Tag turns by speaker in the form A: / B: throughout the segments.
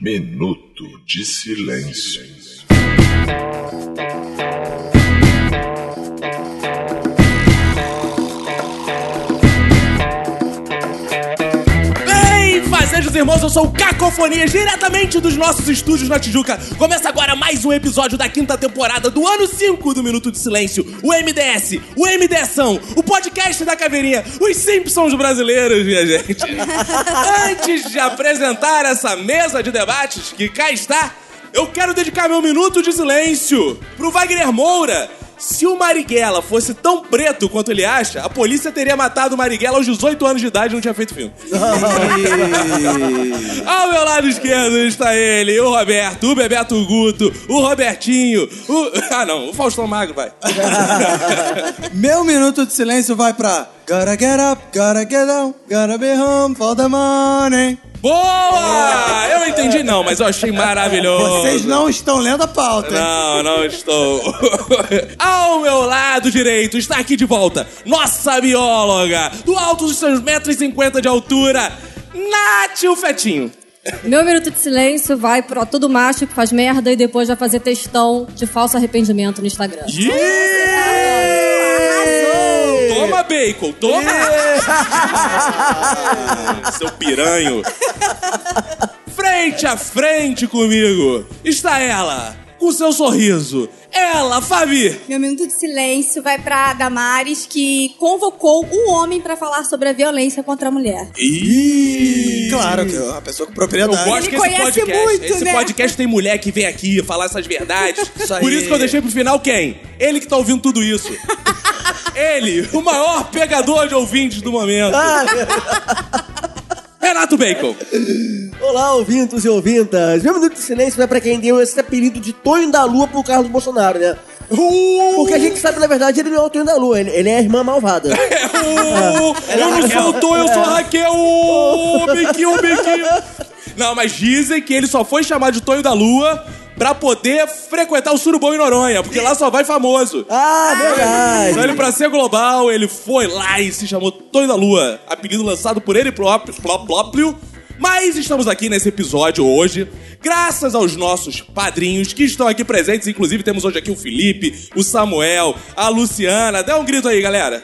A: Minuto de Silêncio.
B: Bem, fazejos irmãos, eu sou o Cacofonias, diretamente dos nossos estúdios na Tijuca. Começa agora mais um episódio da quinta temporada do ano 5 do Minuto de Silêncio, o MDS, o MDSão, o podcast da caveirinha, os Simpsons brasileiros, minha gente. Antes de apresentar essa mesa de debates que cá está, eu quero dedicar meu minuto de silêncio pro Wagner Moura. Se o Marighella fosse tão preto quanto ele acha, a polícia teria matado o Marighella aos 18 anos de idade e não tinha feito filme. Ao meu lado esquerdo está ele, o Roberto, o Bebeto Guto, o Robertinho, o. Ah não, o Faustão Magro, vai.
C: Meu minuto de silêncio vai pra Gotta get up, gotta get down, gotta be home for the morning.
B: Boa! Eu entendi não, mas eu achei maravilhoso.
C: Vocês não estão lendo a pauta. hein?
B: Não, não estou. Ao meu lado direito está aqui de volta nossa bióloga, do alto dos seus metros e cinquenta de altura, Nath o Fetinho.
D: Meu minuto de silêncio vai pra todo macho que faz merda e depois vai fazer textão de falso arrependimento no Instagram.
B: Toma bacon, toma! Seu piranho! Frente a frente comigo está ela, com seu sorriso. Ela, Fabi!
E: Meu minuto de silêncio vai pra Damares, que convocou um homem pra falar sobre a violência contra a mulher.
B: Ih!
C: Claro que é uma pessoa com
B: Eu
C: propriedade.
B: gosto
E: Ele
B: que esse
E: conhece
B: podcast,
E: muito,
B: esse
E: né?
B: podcast tem mulher que vem aqui falar essas verdades.
C: Isso aí.
B: Por isso que eu deixei pro final quem? Ele que tá ouvindo tudo isso. Ele, o maior pegador de ouvintes do momento. Renato Bacon.
F: Olá, ouvintos e ouvintas. Meu minuto de silêncio vai pra quem deu esse apelido de Tonho da Lua pro Carlos Bolsonaro, né? Porque a gente sabe, na verdade, ele não é o Tonho da Lua, ele, ele é a irmã malvada.
B: Uh, eu não sou o Tom, eu sou a Raquel. Uh, biquinho, biquinho. Não, mas dizem que ele só foi chamado de Tonho da Lua pra poder frequentar o Surubão em Noronha, porque lá só vai famoso.
F: Ah, verdade.
B: Então ele, pra ser global, ele foi lá e se chamou Tonho da Lua, apelido lançado por ele próprio, pró- próprio. Mas estamos aqui nesse episódio hoje, graças aos nossos padrinhos que estão aqui presentes. Inclusive, temos hoje aqui o Felipe, o Samuel, a Luciana. Dá um grito aí, galera.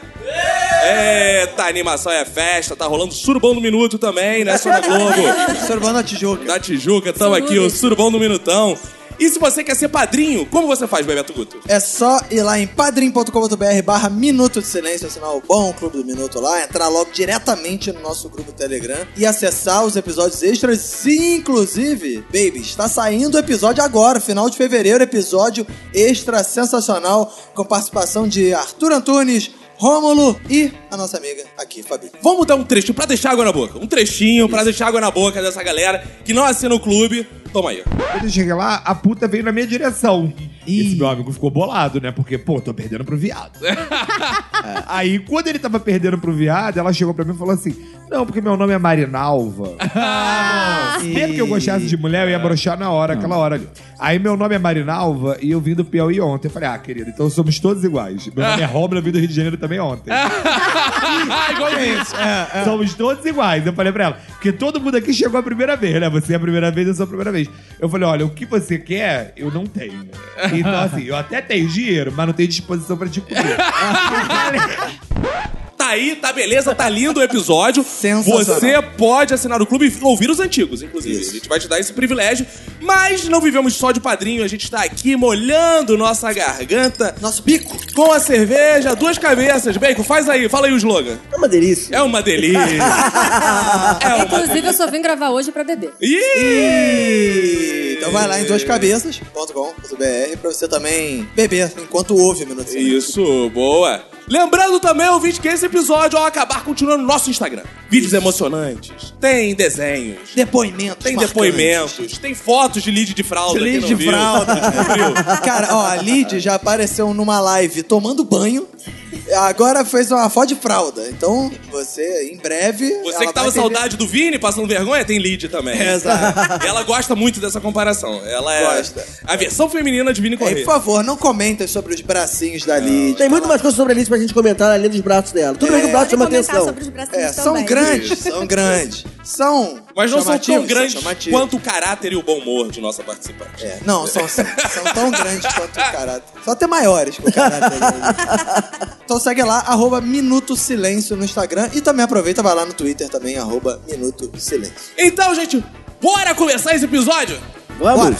B: Eita, a animação é festa, tá rolando surubão no minuto também, né, Sônia Globo?
C: Observando a Tijuca.
B: Da Tijuca, tamo aqui, o surubão no minutão. E se você quer ser padrinho, como você faz, Bebeto Guto?
C: É só ir lá em padrim.com.br barra Minuto de Silêncio, assinar o bom Clube do Minuto lá, entrar logo diretamente no nosso grupo Telegram e acessar os episódios extras. E, inclusive, baby, está saindo o episódio agora, final de fevereiro, episódio extra sensacional com participação de Arthur Antunes, Rômulo e a nossa amiga aqui, Fabi.
B: Vamos dar um trechinho pra deixar água na boca. Um trechinho pra deixar água na boca dessa galera que não assina o clube. Toma aí.
G: Quando eu cheguei lá, a puta veio na minha direção.
C: Ih.
G: Esse meu amigo ficou bolado, né? Porque, pô, tô perdendo pro viado. É. Aí, quando ele tava perdendo pro viado, ela chegou pra mim e falou assim: Não, porque meu nome é Marinalva. Mesmo que eu gostasse de mulher, eu ia broxar na hora, aquela hora ali. Aí, meu nome é Marinalva e eu vim do Piauí ontem. Eu falei: Ah, querido, então somos todos iguais. Meu nome é Romulo, eu vim do Rio de Janeiro também ontem.
B: é
G: Somos todos iguais. Eu falei pra ela. Porque todo mundo aqui chegou a primeira vez, né? Você é a primeira vez, eu sou a primeira vez. Eu falei, olha, o que você quer, eu não tenho. Então, assim, eu até tenho dinheiro, mas não tenho disposição pra te comer.
B: Tá aí, tá beleza, tá lindo o episódio.
C: Sensacional.
B: Você pode assinar o clube e ouvir os antigos, inclusive. A gente vai te dar esse privilégio. Mas não vivemos só de padrinho, a gente tá aqui molhando nossa garganta
C: Nosso bico!
B: com a cerveja, duas cabeças. Bacon, faz aí, fala aí o slogan.
F: É uma delícia.
B: É uma delícia. é uma delícia.
D: Inclusive, eu só vim gravar hoje pra beber.
B: Ih!
C: Então vai lá em duascabeças.com.br pra você também beber enquanto ouve o Minuto de Silêncio.
B: Isso, boa. Lembrando também, ouvinte, que esse episódio, ao acabar, continua no nosso Instagram. Vídeos emocionantes, tem desenhos,
C: Depoimentos.
B: tem
C: marcantes.
B: depoimentos, tem fotos de lead de fralda.
C: De lead
B: quem não
C: de
B: viu,
C: fralda.
B: descobriu.
C: Cara, ó, a Lid já apareceu numa live tomando banho. Agora fez uma foto de fralda. Então, você, em breve.
B: Você
C: ela
B: que tava
C: vai perder-
B: saudade do Vini passando vergonha, tem lead também.
C: Exato.
B: E ela gosta muito dessa comparação. Ela é
C: Gosta.
B: a versão feminina de Vini
C: É, e,
B: Correia.
C: por favor, não comentem sobre os bracinhos da Lid.
F: Tem
H: tá?
F: muito mais coisas sobre a Alice pra gente comentar além dos braços dela. Tudo bem que o braço
E: Podem É, comentar
F: chama atenção.
E: sobre os bracinhos
C: É, são
E: também.
C: grandes, são grandes.
H: são.
B: Mas não são
H: chamativos,
B: tão grandes
H: chamativos.
B: quanto o caráter e o bom humor de nossa participante.
H: É, não, são, são, são tão grandes quanto o caráter. Só até maiores que o caráter. dele. então segue lá, arroba Minuto Silêncio no Instagram e também aproveita, vai lá no Twitter também, arroba Minuto Silêncio.
B: Então, gente, bora começar esse episódio?
F: Vamos!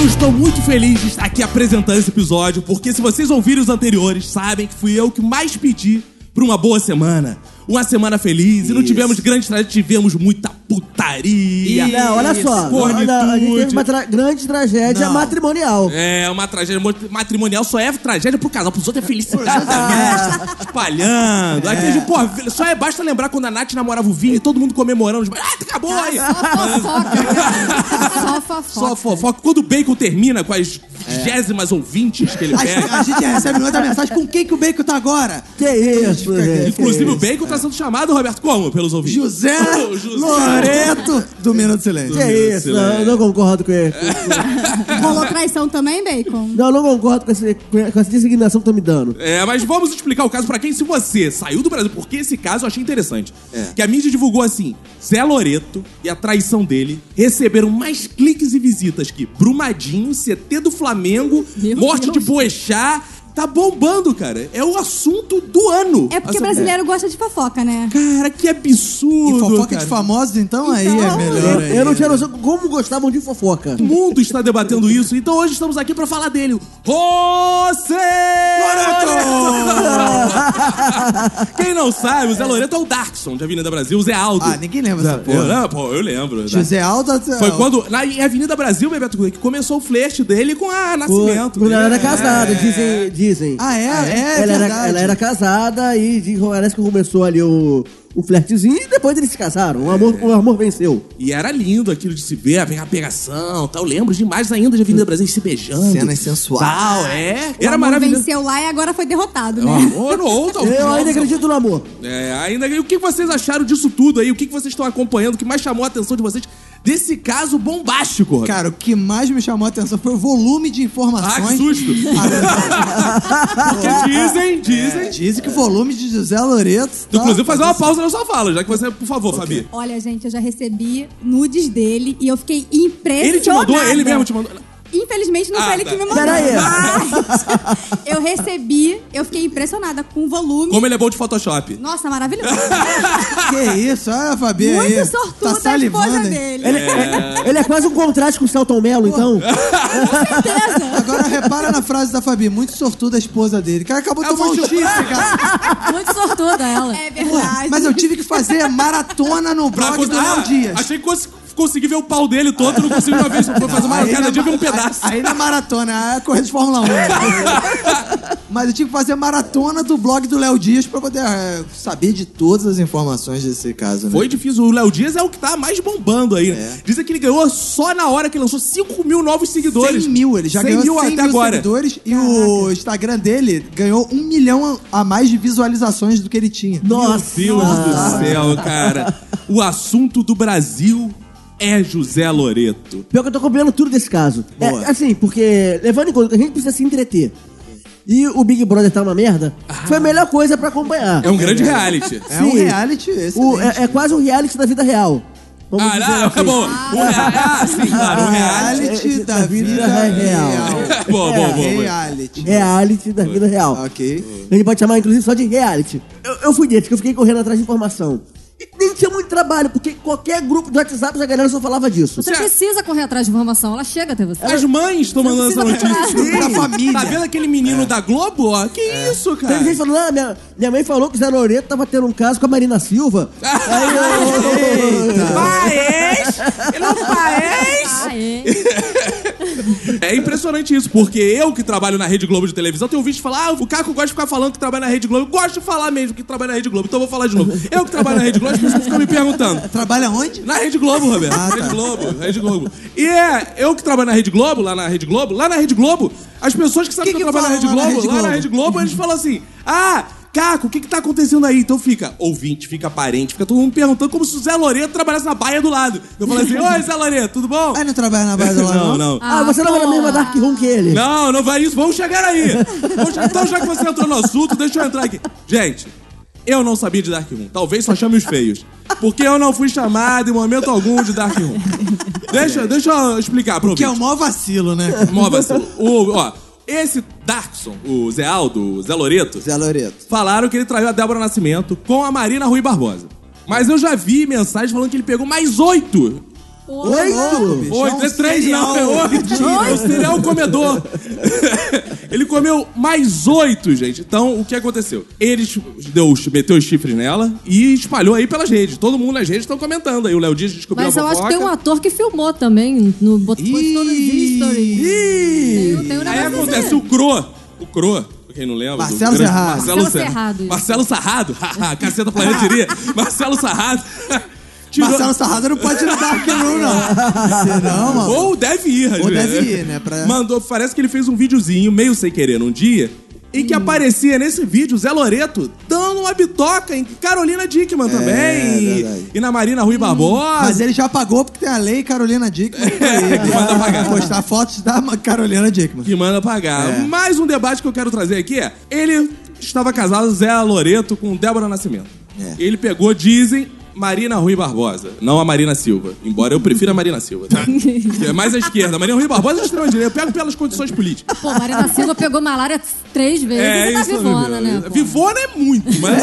B: Eu estou muito feliz de estar aqui apresentando esse episódio, porque se vocês ouvirem os anteriores, sabem que fui eu que mais pedi pra uma boa semana. Uma semana feliz, e não tivemos grandes tragédias, tivemos muita putaria.
F: Não, olha só. a gente teve
B: Cornitude.
F: uma tra- grande tragédia
B: Não.
F: matrimonial.
B: É, uma tragédia mot- matrimonial só é tragédia pro casal, pros outros é felicidade da festa, tá
F: Ah.
B: espalhando. Aí teve, pô, só é basta lembrar quando a Nath namorava o Vini, todo mundo comemorando. tipo, Ah, acabou aí!
I: Fofoca. Só
B: Só
I: fofoca.
B: fofoca. Quando o Bacon termina com as
F: É.
B: vigésimas ouvintes que ele pega.
C: A gente recebe outra mensagem. Com quem que o Bacon tá agora?
F: Que isso,
C: É
F: gente.
B: Inclusive o Bacon tá sendo chamado, Roberto, como? Pelos ouvintes.
C: José
B: O José.
C: Loreto do Minuto de Silêncio.
F: Que isso, não, eu não concordo com ele.
I: Rolou traição também, Bacon?
F: Não, eu não concordo com, esse, com essa designação que estão me dando.
B: É, mas vamos explicar o caso pra quem, se você saiu do Brasil, porque esse caso eu achei interessante.
C: É.
B: Que a mídia divulgou assim: Zé Loreto e a traição dele receberam mais cliques e visitas que Brumadinho, CT do Flamengo,
I: Meu
B: morte
I: Deus.
B: de Boechat. Tá bombando, cara. É o assunto do ano.
I: É porque
B: Essa-
I: brasileiro gosta de fofoca, né?
B: Cara, que absurdo.
C: E fofoca
B: cara.
C: de famosos, então, aí é
I: Então,
C: melhor.
F: Eu,
C: aí.
F: eu não tinha noção como gostavam de fofoca.
B: O mundo está debatendo isso, então hoje estamos aqui pra falar dele. José Loreto! Quem não sabe, o Zé Loreto é o Darkson de Avenida Brasil, o Zé Aldo.
C: Ah, ninguém lembra dessa
B: Pô,
C: porra.
B: não, pô, eu lembro. né?
C: José Aldo.
B: É,
C: é,
B: Foi quando, na em Avenida Brasil, Bebeto, que começou o flerte dele com a Nascimento.
F: Quando ela
B: né?
F: era casada, dizem. dizem.
C: Ah, é? É,
F: ela, era,
C: verdade.
F: ela era casada e diz- parece que começou ali o, o flertezinho e depois eles se casaram. O amor, o amor venceu.
B: E era lindo aquilo de se ver, vem a pegação tal. Eu lembro demais ainda de Avenida Brasil, eles se beijando.
C: Cenas sensuais.
B: Tal, é.
I: O
B: Era
I: amor
B: maravilhoso.
I: venceu lá e agora foi derrotado, né?
B: Amor, ou talvez.
F: Eu ainda acredito no amor.
B: É, ainda. E o que vocês acharam disso tudo aí? O que vocês estão acompanhando? O que mais chamou a atenção de vocês desse caso bombástico? Roberto?
C: Cara, o que mais me chamou a atenção foi o volume
B: ah,
C: de
B: que
C: informações.
B: susto!
C: Ah,
B: Porque dizem, dizem.
C: Dizem que o volume de José Loreto. tá-
B: Inclusive, fazer uma pausa na sua fala, já que você, por favor, Fabi.
I: Olha, gente, eu já recebi nudes dele e eu fiquei impressionada.
B: Ele te mandou, ele mesmo te mandou.
I: Infelizmente não
B: Ah,
I: foi ele
B: tá.
I: que me mandou.
F: Pera aí.
I: Mas eu recebi, eu fiquei impressionada com o volume.
B: Como ele é bom de Photoshop.
I: Nossa, maravilhoso.
C: Que isso, olha a Fabi aí.
I: Muito sortuda
C: tá
I: a esposa
C: salivando. hein?
I: dele.
F: Ele é, ele é quase um contraste com o Celton Mello, então.
C: Agora repara na frase da Fabi. Muito sortuda a esposa dele. Cara,
B: É
C: acabou de tomar um chifre, cara.
E: Muito sortuda ela.
I: É
C: Porra,
I: verdade.
C: mas eu tive que fazer maratona no
B: Ah,
C: blog
B: cons-
C: do tá Léo
B: ah,
C: Dias.
B: Achei que cons- consegui ver o pau dele todo, não consegui uma vez. Vou fazer uma
C: Aí
B: cada
C: na-
B: dia ver um pedaço.
C: Aí na maratona, é a corrida de Fórmula 1. né? Mas eu tive que fazer maratona do blog do Léo Dias pra poder é, saber de todas as informações desse caso, né?
B: Foi difícil. O Léo Dias é o que tá mais bombando aí. né?
C: É.
B: Dizem que ele ganhou só na hora que lançou 5 mil novos seguidores.
C: 100 mil, ele já
B: 100
C: ganhou
B: mil
C: 100
B: até
C: mil
B: agora.
C: seguidores e o Instagram dele ganhou um milhão a mais de visualizações do que ele tinha.
F: Nossa.
B: Meu Deus do céu, cara. O assunto do Brasil é José Loreto.
F: Pior que eu tô acompanhando tudo desse caso. É,
C: Boa.
F: assim, porque, levando em conta que a gente precisa se entreter. E o Big Brother tá uma merda, foi a melhor coisa pra acompanhar.
B: Ah. É um grande reality.
C: É um
F: Sim.
C: reality esse.
F: O- é, é quase um reality da vida real. Vamos
B: Ah,
F: dizer
B: não,
F: assim.
B: acabou. Um rea- Ah, sim, claro, um reality.
C: reality
F: é-
C: da
F: da
C: vida,
F: vida
C: real.
F: real. É
B: Bom, bom, bom. bom.
C: Reality.
F: Reality da vida real.
C: Ok.
F: A gente pode chamar, inclusive, só de reality. Eu, eu fui desse, que eu fiquei correndo atrás de informação. E nem tinha muito trabalho, porque qualquer grupo de WhatsApp a galera só falava disso.
E: Você precisa correr atrás de informação, ela chega até
C: é.
E: você.
B: As mães estão mandando essa notícia.
C: Da família. É.
B: Tá vendo aquele menino da Globo? ó? Que isso,
F: Teve
B: cara?
F: gente falando, ah, minha, minha mãe falou que o Zé Loreto tava tendo um caso com a Marina Silva.
B: Ah,
F: Aí eu-
B: Paes! Ele é um paes!
E: Ah, é?
B: É impressionante isso, porque eu que trabalho na Rede Globo de televisão, tenho visto falar, ah, o Caco gosta de ficar falando que trabalha na Rede Globo. Eu gosto de falar mesmo que trabalha na Rede Globo, então eu vou falar de novo. Eu que trabalho na Rede Globo, as pessoas ficam me perguntando.
C: Trabalha onde?
B: Na Rede Globo, Roberto. Rede Globo, Rede Globo. E é, eu que trabalho na Rede Globo, lá na Rede Globo, lá na Rede Globo, as pessoas que sabem
C: Que
B: que,
C: que
B: eu trabalho na Rede
C: falam lá na
B: Globo,
C: Rede
B: lá na
C: Globo?
B: Rede Globo, eles falam assim: ah. Caco, o que que tá acontecendo aí? Então fica ouvinte, fica parente, fica todo mundo perguntando como se o Zé Loreto trabalhasse na baia do lado. Eu falo assim, oi Zé Loreto, tudo bom?
C: Aí não trabalha na base lá,
B: não,
C: não?
B: não.
F: Ah, você não vai na mesma Dark Room que ele.
B: Não, não vai isso. Vamos chegar aí. Vamos chegar- Então, já que você entrou no assunto, deixa eu entrar aqui. Gente, eu não sabia de Dark Room. Talvez só chame os feios. Porque eu não fui chamado em momento algum de Dark Room. Deixa, deixa eu explicar pro
C: Que é o
B: ouvinte.
C: maior vacilo, né?
B: Mó vacilo. O, ó, esse Darkson, o Zé Aldo, o Zé Loreto,
C: Zé Loreto.
B: falaram que ele traiu a Débora Nascimento com a Marina Rui Barbosa. Mas eu já vi mensagem falando que ele pegou mais oito
C: Oi,
B: Oito, não é três, não, é oito. É o cereal comedor. Ele comeu mais oito, gente. Então, o que aconteceu? Ele ch- deu, os- meteu os chifres nela e espalhou aí pelas redes. Todo mundo nas redes estão comentando. Aí o Léo Dias descobriu
E: Mas
B: a
E: eu acho que
B: fofoca.
E: tem um ator que filmou também, no, botou todos os stories.
B: Ih!
E: Tem- tem um
B: Aí
E: negócio
B: acontece o Cro. O Cro. pra Quem não lembra?
C: Marcelo
B: do grande
C: Serrado.
B: Marcelo,
E: Marcelo
B: Serrado.
E: Serrado.
B: Marcelo Sarrado. Caceta Planeta iria. Marcelo Sarrado. Tirou-
C: Marcelo Sarrado não pode ir no Dark Room, não. Senão, mano.
B: Ou deve ir,
C: Ou
B: às vezes,
C: deve ir, né, pra-
B: Mandou, parece que ele fez um videozinho, meio sem querer, num dia, em
C: Hum.
B: que aparecia nesse vídeo o Zé Loreto dando uma bitoca em Carolina Dickman também.
C: É, verdade. Hum,
B: E, e na Marina Rui Barbosa.
C: Mas é ele já pagou porque tem a lei Carolina Dickman. que
B: manda pagar.
C: Postar fotos da Ma- Carolina Dickman.
B: Que manda pagar.
C: É.
B: Mais um debate que eu quero trazer aqui é: ele estava casado, Zé Loreto, com Débora Nascimento.
C: É.
B: Ele pegou, dizem, Marina Rui Barbosa, não a Marina Silva. Embora eu prefira a Marina Silva. Tá? é mais à esquerda. A Marina Rui Barbosa é extrema-direita. Eu pego pelas condições políticas.
E: Pô, Marina Silva pegou malária três
B: É,
E: vezes e tá vivona, né? pô?
B: Vivona é muito, mas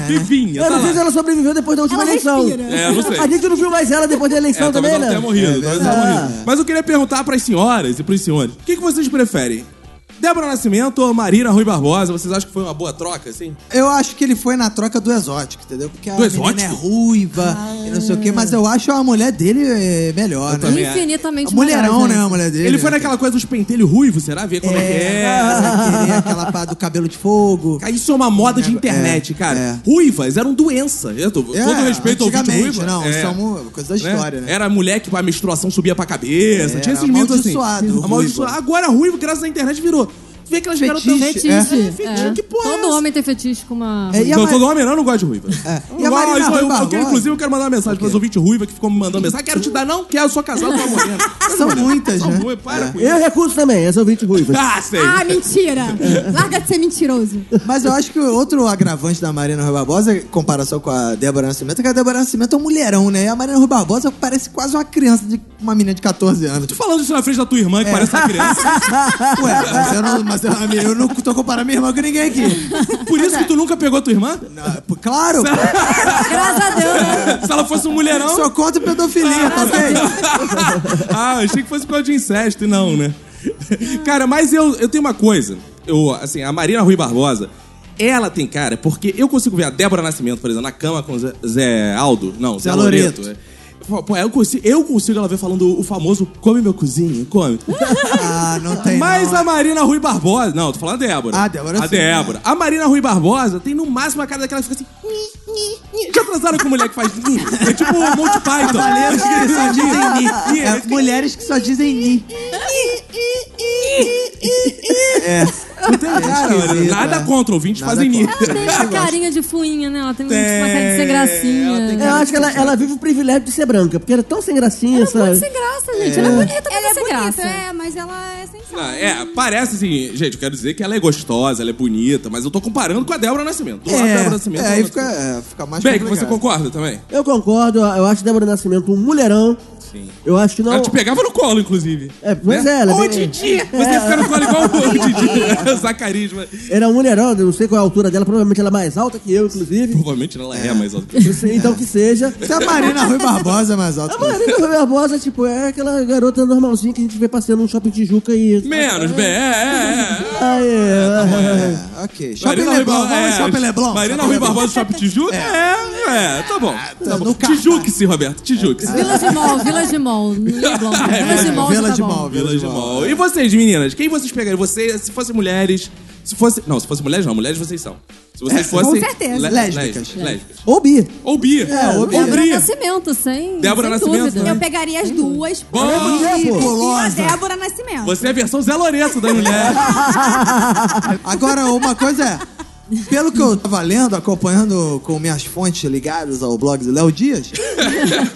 B: vivinha,
F: Eu
B: tá
F: não sei se
B: lá.
F: ela sobreviveu depois da última eleição.
B: É, eu não sei.
F: A gente não viu mais ela depois da eleição
B: É, talvez
F: também,
B: ela tenha
F: né?
B: morrido,
C: É
B: talvez ela tenha morrido. Mas eu queria perguntar pras senhoras e pros senhores, o que, que vocês preferem? Débora Nascimento ou Marina Rui Barbosa? Vocês acham que foi uma boa troca, assim?
C: Eu acho que ele foi na troca do exótico, entendeu? Porque a
B: Do
C: menina
B: exótico?
C: é ruiva e não sei o quê, mas eu acho a mulher dele é, melhor, né?
B: também.
E: Infinitamente
C: A mulherão,
E: maior,
C: né? A mulher dele.
B: Ele foi naquela coisa dos pentelhos ruivos, será? Ver como é, que é.
C: Ela queria aquela pá do cabelo de fogo.
B: Cara, Isso é uma moda de internet, cara.
C: é.
B: Ruivas eram doença. Eu tô,
C: É,
B: todo respeito ao vídeo
C: antigamente,
B: ruiva.
C: não.
B: é,
C: Isso é uma coisa da
B: né?
C: história, né?
B: Era mulher que a menstruação subia pra cabeça.
C: É,
B: tinha esses
C: era
B: mitos assim.
C: amaldiçoado, ruivo.
B: Amaldiçoado. Agora ruivo, graças à internet, virou. Vê aquelas garotas...
C: Fetiche.
E: Fetiche.
C: É.
B: fetiche, que porra é
E: Todo
B: essa?
E: homem tem fetiche com uma.
C: É, e a
B: não,
C: Ma- É.
B: todo homem não, eu não gosto de ruiva.
C: E a
B: Não,
C: Marina
B: isso
C: Rui
B: aí, eu, eu
C: Barbosa?
B: quero, inclusive, eu quero mandar uma mensagem para os ouvintes ruiva que ficou me mandando mensagem. Ah, quero te dar, não quero, eu sou casado com uma morena.
C: São muitas,
B: São
C: né?
B: ruivas, para com isso.
F: Eu recuso também, essa ouvinte ruiva.
B: Ah, sei.
I: Ah, mentira! Larga de ser mentiroso.
C: Mas eu acho que o outro agravante da Marina Rui Barbosa, em comparação com a Débora Nascimento, é que a Débora Nascimento é um mulherão, né? E a Marina Rui Barbosa parece quase uma criança, de uma menina de 14 anos.
B: Tô falando isso na frente da tua irmã,
C: É.
B: que parece uma criança.
C: Ué, mas eu não, mas eu, eu não tô comparando minha irmã com ninguém aqui.
B: Por isso que tu nunca pegou tua irmã?
C: Não, pô, claro,
E: Graças a Deus!
B: Se ela fosse um mulherão...
C: só contra pedofilia, tá bem?
B: ah, eu achei que fosse por causa de incesto, e não, né? cara, mas eu, eu tenho uma coisa. Eu, assim, a Marina Rui Barbosa, ela tem cara, porque eu consigo ver a Débora Nascimento, por exemplo, na cama com o Zé, Zé Aldo. Não, Zé,
C: Zé
B: Loreto. É.
C: Loreto.
B: Pô, Pô, eu consigo, eu consigo ela ver falando o famoso come meu cozinho, come.
C: Ah, não tem
B: Mas
C: não.
B: a Marina Rui Barbosa. Não, tô falando a Débora.
C: Ah, Débora,
B: A
C: sim,
B: Débora. A Marina Rui Barbosa tem no máximo a cara daquela que fica assim. "Ni, ni, ni". Já transaram com mulher que faz. "Ni"? É tipo o Monty Python.
C: Mulheres que só dizem
B: Ni,
C: ni.
B: ni.
C: É, mulheres que só dizem ni. É. Não tem
B: Cara, nada contra, ouvintes
C: né? Nada
B: fazem ni.
E: Ela tem uma carinha de fuinha, né? Ela tem, uma carinha de ser
B: ela tem
E: gracinha.
F: Eu acho que ela, ela vive o privilégio de ser branca, porque era tão sem gracinha,
E: Ela é
F: sabe?
E: sem graça, gente. Ela é bonita, mas
I: Ela é
E: sem graça.
I: bonita, é, mas ela é sensata.
B: Ah, é, parece assim, gente, eu quero dizer que ela é gostosa, ela é bonita, mas eu tô comparando com a Débora Nascimento. Do lado da Débora Nascimento.
C: É,
B: ela
C: aí
B: é
C: fica,
B: gostosa.
C: é, fica mais
B: Bem, que você
C: complicado.
B: concorda também?
F: Eu concordo, eu acho Débora Nascimento um mulherão. Sim. Eu acho que não.
B: Ela te pegava no colo, inclusive. né?
F: É, pois é, ela
B: Ô,
F: tem-
B: Didi! Você
C: É.
B: ia ficar no colo igual o Didi. Zacarisma.
F: Era um mulherão, eu não sei qual é a altura dela, provavelmente ela é mais alta que eu, inclusive.
B: Provavelmente ela é, mais alta.
F: Eu sei, Então que seja.
C: Se a Marina Rui Barbosa é mais alta.
F: A
C: que você.
F: Marina Rui Barbosa, tipo, é aquela garota normalzinha que a gente vê passeando no shopping Tijuca e.
B: Menos, bem, é, é, é.
F: Ah, é.
C: É, ok. Shopping
B: Marina Rui
C: Leblon,
B: Bar-
C: vamos
B: é,
C: Shopping Leblon.
B: Marina
C: Shopping
B: Rui
C: Leblon. Ah,
B: Barbosa, Shopping Tijuca? É, é, tá bom. Tá
C: no
B: bom.
C: cartaz.
B: Tijuque-se, Roberto, Tijuque-se.
C: É.
E: Vila de Mol, Vila de Mol. Leblon.
F: É
E: Vila de Mol.
C: Vila
E: tá
C: É, de
E: bom.
C: Mal, Vila de Mal.
B: E vocês, meninas? Quem vocês pegariam? Você, se fossem mulheres, Se fosse. Não, se fosse mulheres, não. Mulheres vocês são. Se vocês fossem.
C: É, com certeza. Lésbicas.
B: lésbicas. lésbicas.
C: Ou bi.
B: Ou bi.
C: É, ou bi.
E: Débora Nascimento, sem.
B: Débora
E: sem
B: Nascimento,
E: dúvida.
B: né?
I: Eu pegaria as duas.
B: Bom,
I: E a
C: Gulosa.
I: Débora Nascimento.
B: você é a versão Zé Lourenço das mulheres.
C: Agora, uma coisa é. Pelo que eu tava lendo, acompanhando com minhas fontes ligadas ao blog do Léo Dias,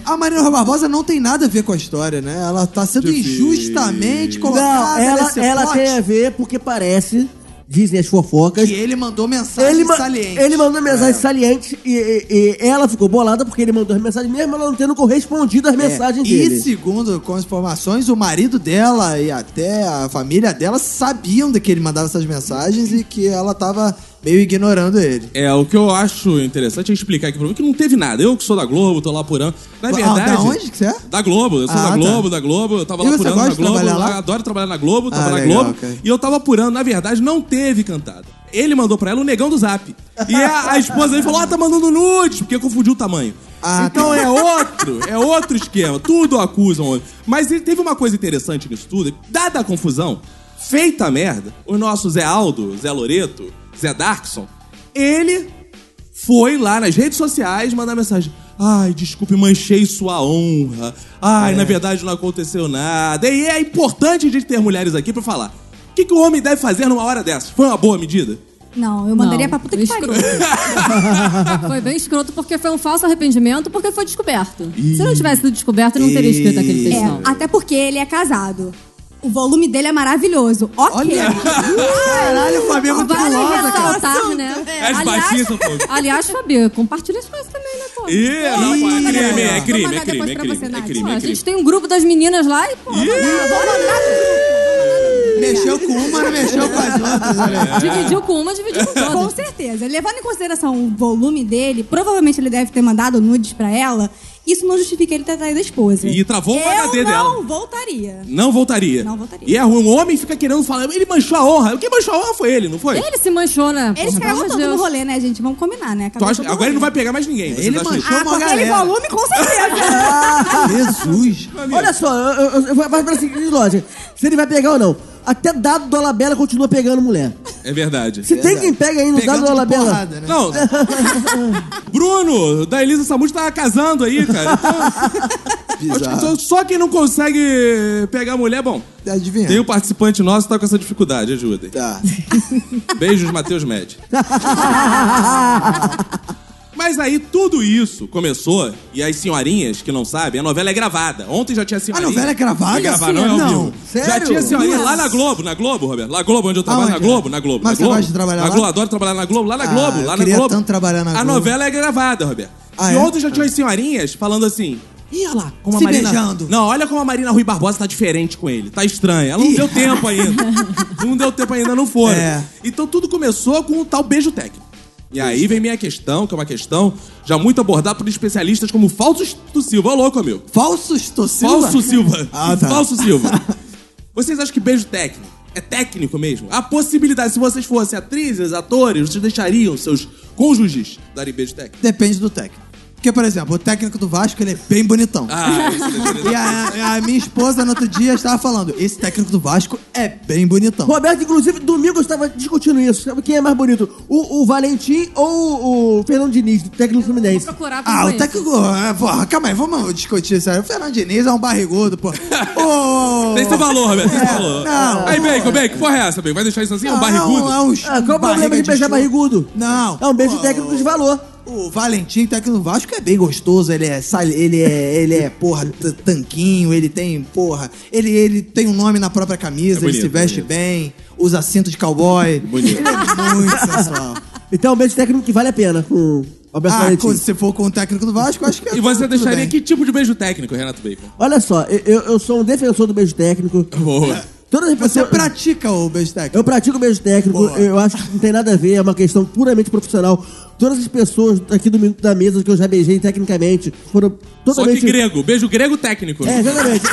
C: a Marina Rui Barbosa não tem nada a ver com a história, né? Ela tá sendo injustamente
F: Não,
C: colocada
F: ela,
C: nesse
F: ela
C: plot
F: tem a ver porque parece, dizem as fofocas,
C: que ele mandou mensagem
F: ele, ma-
C: saliente.
F: ele mandou mensagem saliente e, e- e ela ficou bolada porque ele mandou as mensagens mesmo ela não tendo correspondido às
C: É,
F: mensagens dele.
C: E segundo com as informações, o marido dela e até a família dela sabiam de que ele mandava essas mensagens e que ela tava meio ignorando ele.
B: É, o que eu acho interessante é explicar aqui pra mim que não teve nada. Eu que sou da Globo, tô lá apurando. Na
C: Ah,
B: verdade.
C: da onde que você é?
B: Da Globo. Eu sou
C: Ah,
B: da
C: tá.
B: Globo, da Globo. Eu tava
C: E
B: lá
C: você
B: apurando
C: gosta
B: na
C: de
B: Globo.
C: trabalhar lá?
B: eu Adoro trabalhar na Globo, tava
C: Ah,
B: na
C: legal,
B: Globo.
C: ok.
B: E eu tava apurando. Na verdade, não teve cantada. Ele mandou pra ela o negão do zap. E a, a esposa dele falou: Ah, tá mandando nude, porque confundiu o tamanho.
C: Ah,
B: então é outro, é outro esquema. Tudo acusam. outro. Mas ele teve uma coisa interessante nisso tudo. Dada a confusão, feita a merda, o nosso Zé Aldo, Zé Loreto, Zé Darkson, ele foi lá nas redes sociais mandar mensagem. Ai, desculpe, manchei sua honra. Ai, na verdade não aconteceu nada. E é importante a gente ter mulheres aqui pra falar. O que, que o homem deve fazer numa hora dessa? Foi uma boa medida?
I: Não, eu mandaria
E: Não,
I: pra puta que pariu.
E: escroto. foi bem escroto porque foi um falso arrependimento porque foi descoberto. Se não tivesse sido descoberto, ele não teria escrito aquele
I: É,
E: textão.
I: até porque ele é casado. O volume dele é maravilhoso. Ok.
C: Caralho, o Flamengo
E: Vale
C: pulosa, cara.
E: ressaltar, né?
I: É,
B: As baixinhas
E: Aliás,
B: são poucas.
E: aliás, Fabio, compartilha isso com essa também, né,
B: Ih,
E: pô?
B: não,
I: Ih,
B: é crime, é
I: vou
B: crime, é
I: mandar
B: crime,
I: depois
B: é
I: pra
B: crime,
I: você,
B: é
I: Nath.
B: crime,
E: Pô,
B: é
E: a
B: crime.
E: gente tem um grupo das meninas lá e, pô,
I: ah, né?
C: Mexeu com uma, não mexeu com as outras, olha.
E: dividiu com uma, dividiu com
I: Com
E: todas.
I: certeza. Levando em consideração o volume dele, provavelmente ele deve ter mandado nudes pra ela. Isso não justifica ele ter traído a esposa.
B: E travou o HD
I: eu
B: dela.
I: não voltaria.
B: Não voltaria.
I: Não voltaria.
B: E é ruim. O homem fica querendo falar. Ele manchou a honra. Quem manchou a honra foi ele, não foi?
E: Ele se manchou, né?
I: Eles
E: Porra,
I: cagaram
E: pelo amor
I: todo
E: de
I: no
E: Deus.
I: rolê, né, gente? Vamos combinar, né?
B: Tu
I: Cagou
B: acha-
I: todo
B: Agora
I: rolê.
B: ele não vai pegar mais ninguém. vocês
C: Ele
B: acham isso?
C: manchou
I: Ah, com
C: uma
I: aquele
C: assim, galera.
I: volume, com certeza.
C: Jesus.
F: Olha só, eu, eu, eu, vai pela seguinte lógica: se ele vai pegar ou não. Até dado Dolabella continua pegando mulher.
B: É verdade.
F: Se tem quem pega aí no
C: Pegando
F: dado
C: de
F: Dolabella.
C: porrada, né?
B: Não. Bruno, da Elisa Samud tá casando aí, cara. Então, acho que
C: Bizarro.
B: só- só quem não consegue pegar mulher, bom.
C: Adivinha?
B: Tem um participante nosso que tá com essa dificuldade, ajudem.
C: Tá.
B: Beijos, Matheus Med. Mas aí tudo isso começou, e as senhorinhas que não sabem, a novela é gravada. Ontem já tinha senhorinha.
C: novela é gravada?
B: É gravada, não é ao
C: Não,
B: vivo.
C: sério?
B: Já tinha senhorinha
C: Nossa.
B: lá na Globo, na Globo, Roberto. Na Globo, onde eu trabalho, na
C: Aonde?
B: Globo, na Globo.
C: Mas
B: na
C: você
B: Globo.
C: gosta de trabalhar
B: na
C: lá?
B: Globo, adoro trabalhar na Globo, lá na
C: Ah,
B: Globo,
C: eu
B: lá na
C: queria
B: Globo.
C: tanto trabalhar na
B: A
C: Globo.
B: novela é gravada, Roberto.
C: Ah,
B: e
C: é?
B: ontem já tinha as senhorinhas falando assim... Ih, olha lá, como a
C: Se
B: Marina.
C: beijando.
B: Não, olha como a Marina Rui Barbosa tá diferente com ele. Tá estranha. Ela não deu tempo ainda. não deu tempo ainda, não foram.
C: É.
B: Então tudo começou com o tal beijo técnico. E aí vem minha questão, que é uma questão já muito abordada por especialistas como Falso do Silva. Ô, louco, amigo.
C: Falsos tossilos?
B: Falso Silva.
C: Ah, tá.
B: Falso Silva. Vocês acham que beijo técnico é técnico mesmo? A possibilidade, se vocês fossem atrizes, atores, vocês deixariam seus cônjuges darem beijo técnico?
C: Depende do técnico. Porque, por exemplo, o técnico do Vasco, ele é bem bonitão.
B: Ah, isso
C: E a, a minha esposa, no outro dia, estava falando, esse técnico do Vasco é bem bonitão.
F: Roberto, inclusive, domingo eu estava discutindo isso. Sabe quem é mais bonito? O, o Valentim ou o Fernando Diniz, do técnico fluminense?
E: Procurar pra
C: Ah, o
E: conhecer.
C: técnico. ah, Porra, calma aí, vamos discutir isso aí. O Fernando Diniz é um barrigudo, pô. Ô.
B: Tem seu valor, Roberto, tem seu valor.
C: É. não.
B: Aí, Bacon, Bacon, que porra é essa, Bacon? Vai deixar isso assim? É um barrigudo?
C: É um,
F: Ah, qual o problema de beijar barrigudo?
C: Não.
F: É um beijo
C: Pô,
F: técnico de valor.
C: O Valentim, técnico do Vasco, é bem gostoso. Ele é, sal- ele é, ele é porra, t- tanquinho. Ele tem, porra. Ele, ele tem um nome na própria camisa.
B: É bonito,
C: ele se veste
B: bonito.
C: bem. Usa cinto de cowboy.
B: Bonito.
C: Ele é muito sensual.
F: Então, é um beijo técnico que vale a pena com um o Roberto
C: ah,
F: Valentim.
C: com- se for com o técnico do Vasco, acho que é
B: E você
C: tudo
B: deixaria
C: bem.
B: que tipo de beijo técnico, Renato Bacon?
F: Olha só, eu- eu, eu sou um defensor do beijo técnico.
B: Boa.
F: Todas as
C: Você
F: pessoas...
C: pratica o beijo técnico?
F: Eu pratico beijo técnico,
C: Boa.
F: eu acho que não tem nada a ver, é uma questão puramente profissional. Todas as pessoas aqui do Minuto da Mesa que eu já beijei tecnicamente foram
B: Só que
F: totalmente.
B: grego, beijo grego técnico.
F: É, exatamente.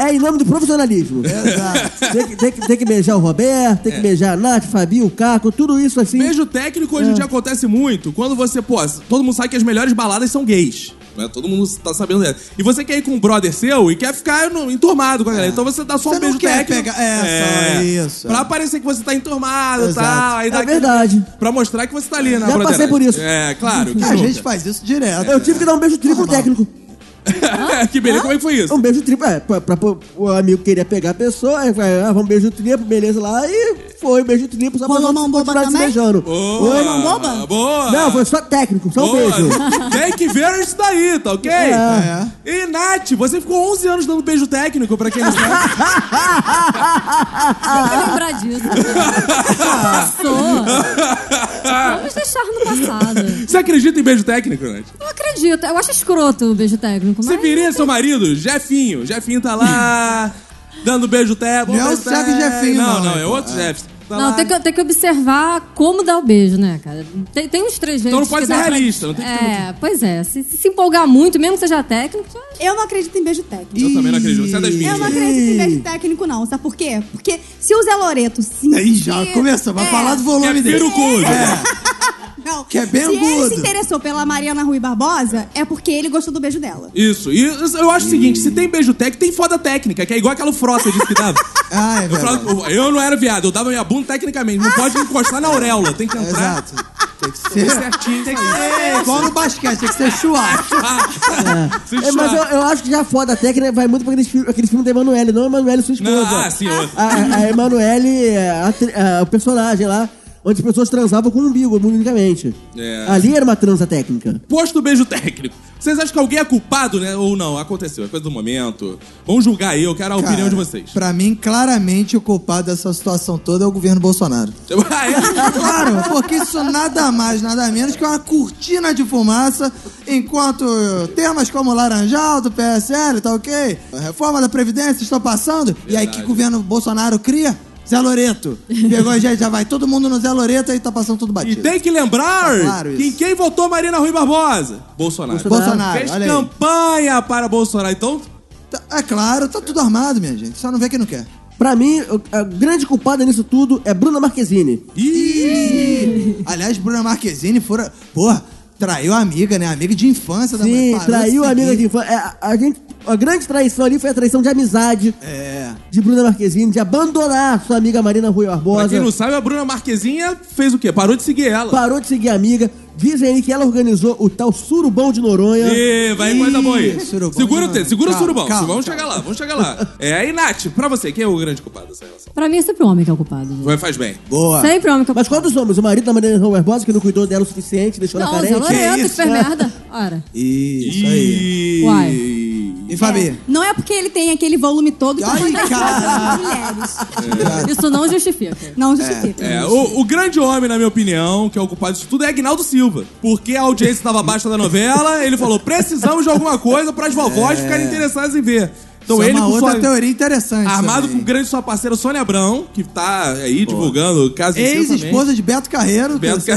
F: é em nome do profissionalismo. Exato. Tem que, tem que- tem que beijar o Roberto,
C: É.
F: tem que beijar a Nath, Fabio, o Caco, tudo isso assim.
C: É.
B: Beijo técnico hoje em dia acontece muito quando você, pô, todo mundo sabe que as melhores baladas são gays. né? Todo mundo tá sabendo dela. E você quer ir com um brother seu e quer ficar no- enturmado com a galera. Então você dá só
C: É. Você
B: um
C: não
B: beijo
C: quer
B: técnico.
C: pegar- é, só isso.
B: Pra parecer que você tá enturmado e
C: Exato.
B: tal. Aí dá
F: É verdade.
B: Pra mostrar que você tá ali na
F: Já
B: brotheragem.
F: passei por isso.
B: É, claro. que
C: A gente
B: nunca.
C: faz isso direto.
F: Eu tive que dar um beijo triplo técnico.
B: que beleza. Como é que foi isso?
F: Um beijo triplo. É, pra, pra- pô, o amigo queria pegar a pessoa, aí vai, ah, vamos beijo triplo, beleza lá, e foi beijo triplo, só pra
I: Rolou
F: não
I: mão boba
F: continuar se
I: também?
F: beijando.
B: Boa,
F: Oi,
I: boba?
B: Boa.
F: Não, foi só técnico, só um
B: Boa.
F: beijo.
B: Tem que ver isso daí, tá ok?
F: É.
B: E, Nath, você ficou 11 anos dando beijo técnico, pra quem não sabe.
E: Tem que lembrar disso. Passou. Vamos deixar no passado.
B: Você acredita em beijo técnico, Nath?
E: Não acredito. Eu acho escroto o beijo técnico,
B: Você
E: mas...
B: viria seu marido? Jefinho. Jefinho tá lá, dando beijo técnico.
C: Não é o
B: beijo
C: Thiago
B: técnico.
C: Jefinho,
B: Não,
C: não,
B: não,
C: né,
B: é
C: pô?
B: outro Jeff. Tá
E: Não,
B: lá.
E: tem que, tem que observar como dar o beijo, né, cara? Tem, tem uns três jeitos
B: Então não pode
E: que
B: ser
E: dá pra-
B: realista, não tem que ter
E: É, pois é. Se, se empolgar muito, mesmo que seja técnico, já- é.
I: Eu não acredito em beijo técnico.
B: Eu também não acredito. Você é das minhas.
I: Eu não
B: né?
I: acredito em beijo técnico, não. Sabe por quê? Porque se o Zé Loreto se.
B: É
C: Aí já começou, vai
I: É.
C: falar do
B: Que é
C: volume dele.
B: pirucudo.
I: Não.
C: Que é bem
I: se ele
C: agudo.
I: se interessou pela Mariana Rui Barbosa, é porque ele gostou do beijo dela.
B: Isso. E eu acho o seguinte, se tem beijo técnico, tem foda técnica, que é igual aquela frota disse que dava.
C: Ah, é
B: Eu,
C: verdade.
B: falava- eu não era viado, eu dava minha bunda tecnicamente. Não pode encostar na auréola, tem que entrar
C: Exato. Tem que ser. É.
B: certinho.
C: Tem que ser igual no basquete, tem que ser chuacho.
B: Se
F: É, mas eu,
B: chorar.
F: eu acho que já foda a técnica vai muito pra aquele filme, aquele filme da Emanuele, não a Emanuele sua esposa.
B: Não, ah, sim, eu-
F: A, a Emanuele, é, a atri- a- o personagem lá, onde as pessoas transavam com o umbigo, unicamente.
B: É.
F: Ali era uma transa técnica.
B: Posto o beijo técnico. Vocês acham que alguém é culpado, né? Ou não? Aconteceu, é coisa do momento. Vamos julgar aí, eu quero a opinião
C: Cara,
B: de vocês.
C: Pra mim, claramente, o culpado dessa situação toda é o governo Bolsonaro.
B: Ah, é?
C: Claro, porque isso nada mais, nada menos que uma cortina de fumaça, enquanto temas como Laranjal, do PSL, tá ok? A reforma da Previdência estão passando. E aí, que
B: Verdade.
C: governo Bolsonaro cria? Zé Loreto. Pegou e já, já vai todo mundo no Zé Loreto e tá passando tudo
B: E
C: batido.
B: tem que lembrar
C: Tá claro isso.
B: que quem votou Marina Rui Barbosa? Bolsonaro.
C: Bolsonaro,
B: Fez
C: olha aí.
B: campanha para Bolsonaro. Então,
C: Tá- É claro, tá tudo armado, minha gente. Só não vê quem não quer.
F: Pra mim, o- a grande culpada nisso tudo é Bruna Marquezine.
B: Ih!
C: Aliás, Bruna Marquezine fora. Porra, traiu a amiga, né? Amiga de infância da
F: Sim,
C: parou de
F: traiu a
C: seguir.
F: amiga de infância. É, a- a gente- a grande traição ali foi a traição de amizade
C: É.
F: de Bruna Marquezine, de abandonar sua amiga Marina Rui
B: Pra quem
F: Barbosa.
B: não sabe, a Bruna Marquezinha fez o quê? Parou de seguir ela.
F: Parou de seguir a amiga. Dizem aí que ela organizou o tal surubão de Noronha.
B: Ê, vai coisa boa aí.
C: Ih, surubão,
B: segura o
C: não.
B: te- segura o
C: Calma,
B: surubão.
C: calma,
B: vamos
C: calma.
B: chegar lá, vamos chegar lá. É, e Nath, pra você, quem é o grande culpado dessa relação?
E: pra mim é sempre o homem que é o culpado. gente.
B: Vai, faz bem.
C: Boa.
E: Sempre o homem que é o culpado.
F: Mas qual dos homens? O marido da Marina Rui Barbosa, que não cuidou dela o suficiente, deixou ela
E: Não, o
F: carente?
E: Zé Loreto, que
C: isso?
F: né?
C: é
E: fez merda. Ora,
C: Isso aí.
B: Ih.
E: Uai.
C: E Fabi?
I: Não é porque ele tem aquele volume todo que
C: Ai,
I: foi das
C: cara.
I: mulheres.
E: isso não justifica.
I: Não justifica.
B: É, o, o grande homem, na minha opinião, que é o culpado disso tudo, é Agnaldo Silva. Porque a audiência estava baixa da novela, ele falou: precisamos de alguma coisa para as vovós ficarem interessadas em ver. Então
C: É. Isso é
B: ele
C: uma
B: com
C: outra né?
B: sua-
C: teoria interessante.
I: Ah,
B: armado
C: também.
B: com grande sua parceira Sônia Abrão, que tá aí divulgando casos
I: é.
C: Ex-esposa de Beto Carreiro.
B: Beto
C: que-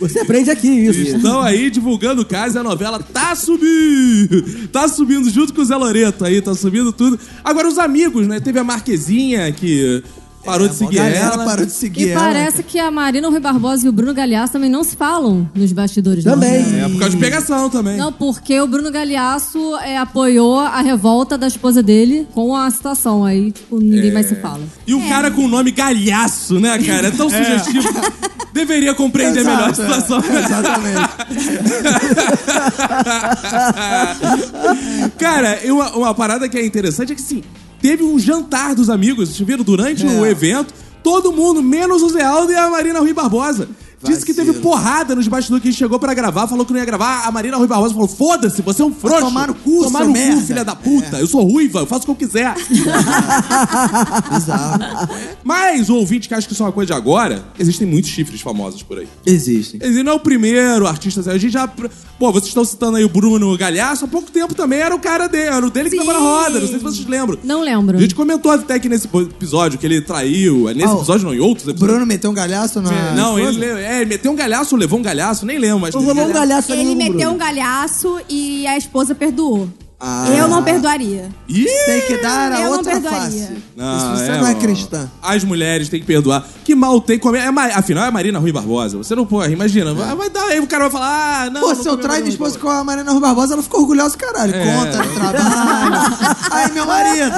F: Você aprende aqui isso.
B: Estão aí divulgando o caso e a novela tá subindo! Tá subindo junto com o Zé Loreto aí, tá subindo tudo. Agora os amigos, né? Teve a Marquezinha que é? parou de
C: Bom,
B: seguir
C: É, galera
B: ela.
C: parou de seguir
E: e
C: ela.
E: parece que a Marina Rui Barbosa e o Bruno Galhaço também não se falam nos bastidores. não. né?
F: Também.
B: É por causa de pegação também.
E: Não, porque o Bruno Galhaço é, apoiou a revolta da esposa dele com a situação. Aí, tipo, ninguém
B: É.
E: mais se fala.
B: E o cara com o nome galhaço, né, cara? É tão sugestivo. Deveria compreender
C: Exato,
B: melhor a
C: é.
B: situação.
C: Exatamente.
B: Cara, e uma, uma parada que é interessante é que, assim, teve um jantar dos amigos, vocês viram? Durante o
C: É.
B: evento, todo mundo, menos o Zé Aldo e a Marina Rui Barbosa. Disse que teve porrada nos bastidores que ele chegou pra gravar, falou que não ia gravar. A Marina Rui Barbosa falou: foda-se, você é um frouxo.
C: tomar no cu,
B: Tomar
C: seu
B: no
C: merda."
B: cu, filha da puta. Eu sou ruiva, eu faço o que eu quiser.
C: Bizarro.
B: Mas o ouvinte que acha que isso é uma coisa de agora, existem muitos chifres famosos por aí.
C: Existem.
B: Ele não é o primeiro artista. assim, A gente já. Pô, vocês estão citando aí o Bruno Galhaço. Há pouco tempo também era o cara dele. Era o dele que tava na roda. Não sei se vocês lembram.
E: Não lembro.
B: A gente comentou até aqui nesse episódio que ele traiu. é Nesse
C: Ah, o
B: episódio, não, em outros
C: O
B: episódios.
C: Bruno meteu um galhaço na.
B: não,
C: esposa?
B: ele, le- é, ele meteu um galhaço, levou um galhaço, nem lembro, mas.
F: Rolou um galhaço ali
I: Ele
F: no
I: meteu
F: Bruno.
I: um galhaço e a esposa perdoou. Eu não perdoaria.
B: Ah, Ih!
C: Tem que dar a
I: Eu não
C: outra
I: perdoaria.
C: face.
B: Não,
C: Se você não
B: ó,
C: é cristã.
B: As mulheres têm que perdoar. Que mal tem comer. É, Ma- afinal, é Marina Rui Barbosa. Você não pode, imagina. Vai, vai dar, aí o cara vai falar, ah, não.
C: É. Pô,
B: não É.
C: se eu
B: comi Marina
C: traio minha
B: Rui
C: esposa com a Mariana Rui Barbosa, ela ficou orgulhosa, caralho. Conta, trabalho. Aí, meu marido.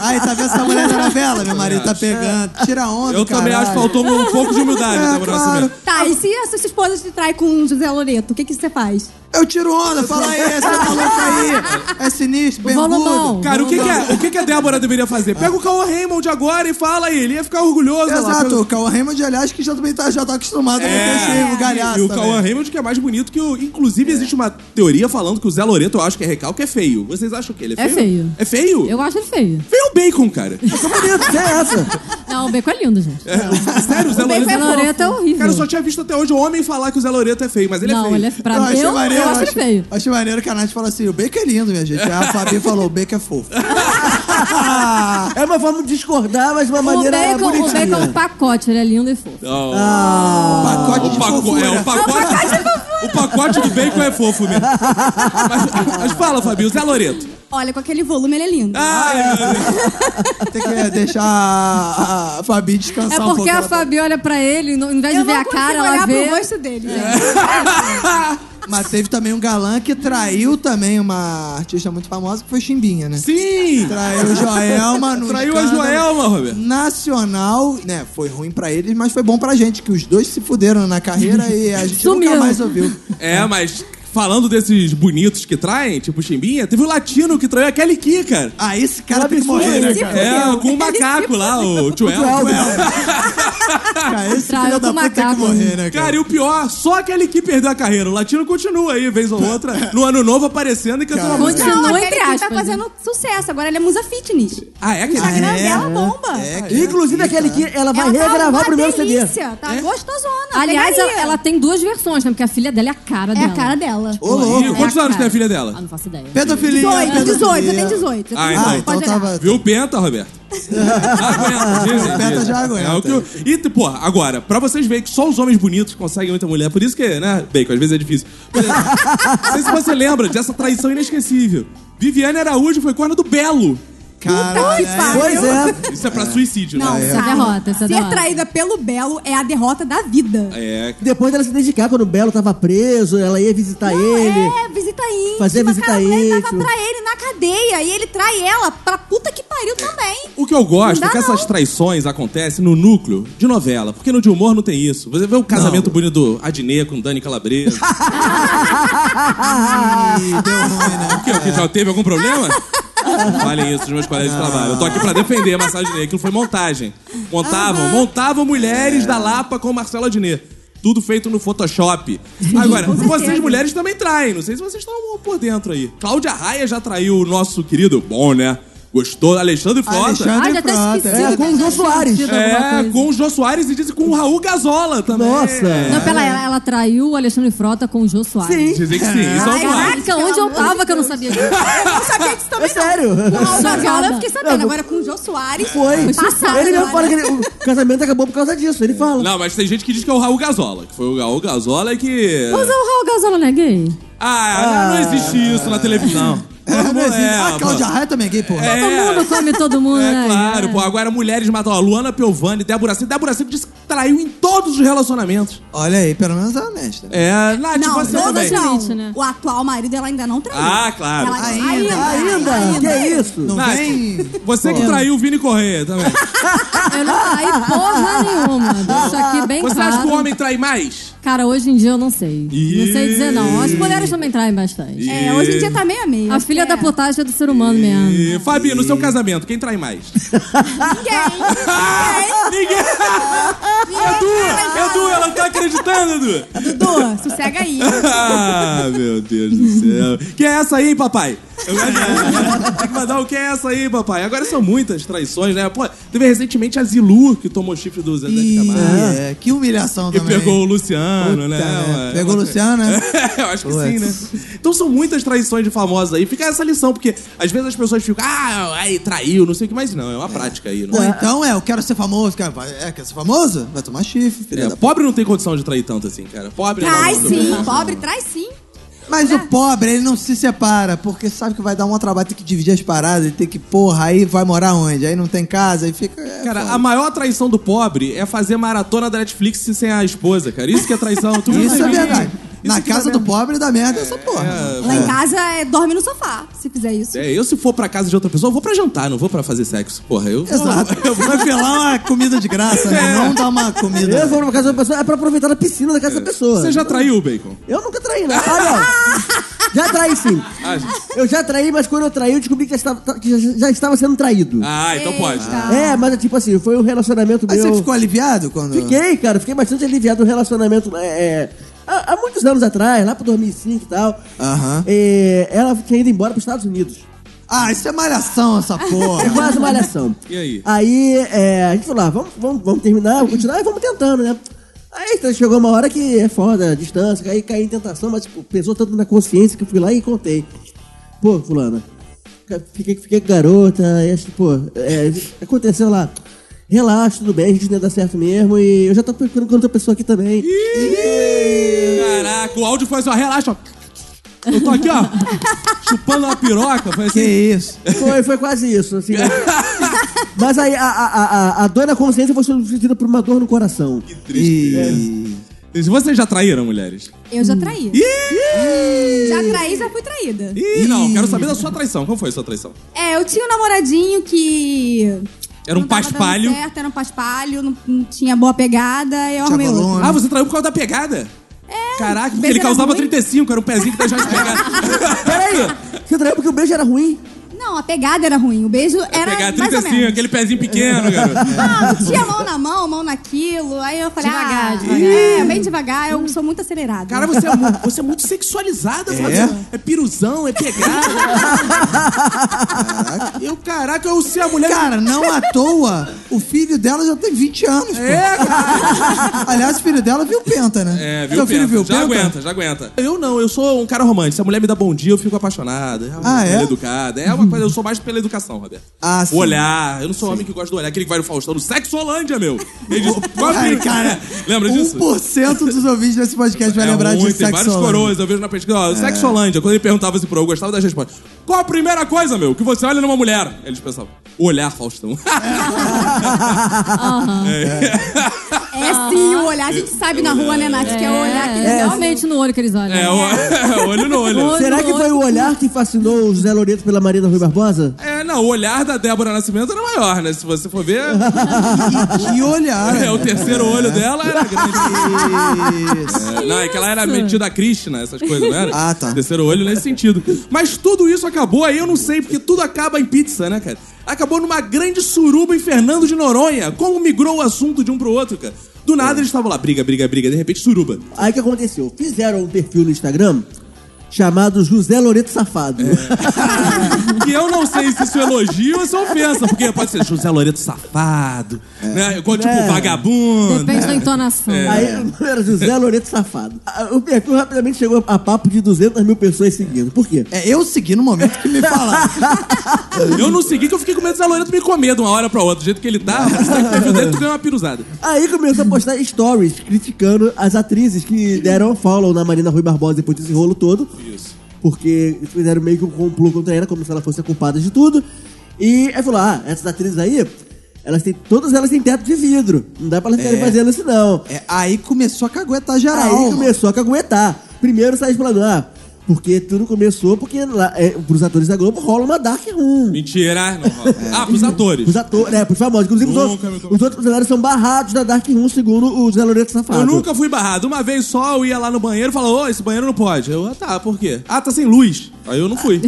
C: Aí, tá vendo essa mulher na novela? Meu marido tá pegando. Tira onda,
B: Eu também acho que
C: caralho.
B: faltou um pouco de humildade
C: É,
B: no
C: claro.
I: Tá, e se a sua esposa te trai com
E: um
I: o José Loreto, o que que você faz?
C: Eu tiro onda, fala aí, esse é maluco aí. É sinistro,
E: Volumão.
C: bermudo.
B: Cara, o que, que, é- o que, que a Débora deveria fazer? Pega o Cauã Raymond agora e fala aí. Ele ia ficar orgulhoso. olha lá,
C: Exato,
B: pelo-
C: o Cauã Raymond, aliás, que já, também tá, já tá acostumado com
B: É.
C: esse o um galhaço
B: E o
C: também.
B: Cauã Raymond que é mais bonito que o... Inclusive, existe uma teoria falando que o Zé Loreto, eu acho que é recalque, é feio. Vocês acham que ele é
E: É
B: feio?
E: feio.
B: É feio?
E: Eu acho ele feio.
B: Feio é o Bacon, cara.
F: Que é essa?
E: Não, o Beco é lindo, gente.
B: É, Sério, o Zé
E: O
B: Loreto...
E: Zé Loreto é horrível.
B: Cara, eu só tinha visto até hoje o homem falar que o Zé Loreto é feio, mas ele é
E: Não,
B: feio.
E: ele é pra
C: Eu
E: mim.
C: achei
E: Eu,
C: maneiro,
E: eu acho ele
C: achei-
E: feio.
C: Achei maneiro que a Nath fala assim: o Beco é lindo, minha gente. Aí a Fabi falou: o Beco é fofo.
F: É uma forma de discordar, mas de uma
E: O
F: maneira
E: Bacon, o
F: bonitinha. Ah,
E: Bacon é um pacote, ele é lindo e fofo.
B: Não.
C: Ah, Pacote
B: O,
C: de né?
B: paco...
C: fofura.
B: é, o pacote... o pacote do Bacon é fofo mesmo. Mas, mas fala, Fabinho, o Zé Loreto.
I: Olha, com aquele volume ele é lindo.
C: Ah,
B: Ai, meu Deus.
C: Tem que deixar a, a Fabi descansar
E: É
C: um pouco.
E: porque a
C: ela tá-
E: Fabi olha pra ele, no- ao invés
I: Eu
E: de ver
I: não
E: a cara,
I: consigo
E: ela
I: olhar
E: vê.
I: pro rosto dele, gente.
C: Mas teve também um galã que traiu também uma artista muito famosa, que foi Chimbinha, né?
B: Sim!
C: Traiu Joelma no
B: Traiu a Joelma, Roberto.
C: Nacional, né? Foi ruim pra eles, mas foi bom pra gente, que os dois se fuderam na carreira e a gente nunca
E: Sumiu.
C: mais ouviu.
B: É, mas falando desses bonitos que traem, tipo Chimbinha, teve o latino que traiu a Kelly Key, cara.
C: Ah, esse cara tem que morrer, né, cara?
B: É, com o macaco lá, o Tio Elton.
C: né, Cara, esse
E: Traiu
C: filho da
E: com
C: puta tem que
E: macaco.
C: morrer,
B: Cara,
C: né, cara?
B: e o pior, só a Kelly Key perdeu a carreira. O latino continua aí, vez ou outra, no ano novo aparecendo e cantando uma música.
E: Continua,
I: Não,
E: entre
I: aquele que tá
E: aspas,
I: fazendo sucesso. Agora ele é musa fitness.
B: Ah, é aquele?
C: Ah,
I: Não,
C: É,
I: dela
C: né?
I: bomba.
F: Inclusive, aquele que ela vai
I: tá
F: regravar
I: uma
F: o primeiro CD.
I: delícia, Tá
C: É.
I: gostosona.
E: Aliás, ela,
I: pegaria.
E: ela tem duas versões, né? Porque a filha dela é a cara
I: É
E: dela.
I: a cara tá dela.
C: Ô, louco.
B: Ih, Quantos
E: É a
B: anos
E: cara.
B: tem a filha
E: Ah,
B: dela?
E: não faço
C: Tá.
E: ideia.
C: Pedofilia.
I: 18, 18, eu
B: Ah, então.
I: tenho 18. eu tenho 18,
C: Ah, então
I: pode olhar.
C: tava...
B: Viu o Penta, Roberto? Já aguenta, dizem.
C: O Penta
B: dizem.
C: já aguenta.
B: É o que eu- E, t- porra, agora, pra vocês verem que só os homens bonitos conseguem muita mulher, por isso que, né, Bacon, às vezes é difícil. Por exemplo, Não sei se você lembra dessa traição inesquecível. Viviane Araújo foi corna do Belo.
C: Caralho,
F: Pois é.
B: Isso é pra suicídio,
I: Não,
B: né?
E: Essa
I: cara,
E: é derrota, essa
I: Ser
E: derrota.
I: traída pelo Belo é a derrota da vida.
B: É, cara.
F: Depois dela se dedicar, quando o Belo tava preso, ela ia visitar ele.
I: É, visita íntima.
F: Fazer visita
I: cara, a mulher tava
F: íntima.
I: pra ele na cadeia e ele trai ela pra puta que pariu também.
B: O que eu gosto
I: Não
B: é
I: dá,
B: que essas
I: não.
B: traições acontecem no núcleo de novela. Porque no de humor não tem isso. Você vê o casamento bonito do Adnet com Dani Calabresa.
C: Ih, deu ruim, né?
B: é, O quê? O que já teve algum problema? Não Falem isso dos meus colegas de trabalho. Eu tô aqui pra defender a Marcela Diné. Aquilo foi montagem. Montavam, montavam mulheres da Lapa com Marcela Diné. Tudo feito no Photoshop. Agora, vocês mulheres também traem. Não sei se vocês estão por dentro aí. Cláudia Raia já traiu o nosso querido. Bom, né? Gostou? Alexandre Frota.
C: Alexandre
E: Ah,
I: tá
E: já até
C: Frota.
E: esqueci.
F: É, com o Jô Soares.
B: É, com o Jô Soares e dizem com o Raul Gazola também.
I: É.
F: Nossa.
E: Não, pela ela, ela traiu o Alexandre Frota com o Jô Soares. Sim.
B: Dizem que sim. Isso é um fato.
E: Caraca, onde eu tava que eu não sabia disso?
F: É sério.
I: Agora eu fiquei sabendo.
F: Não,
I: Agora com o Jô Soares.
F: Foi.
I: Tá Passado,
F: Ele mesmo
I: olha.
F: fala que ele- o casamento acabou por causa disso. Ele fala.
B: Não, mas tem gente que diz que é o Raul Gazola. Que foi o Raul Gazola que...
E: Mas o Raul Gazola não é gay?
B: Ah, não existe isso na televisão. Todo
C: É, não
B: mundo
C: existe.
B: é,
C: Ah,
B: mano.
C: Cláudia Raia também é gay, porra.
B: É,
E: Todo mundo come todo mundo,
B: é
E: né?
B: claro, pô. Agora mulheres matam. Ó, Luana Piovani, Débora Seco. Débora Seco disse que traiu em todos os relacionamentos.
C: Olha aí, pelo menos é honesta.
B: É, Nath,
I: Não,
B: você também.
I: todas não.
E: Limite, né?
I: O atual marido ela ainda não traiu.
B: Ah, claro.
I: Ela-
C: Ainda,
F: Ainda? Que é isso?
C: Não
B: Nath,
C: vem...
B: Você que traiu o Vini Correia também.
E: Eu não traí porra nenhuma. Deixa aqui bem
B: Você
E: claro.
B: acha que o homem trai mais?
E: Cara, hoje em dia eu não sei.
B: Ih.
E: Não sei dizer não. As mulheres também traem bastante.
I: É, hoje em dia tá meio a meio.
E: A filha
I: é.
E: da putagem é do ser humano mesmo.
B: E, Fabi, no seu casamento, quem trai mais?
I: Ninguém.
B: Ninguém! Edu! Edu, ela não tá acreditando, Edu!
I: Dudu, sossega aí.
B: Ah, meu Deus do céu. Que é essa aí, papai? Eu gosto de- Tem que mandar o que é essa aí, papai. Agora são muitas traições, né? Pô, teve recentemente a Zilu, que tomou chifre do Zé de
F: Tá
C: Ih,
B: Camargo.
C: é, que humilhação
B: Que
C: também.
B: pegou o Luciano,
C: Puta,
B: né?
C: né?
B: Ué,
C: Pegou o
B: uma-
C: Luciano, né?
B: É, eu acho que sim,
C: Putz.
B: né? Então são muitas traições de famosos aí. Fica essa lição, porque às vezes as pessoas ficam, ah, aí traiu, não sei o que mais. Não, é uma prática aí,
C: Ou
B: não é?
C: então é, eu quero ser famoso. Quero, é, quer ser famoso? Vai tomar chifre, filha
B: É,
C: da p***.
B: pobre não tem condição de trair tanto assim, cara. Pobre
I: Trai
B: não-
I: sim. Pobre, trai sim.
C: Mas
F: É.
C: o pobre, ele não se separa, porque sabe que vai dar um trabalho, tem que dividir as paradas, ele tem que, porra, aí vai morar onde? Aí não tem casa, aí fica. é,
B: Cara,
C: foda.
B: a maior traição do pobre é fazer maratona da Netflix sem a esposa, cara. Isso que é traição. Tu
C: Isso é
B: vai ver.
C: verdade.
B: Isso
C: Na
B: que é dá
F: tá
C: casa
B: merda.
C: do pobre dá merda
F: É,
C: essa porra.
I: Lá em casa é, dorme no sofá, se fizer isso.
B: É, eu se for pra casa de outra pessoa, eu vou pra jantar, não vou pra fazer sexo. Porra, eu.
C: Exato. Vai pelar uma comida de graça,
F: É.
C: né? Não dá uma
F: Eu
C: comida.
F: vou pra casa da pessoa, é pra aproveitar a piscina da casa da pessoa.
B: Você já traiu o bacon?
F: Eu nunca traí, né? Ah, não. Já traí sim.
B: Ah,
F: Eu já traí, mas quando eu traí, eu descobri que já estava, que já- já estava sendo traído.
B: Ah, então pode.
F: É, mas tipo assim, foi um relacionamento
C: Mas
F: meu.
C: você ficou aliviado quando.
F: Fiquei, cara, fiquei bastante aliviado do relacionamento. é, é, há, há muitos anos atrás, lá pro 2005 e tal.
C: Aham.
F: é, ela tinha ido embora pros Estados Unidos.
C: Ah, isso é malhação, essa
F: É
C: porra.
F: quase uma malhação.
B: E aí?
F: Aí é, a gente falou, ah, vamos, vamos, vamos terminar, vamos continuar e vamos tentando, né? Aí então, chegou uma hora que é foda, a distância, aí caí em tentação, mas tipo, pesou tanto na consciência que eu fui lá e contei. Pô, fulana, ca- fiquei, fiquei com garota, e acho que, pô, é, aconteceu lá. Relaxa, tudo bem, a gente não ia dar certo mesmo e eu já tô procurando outra pessoa aqui também.
B: Caraca, o áudio foi assim, ó, relaxa, ó. Eu tô aqui, ó, chupando uma piroca. Foi
C: Que
B: assim.
C: isso?
F: Foi, foi quase isso, assim. Mas aí a, a, a, a- a dor na consciência foi substituída por uma dor no coração.
B: Que tristeza. Vocês já traíram, mulheres?
I: Eu já traí. Já traí, já fui traída.
B: Ih, não, quero saber da sua traição. Qual foi a sua traição?
I: É, eu tinha um namoradinho que.
B: Era um
I: não tava dando
B: paspalho.
I: Certo, era um paspalho, não, não tinha boa pegada, eu arrumei
C: bolona.
I: outro.
B: Ah, você traiu por causa da pegada? É. Caraca, porque
I: beijo
B: ele
I: era
B: causava
I: ruim.
B: 35, era um pezinho que deixava de pegar.
F: Peraí, você traiu porque o beijo era ruim?
I: Não, a pegada era ruim, o beijo era
B: pegar
I: mais ou
B: 35,
I: menos.
B: aquele pezinho pequeno, garoto.
I: Ah, não tinha mão na mão, mão naquilo. Aí eu falei,
E: Devagar,
I: ah,
E: devagar.
I: é, bem devagar, eu sou muito acelerada.
B: Cara, você é, mu- você é muito sexualizada, Fabiana. É piruzão, é pegada. Eu, caraca, eu sei é a mulher.
C: Cara, não à toa, o filho dela já tem 20 anos. pô.
B: É, cara.
C: Aliás, o filho dela viu Penta, né?
B: É, viu,
C: Seu filho
B: Penta?
C: viu
B: já
C: Penta?
B: aguenta, já aguenta. Eu não, eu sou um cara romântico. Se a mulher me dá bom dia, eu fico apaixonado. É uma
C: Ah, é?
B: mulher educada. É uma coisa, eu sou mais pela educação, Roberto.
C: Ah, sim.
B: O olhar. Eu não sou homem que gosta do olhar. Aquele que vai no Faustão, no Sexolândia, meu. Ele diz,
C: Ai, cara,
B: Lembra disso?
C: 1% dos ouvintes desse podcast vai
B: É
C: lembrar
B: ruim,
C: de
B: Tem vários
C: sexo.
B: coroas, eu vejo na pesquisa. Ó, Sexolândia, quando ele perguntava assim pra eu, eu gostava das respostas. Qual a primeira coisa, meu, que você olha numa mulher? Eles pensavam, o olhar, Faustão.
I: É sim, o olhar, a gente sabe na rua, né, Nath, que é o olhar que
E: É,
I: eles dão.
E: realmente no olho que eles olham.
B: é, o- olho no olho.
E: Olho.
F: Será que foi o olhar que fascinou o José Loreto pela Marina Rui Barbosa?
B: É, não, o olhar da Débora Nascimento era maior, né? Se você for ver,
C: Que olhar.
B: é, o terceiro olho dela era grande. É, não, é que ela era metida a Krishna, essas coisas, né?
C: Ah, tá.
B: Terceiro olho nesse sentido. Mas tudo isso acabou aí, eu não sei, porque tudo acaba em pizza, né, cara? Acabou numa grande suruba em Fernando de Noronha. Como migrou o assunto de um pro outro, cara? Do nada eles estavam lá, briga, briga, briga, de repente suruba.
F: Aí o que aconteceu? Fizeram um perfil no Instagram chamado José Loreto Safado.
B: E eu não sei se isso é elogio ou se é ofensa, porque pode ser José Loreto safado, né? Igual, tipo,
F: É.
B: vagabundo.
E: Depende da entonação.
F: Aí era José Loreto Safado. Ah, O perfil rapidamente chegou a papo de 200 mil pessoas seguindo. Por quê?
C: É, eu segui no momento que me falaram.
B: Eu não segui que eu fiquei com medo do Zé Loreto me comer de uma hora pra outra. Do jeito que ele tá, você tá com o perfil dele, tu ganha uma piruzada.
F: Aí começou a postar stories criticando as atrizes que deram um follow na Marina Rui Barbosa depois desse rolo todo.
B: Isso.
F: Porque fizeram meio que um complô contra ela, como se ela fosse a culpada de tudo. E aí falou: ah, essas atrizes aí, elas têm, todas elas têm teto de vidro. Não dá pra elas ficarem fazendo isso, não.
C: É, aí começou a caguetar geral.
F: Aí
C: mano.
F: começou a caguetar. Primeiro saiu falando, ah, porque tudo começou porque lá, é, pros atores da Globo rola uma Dark Room.
B: Mentira, não rola. Ah, pros atores.
F: Os atores, né, pros famosos. Inclusive, os
B: Nunca
F: outros,
B: me
F: os
B: tocou.
F: outros funcionários são barrados da Dark Room, segundo o Zé Loreto Safado.
B: Eu nunca fui barrado. Uma vez só eu ia lá no banheiro e falava, ô, esse banheiro não pode. Eu, ah, tá, por quê? Ah, tá sem luz. Aí eu não fui.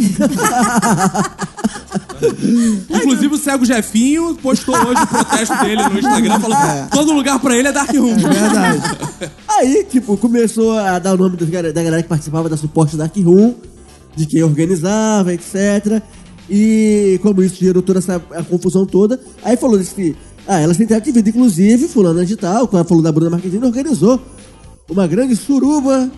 B: Inclusive o cego Jefinho postou hoje o protesto dele no Instagram, falando todo lugar pra ele é Dark Room.
C: Verdade.
F: Aí, tipo, começou a dar o nome dos gar- da galera que participava da suporte da Dark Room, de quem organizava, etc. E como isso gerou toda essa a confusão toda, aí falou desse que. Ah, elas têm teatro de vida, inclusive, fulana de tal, quando ela falou da Bruna Marquezine, organizou uma grande suruba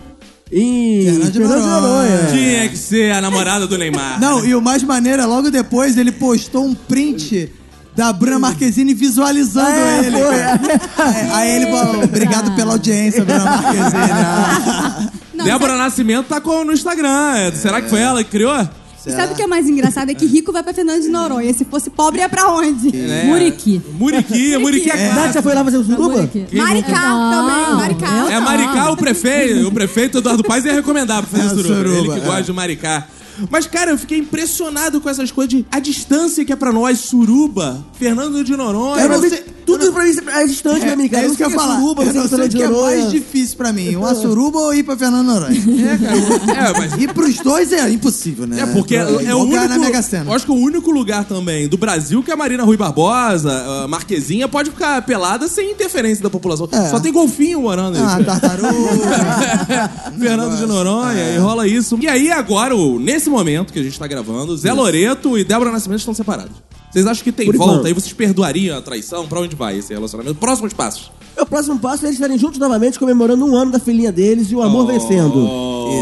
F: em
C: Fernando de Noronha.
F: É.
B: Tinha que ser a namorada do Neymar.
C: Não, e o mais maneiro é logo depois ele postou um print da Bruna Marquezine visualizando
F: É,
C: ele. É,
F: foi.
C: cara. Aí ele falou, obrigado pela audiência, Bruna Marquezine. Ah,
I: Não,
J: Débora Nascimento tá com, no Instagram. É, Será que foi ela que criou?
I: E sabe o que é mais engraçado? É que rico vai pra Fernando de Noronha. Se fosse pobre, ia pra onde?
E: É. Muriqui.
J: Muriqui, Muriqui é,
F: Nath já foi lá fazer o suruba?
I: Maricá também, Maricá.
J: é
C: Ah.
J: Maricá o prefeito. O prefeito Eduardo Paes ia recomendar pra fazer suruba. Ele que
C: é.
J: gosta de Maricá. Mas, cara, eu fiquei impressionado com essas coisas de a distância que é pra nós, Suruba, Fernando de Noronha. é,
F: Eu não sei- Tudo pra mim é distante pra mim, cara.
C: É isso que eu ia falar.
F: Suruba,
C: eu não sei o que é mais
F: difícil.
C: difícil pra mim, uma suruba ou ir pra Fernando Noronha.
J: É, mas
C: E pros dois é impossível, né?
J: É porque é, é o
C: Vou ganhar
J: único.
C: na Mega Sena.
J: eu Acho que é o único lugar também do Brasil que é a Marina Rui Barbosa, a Marquezinha, pode ficar pelada sem interferência da população.
C: É.
J: Só tem golfinho morando aí.
C: Ah, tartaruga.
J: Fernando de Noronha, e rola isso. E aí, agora, o- nesse momento que a gente tá gravando, Zé Loreto e Débora Nascimento estão separados. Vocês acham que tem
F: Por
J: volta?
F: enquanto.
J: Aí vocês perdoariam a traição? Pra onde vai esse relacionamento? Próximos passos.
F: O próximo passo é eles estarem juntos novamente, comemorando um ano da filhinha deles e o amor vencendo.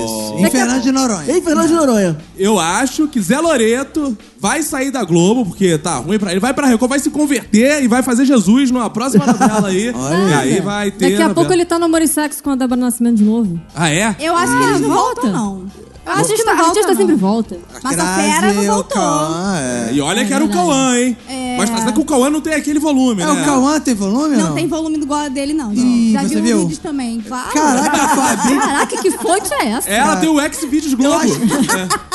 C: Isso. Em Fernando de Noronha.
F: Em Fernando de Noronha.
J: Eu acho que Zé Loreto vai sair da Globo, porque tá ruim pra ele. Vai pra Record, vai se converter e vai fazer Jesus numa próxima novela aí. e aí vai ter.
E: Ah, Daqui a pouco
J: novela.
E: ele tá no amor e sexo com a Débora Nascimento de novo.
J: Ah, é?
I: Eu acho que eles não voltam, não. Eu
E: A
I: acho que
E: artista,
I: não
E: a artista
I: voltam,
E: sempre
I: não.
E: volta.
I: Mas a fera não
C: Grazi, o
I: voltou.
C: Cauã, é.
J: E olha que era o Cauã, hein?
E: É.
J: Mas será que o Cauã não tem aquele volume,
C: É
J: né?
C: o Cauã tem volume ou
I: Não tem volume do gola dele, não.
C: Ih,
I: Já
C: você
I: vi
C: viu?
I: vídeos também, claro.
C: Caraca, a Fabi,
E: Caraca, que fonte é essa?
J: Ela tem o X-Videos Globo.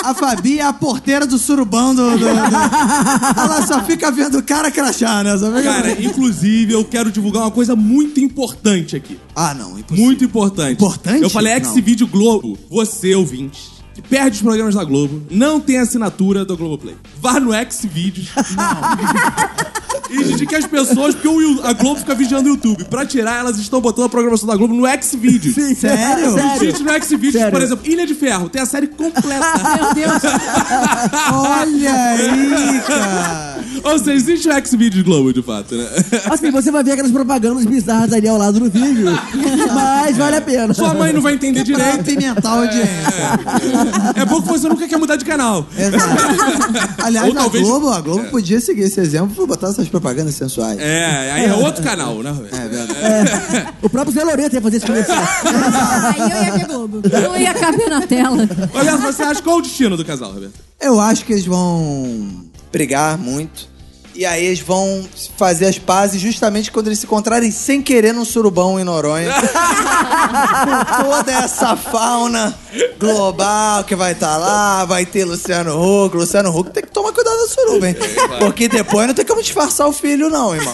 C: a Fabi é a porteira do surubão do. do- do- Ela só fica vendo o cara crachar, né? Só fica-
J: Cara, inclusive, eu quero divulgar uma coisa muito importante aqui.
C: Ah, não, impossível.
J: Muito importante.
C: Importante?
J: Eu falei
C: Não.
J: X-Video Globo. Você, ouvinte, que perde os programas da Globo, não tem assinatura do Globoplay. Vá no Xvideos. E indique as pessoas, porque o Yu- a Globo fica vigiando o YouTube. Pra tirar, elas estão botando a programação da Globo no Xvideos.
C: Sério?
J: Digite no Xvideos,
F: Sério.
J: por exemplo, Ilha de Ferro, tem a série completa.
E: Meu Deus.
C: Olha aí, cara.
J: Ou seja, existe o Xvideos Globo, de fato, né?
F: Assim, você vai ver aquelas propagandas bizarras ali ao lado do vídeo, mas vale a pena.
J: Sua mãe não vai entender
C: Pra
J: direito.
C: pimentar a audiência.
J: É bom que você nunca quer mudar de canal.
C: Exato.
J: Ou
C: Aliás,
J: talvez-
C: a Globo, a Globo podia seguir esse exemplo e botar essas propagandas sensuais.
J: É, aí é outro canal, né?
F: O próprio Zé Loreto ia fazer esse comercial.
I: Aí eu ia ver Globo.
E: Não ia caber na tela.
J: Roberto, você acha qual o destino do casal, Roberto?
C: Eu acho que eles vão brigar muito. E aí eles vão fazer as pazes justamente quando eles se encontrarem sem querer num surubão em Noronha. Com toda essa fauna global que vai estar lá, vai ter Luciano Huck. Luciano Huck tem que tomar cuidado da suruba, hein?
B: É,
C: Porque depois não tem como disfarçar o filho, não, irmão.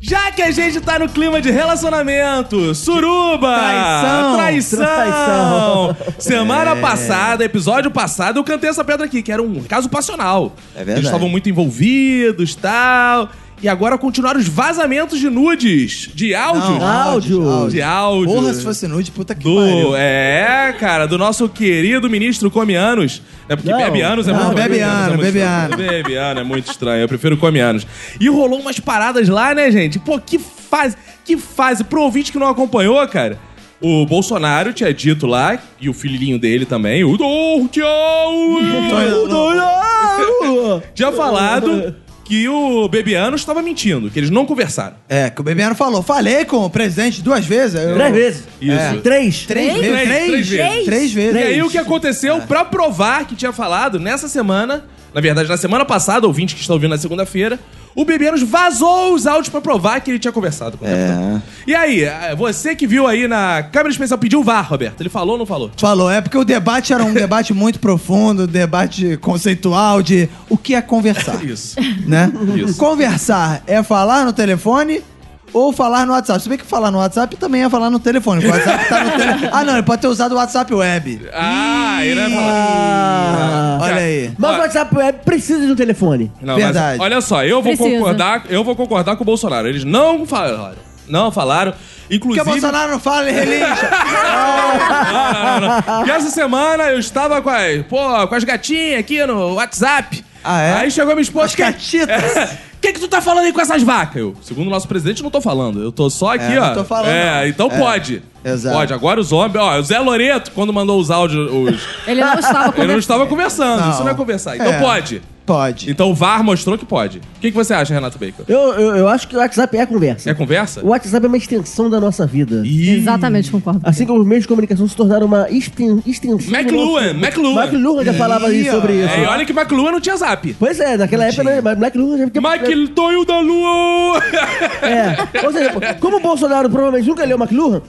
B: Já que a gente tá no clima de relacionamento, suruba,
F: Traição,
B: traição.
F: traição.
B: Semana passada, episódio passado, eu cantei essa pedra aqui, que era um caso passional.
H: É verdade.
B: Eles estavam muito envolvidos, tal. E agora continuaram os vazamentos de nudes, de áudio.
F: Áudio.
B: De áudio.
C: Porra, se fosse nude, puta que pariu.
B: né? Do, é, cara, do nosso querido ministro Come Anos. É porque
F: Não,
B: Bebe Anos é
C: não, Ah,
B: muito
C: Bebe Anos,
B: é muito
C: Bebe
B: estranho.
C: Anos.
B: Bebe Anos é muito estranho, eu prefiro Come Anos. E rolou umas paradas lá, né, gente? Pô, que fase, que fase. Pro ouvinte que não acompanhou, cara, o Bolsonaro tinha dito lá, e o filhinho dele também, o Dom tinha falado que o Bebe Anos estava mentindo, que eles não conversaram.
C: É, que o Bebiano falou. Falei com o presidente duas vezes. eu-
F: Três vezes.
B: Isso.
F: Três.
C: Três, vezes.
B: Três? Três
C: Três,
B: vezes.
C: Três vezes.
B: E aí o que aconteceu,
C: É.
B: pra provar que tinha falado, nessa semana, na verdade, na semana passada, ouvinte que está ouvindo na segunda-feira, o Bebianos vazou os áudios pra provar que ele tinha conversado com o
C: É.
B: capitão. E aí, eh, você que viu aí na câmera especial pediu o VAR, Roberto. Ele falou ou não falou?
C: Falou, é porque o debate era um debate muito profundo, um debate conceitual de o que é conversar,
B: Isso.
C: né? Conversar é falar no telefone ou falar no WhatsApp. Se bem que falar no WhatsApp também é falar no telefone. porque O WhatsApp tá no telefone. Ah, não, ele pode ter usado o WhatsApp web.
B: Ah, ele vai falar.
F: Ah.
C: Olha aí.
F: Mas o WhatsApp Web precisa de um telefone.
B: Não,
C: Verdade.
B: Mas, olha só, eu vou
E: Precisa.
B: concordar, eu vou concordar com o Bolsonaro. Eles não falaram. Não falaram.
C: Porque
B: Inclusive,
C: o Bolsonaro não fala, ele relincha.
B: E essa semana eu estava com as, pô, com as gatinhas aqui no WhatsApp.
C: Ah, é?
B: Aí chegou minha esposa.
C: As
B: "Que-
C: gatitas."
B: É, que que tu tá falando aí com essas vacas? Eu, segundo o nosso presidente, não tô falando. Eu tô só aqui,
C: É,
B: ó.
C: não tô falando,
B: É,
C: não.
B: então
C: É,
B: pode.
C: exato.
B: Pode. Agora os homens. Ó, o Zé Loreto, quando mandou os áudios, os-
E: Ele não estava
B: ele não
E: conversando.
B: estava conversando.
C: Não.
B: Isso não é conversar. Então
C: É.
B: pode.
C: Pode.
B: Então o VAR mostrou que pode. O que, que você acha, Renato Baker?
F: Eu, eu, eu acho que o WhatsApp é a conversa.
B: É conversa?
F: O WhatsApp é uma extensão da nossa vida.
E: Exatamente, concordo.
F: Assim como os meios de comunicação se tornaram uma exten- extensão. do
B: McLuhan,
F: nosso-
B: McLuhan.
F: McLuhan já falava isso sobre isso.
B: É, e olha que McLuhan não tinha zap.
F: Pois é, naquela época, né? mas McLuhan já fica.
B: Mike Tonho da Lua!
F: É. Ou seja, como o Bolsonaro provavelmente nunca leu McLuhan,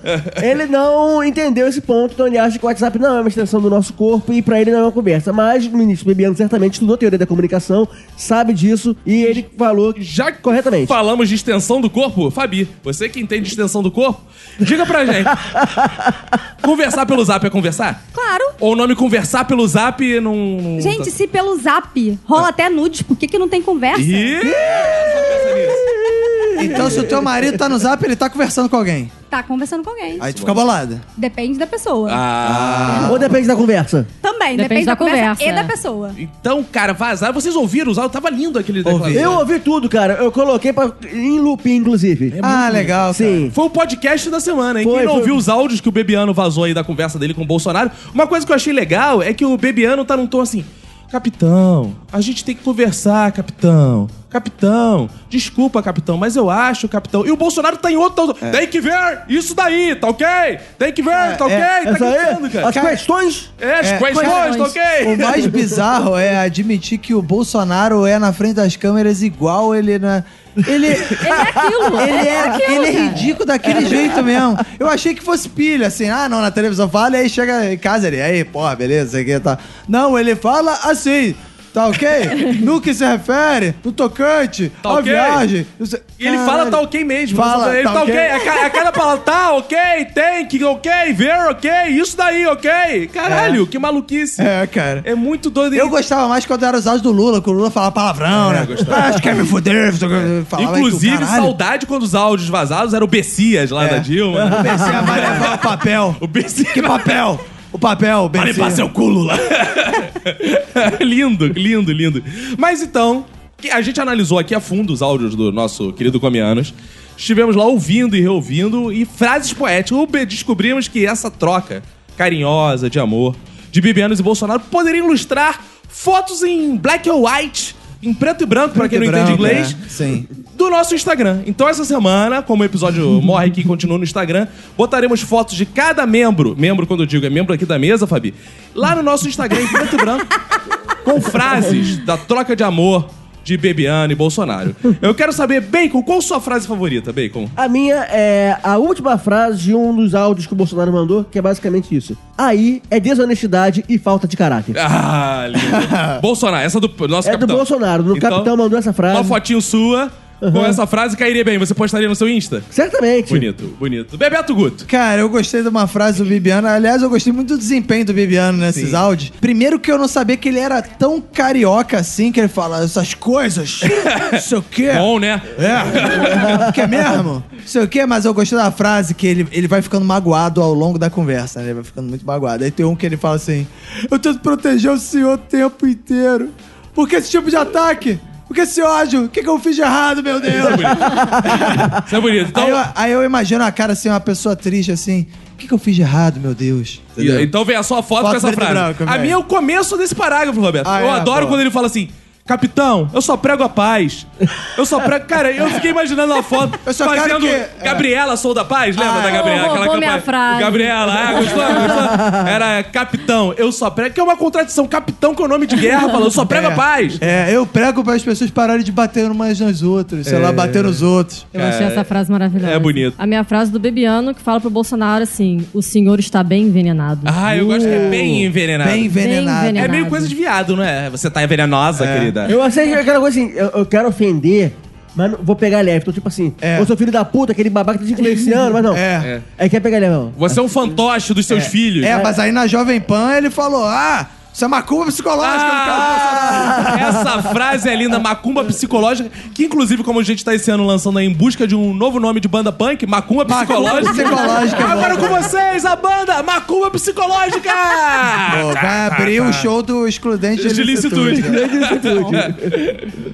F: ele não entendeu esse ponto, então ele acha que o WhatsApp não é uma extensão do nosso corpo e pra ele não é uma conversa. Mas o ministro Bebiano certamente estudou teoria da comunicação, sabe disso e ele falou
B: Já que
F: corretamente.
B: falamos de extensão do corpo, Fabi, você que entende de extensão do corpo, diga pra gente. conversar pelo zap é conversar?
K: Claro.
B: Ou o nome conversar pelo zap não. não- tá
K: Gente, se pelo zap rola até nudes, por que, que não tem conversa?
B: Ih! Pensa nisso.
C: Então, se o teu marido tá no zap, ele tá conversando com alguém.
K: Tá conversando com alguém.
C: Aí tu fica bolada.
K: Depende da pessoa.
B: Ah.
F: Ou depende da conversa.
K: Também, depende,
E: Depende
K: da,
E: da
K: conversa,
E: conversa,
K: e
E: é.
K: da pessoa.
B: Então, cara, vazar. Vocês ouviram usar? Tava lindo aquele declaração.
F: Eu ouvi tudo, cara. Eu coloquei pra... em looping, inclusive.
C: ah, legal.
F: Sim.
B: Foi o podcast da semana, hein?
F: Foi,
B: Quem não
F: foi.
B: ouviu os áudios que o Bebiano vazou aí da conversa dele com o Bolsonaro, uma coisa que eu achei legal é que o Bebiano tá num tom assim. Capitão, a gente tem que conversar, capitão. Capitão, desculpa, capitão, mas eu acho, capitão. E o Bolsonaro tá em outro. Tem que ver isso daí, tá ok? Tem que ver, tá ok? tá
F: Essa aí,
B: gritando, cara.
F: as questões.
B: É, as
C: É,
B: questões, tá ok?
C: O mais bizarro é admitir que o Bolsonaro é na frente das câmeras igual ele na. Ele,
E: Ele é aquilo.
C: ele, é, ele é
E: cara.
C: ridículo daquele jeito mesmo. Eu achei que fosse pilha, assim, ah, não, na televisão fala, e aí chega em casa ele, aí, pô, beleza, sei o que tá. Não, ele fala assim, tá ok? no que se refere, no tocante,
B: Tá
C: à
B: ok?
C: viagem. não sei-
B: E ele
C: Caralho.
B: fala tá ok mesmo.
C: Fala,
B: ele tá,
C: tá
B: ok.
C: ok.
B: A, cada, a cada palavra tá ok, tem que, ok, ver, ok, isso daí, ok. Caralho, que maluquice. É.
C: É, cara.
B: muito doido.
C: Eu gostava mais quando era os áudios do Lula, que o Lula falava palavrão, né? Ah, você quer me fuder? Falava
B: É, Inclusive,
C: isso, caralho.
B: saudade quando os áudios vazados era o Bessias lá da Dilma. né?
C: Comecei a levar o papel.
B: o Bessias.
C: Que papel? O papel, o
B: Para limpar
C: Benzema.
B: seu culo lá. lindo, lindo, lindo. Mas então, que a gente analisou aqui a fundo os áudios do nosso querido Comianos. Estivemos lá ouvindo e reouvindo e frases poéticas. Ou be- Descobrimos que essa troca carinhosa de amor de Bibianos e Bolsonaro poderia ilustrar fotos em black and white, em preto e branco, para quem não
C: Preto e
B: entende
C: branco,
B: inglês.
C: é, sim.
B: do nosso Instagram. Então, essa semana, como o episódio morre aqui e continua no Instagram, botaremos fotos de cada membro. Membro, quando eu digo, é membro aqui da mesa, Fabi. Lá no nosso Instagram, em preto e branco, com frases da troca de amor de Bebiano e Bolsonaro. Eu quero saber, Bacon, qual sua frase favorita, Bacon?
F: A minha é a última frase de um dos áudios que o Bolsonaro mandou, que é basicamente isso. Aí é desonestidade e falta de caráter.
B: Ah, lindo. Bolsonaro, essa do nosso
F: É do
B: capitão.
F: Bolsonaro, do capitão mandou essa frase.
B: Uma fotinho sua com essa frase cairia bem. Você postaria no seu Insta?
F: Certamente.
B: Bonito, bonito. Bebeto Guto.
C: Cara, eu gostei de uma frase do Bibiano. Aliás, eu gostei muito do desempenho do Bibiano nesses áudios. Primeiro que eu não sabia que ele era tão carioca assim, que ele fala essas coisas, não sei o quê.
B: Bom, né?
C: É, que é mesmo? Não sei o quê, mas eu gostei da frase que ele, ele vai ficando magoado ao longo da conversa, né? Ele vai ficando muito magoado. Aí tem um que ele fala assim: Eu tento proteger o senhor o tempo inteiro. Por que esse tipo de ataque? Por que esse ódio? O que, que eu fiz de errado, meu Deus?
B: Isso é bonito. Então,
C: Aí, eu, aí eu imagino a cara assim, uma pessoa triste assim. O que, que eu fiz de errado, meu Deus?
B: E- Então vem a sua foto,
C: Foto
B: com essa
C: preto e
B: frase.
C: branco,
B: a
C: velho.
B: minha é o começo desse parágrafo, Roberto.
C: Ah,
B: eu
C: é?
B: adoro
C: Boa.
B: quando ele fala assim. Capitão, eu só prego a paz. Eu só prego. Cara, eu fiquei imaginando uma foto
C: Eu só quero
B: fazendo
C: que- é.
B: Gabriela Sou da Paz, lembra
C: Ah,
B: da Gabriela?
E: roubou minha frase.
B: Gabriela, ah, gostou, gostou? Era capitão, eu só prego. Que é uma contradição. Capitão com o nome de guerra, falou, eu só prego a paz.
C: É, eu prego para as pessoas pararem de bater umas nas outras, sei lá, bater nos outros.
E: Eu achei essa frase maravilhosa.
B: é bonito.
E: A minha frase do Bebiano, que fala pro Bolsonaro assim, o senhor está bem envenenado.
B: Ah, eu gosto que é bem envenenado.
C: Uh, Bem envenenado.
E: Bem
B: é
E: envenenado.
B: meio coisa de viado, não é? Você tá envenenosa, querida.
F: Eu achei que era aquela coisa assim, eu, eu quero ofender, mas não- vou pegar leve. Então, tipo assim,
C: É.
F: eu sou filho da puta, aquele babaca que tá te influenciando, mas não.
C: É.
F: Aí quer pegar leve, não.
B: Você é um fantoche dos seus filhos.
C: É, mas aí na Jovem Pan ele falou: ah, isso é uma culpa psicológica. do cara.
B: Ah, essa frase é linda, Macumba Psicológica, que inclusive, como a gente tá esse ano lançando aí em busca de um novo nome de banda punk, Macumba Psicológica.
C: Psicológica,
B: Agora com vocês, a banda Macumba Psicológica!
C: Pô, vai abrir o show do excludente
B: De licitude.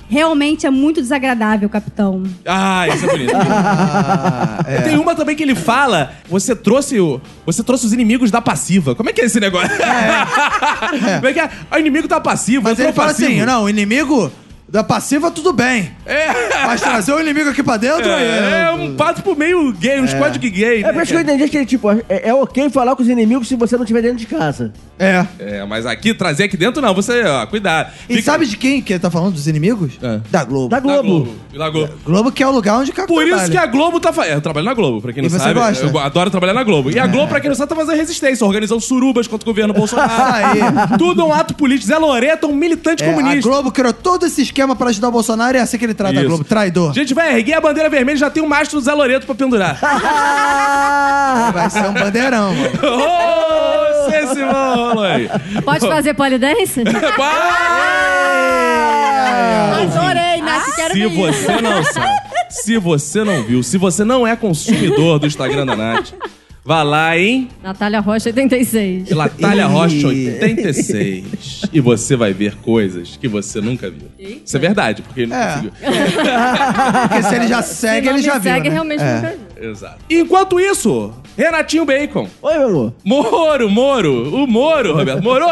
K: Realmente é muito desagradável, capitão.
B: Ah, isso é bonito.
C: Ah,
B: Tem uma também que ele fala: você trouxe o. Você trouxe os inimigos da passiva. é Como é que é esse negócio? Tudo bem que é- o inimigo tá passivo.
C: Mas
B: entrou
C: ele fala
B: passivo.
C: assim: não, o inimigo da passiva, tudo bem.
B: É.
C: Mas trazer o inimigo aqui pra dentro aí.
B: É, é um pato pro meio gay, um squad gay.
F: É por
B: né,
F: isso que eu entendi que, tipo, é, é ok falar com os inimigos se você não estiver dentro de casa.
C: É.
B: É, mas aqui, trazer aqui dentro não, você, ó, cuidado.
C: E
B: Fica-
C: sabe de quem que ele tá falando? Dos inimigos?
B: É.
C: Da Globo.
F: Da
B: Da
F: Globo.
B: Da Globo.
C: Globo que é o lugar onde cabe
B: Por isso que a Globo tá fazendo. Eu trabalho na Globo, pra quem não
C: E você
B: sabe.
C: gosta? É.
B: Eu adoro trabalhar na Globo. E a Globo, pra quem não sabe, tá fazendo resistência, organizando surubas contra o governo Bolsonaro.
C: Aí.
B: Tudo é um ato político. Zé Loreto é um militante
C: É, a
B: comunista.
C: Globo criou todo esse esquema pra ajudar o Bolsonaro e é assim que ele trata
B: Isso.
C: a Globo. Traidor.
B: Gente, vai erguer a bandeira vermelha já tem o mastro do Zé Loreto pra pendurar.
C: Vai ser um bandeirão, mano.
B: Ô, Cê Simão, rolou aí.
E: Pode fazer polidense? É.
K: Adorei, Nath,
E: Ah,
K: quero
B: Se
K: ver isso.
B: você não sabe, se você não viu, se você não é consumidor do Instagram da Nath, vá lá em
E: Natália Rocha, 86.
B: Latalha Rocha 86 e você vai ver coisas que você nunca viu. Isso é verdade, porque ele não
C: É.
B: conseguiu.
C: Porque se ele já
E: Se
C: segue,
E: não
C: ele já
E: me
C: viu.
E: segue,
C: né?
E: realmente um
C: É.
E: nunca vi.
B: Exato. Enquanto isso, Renatinho Bacon.
F: Oi, meu amor.
B: Moro, Moro, o Moro, Roberto. Moro?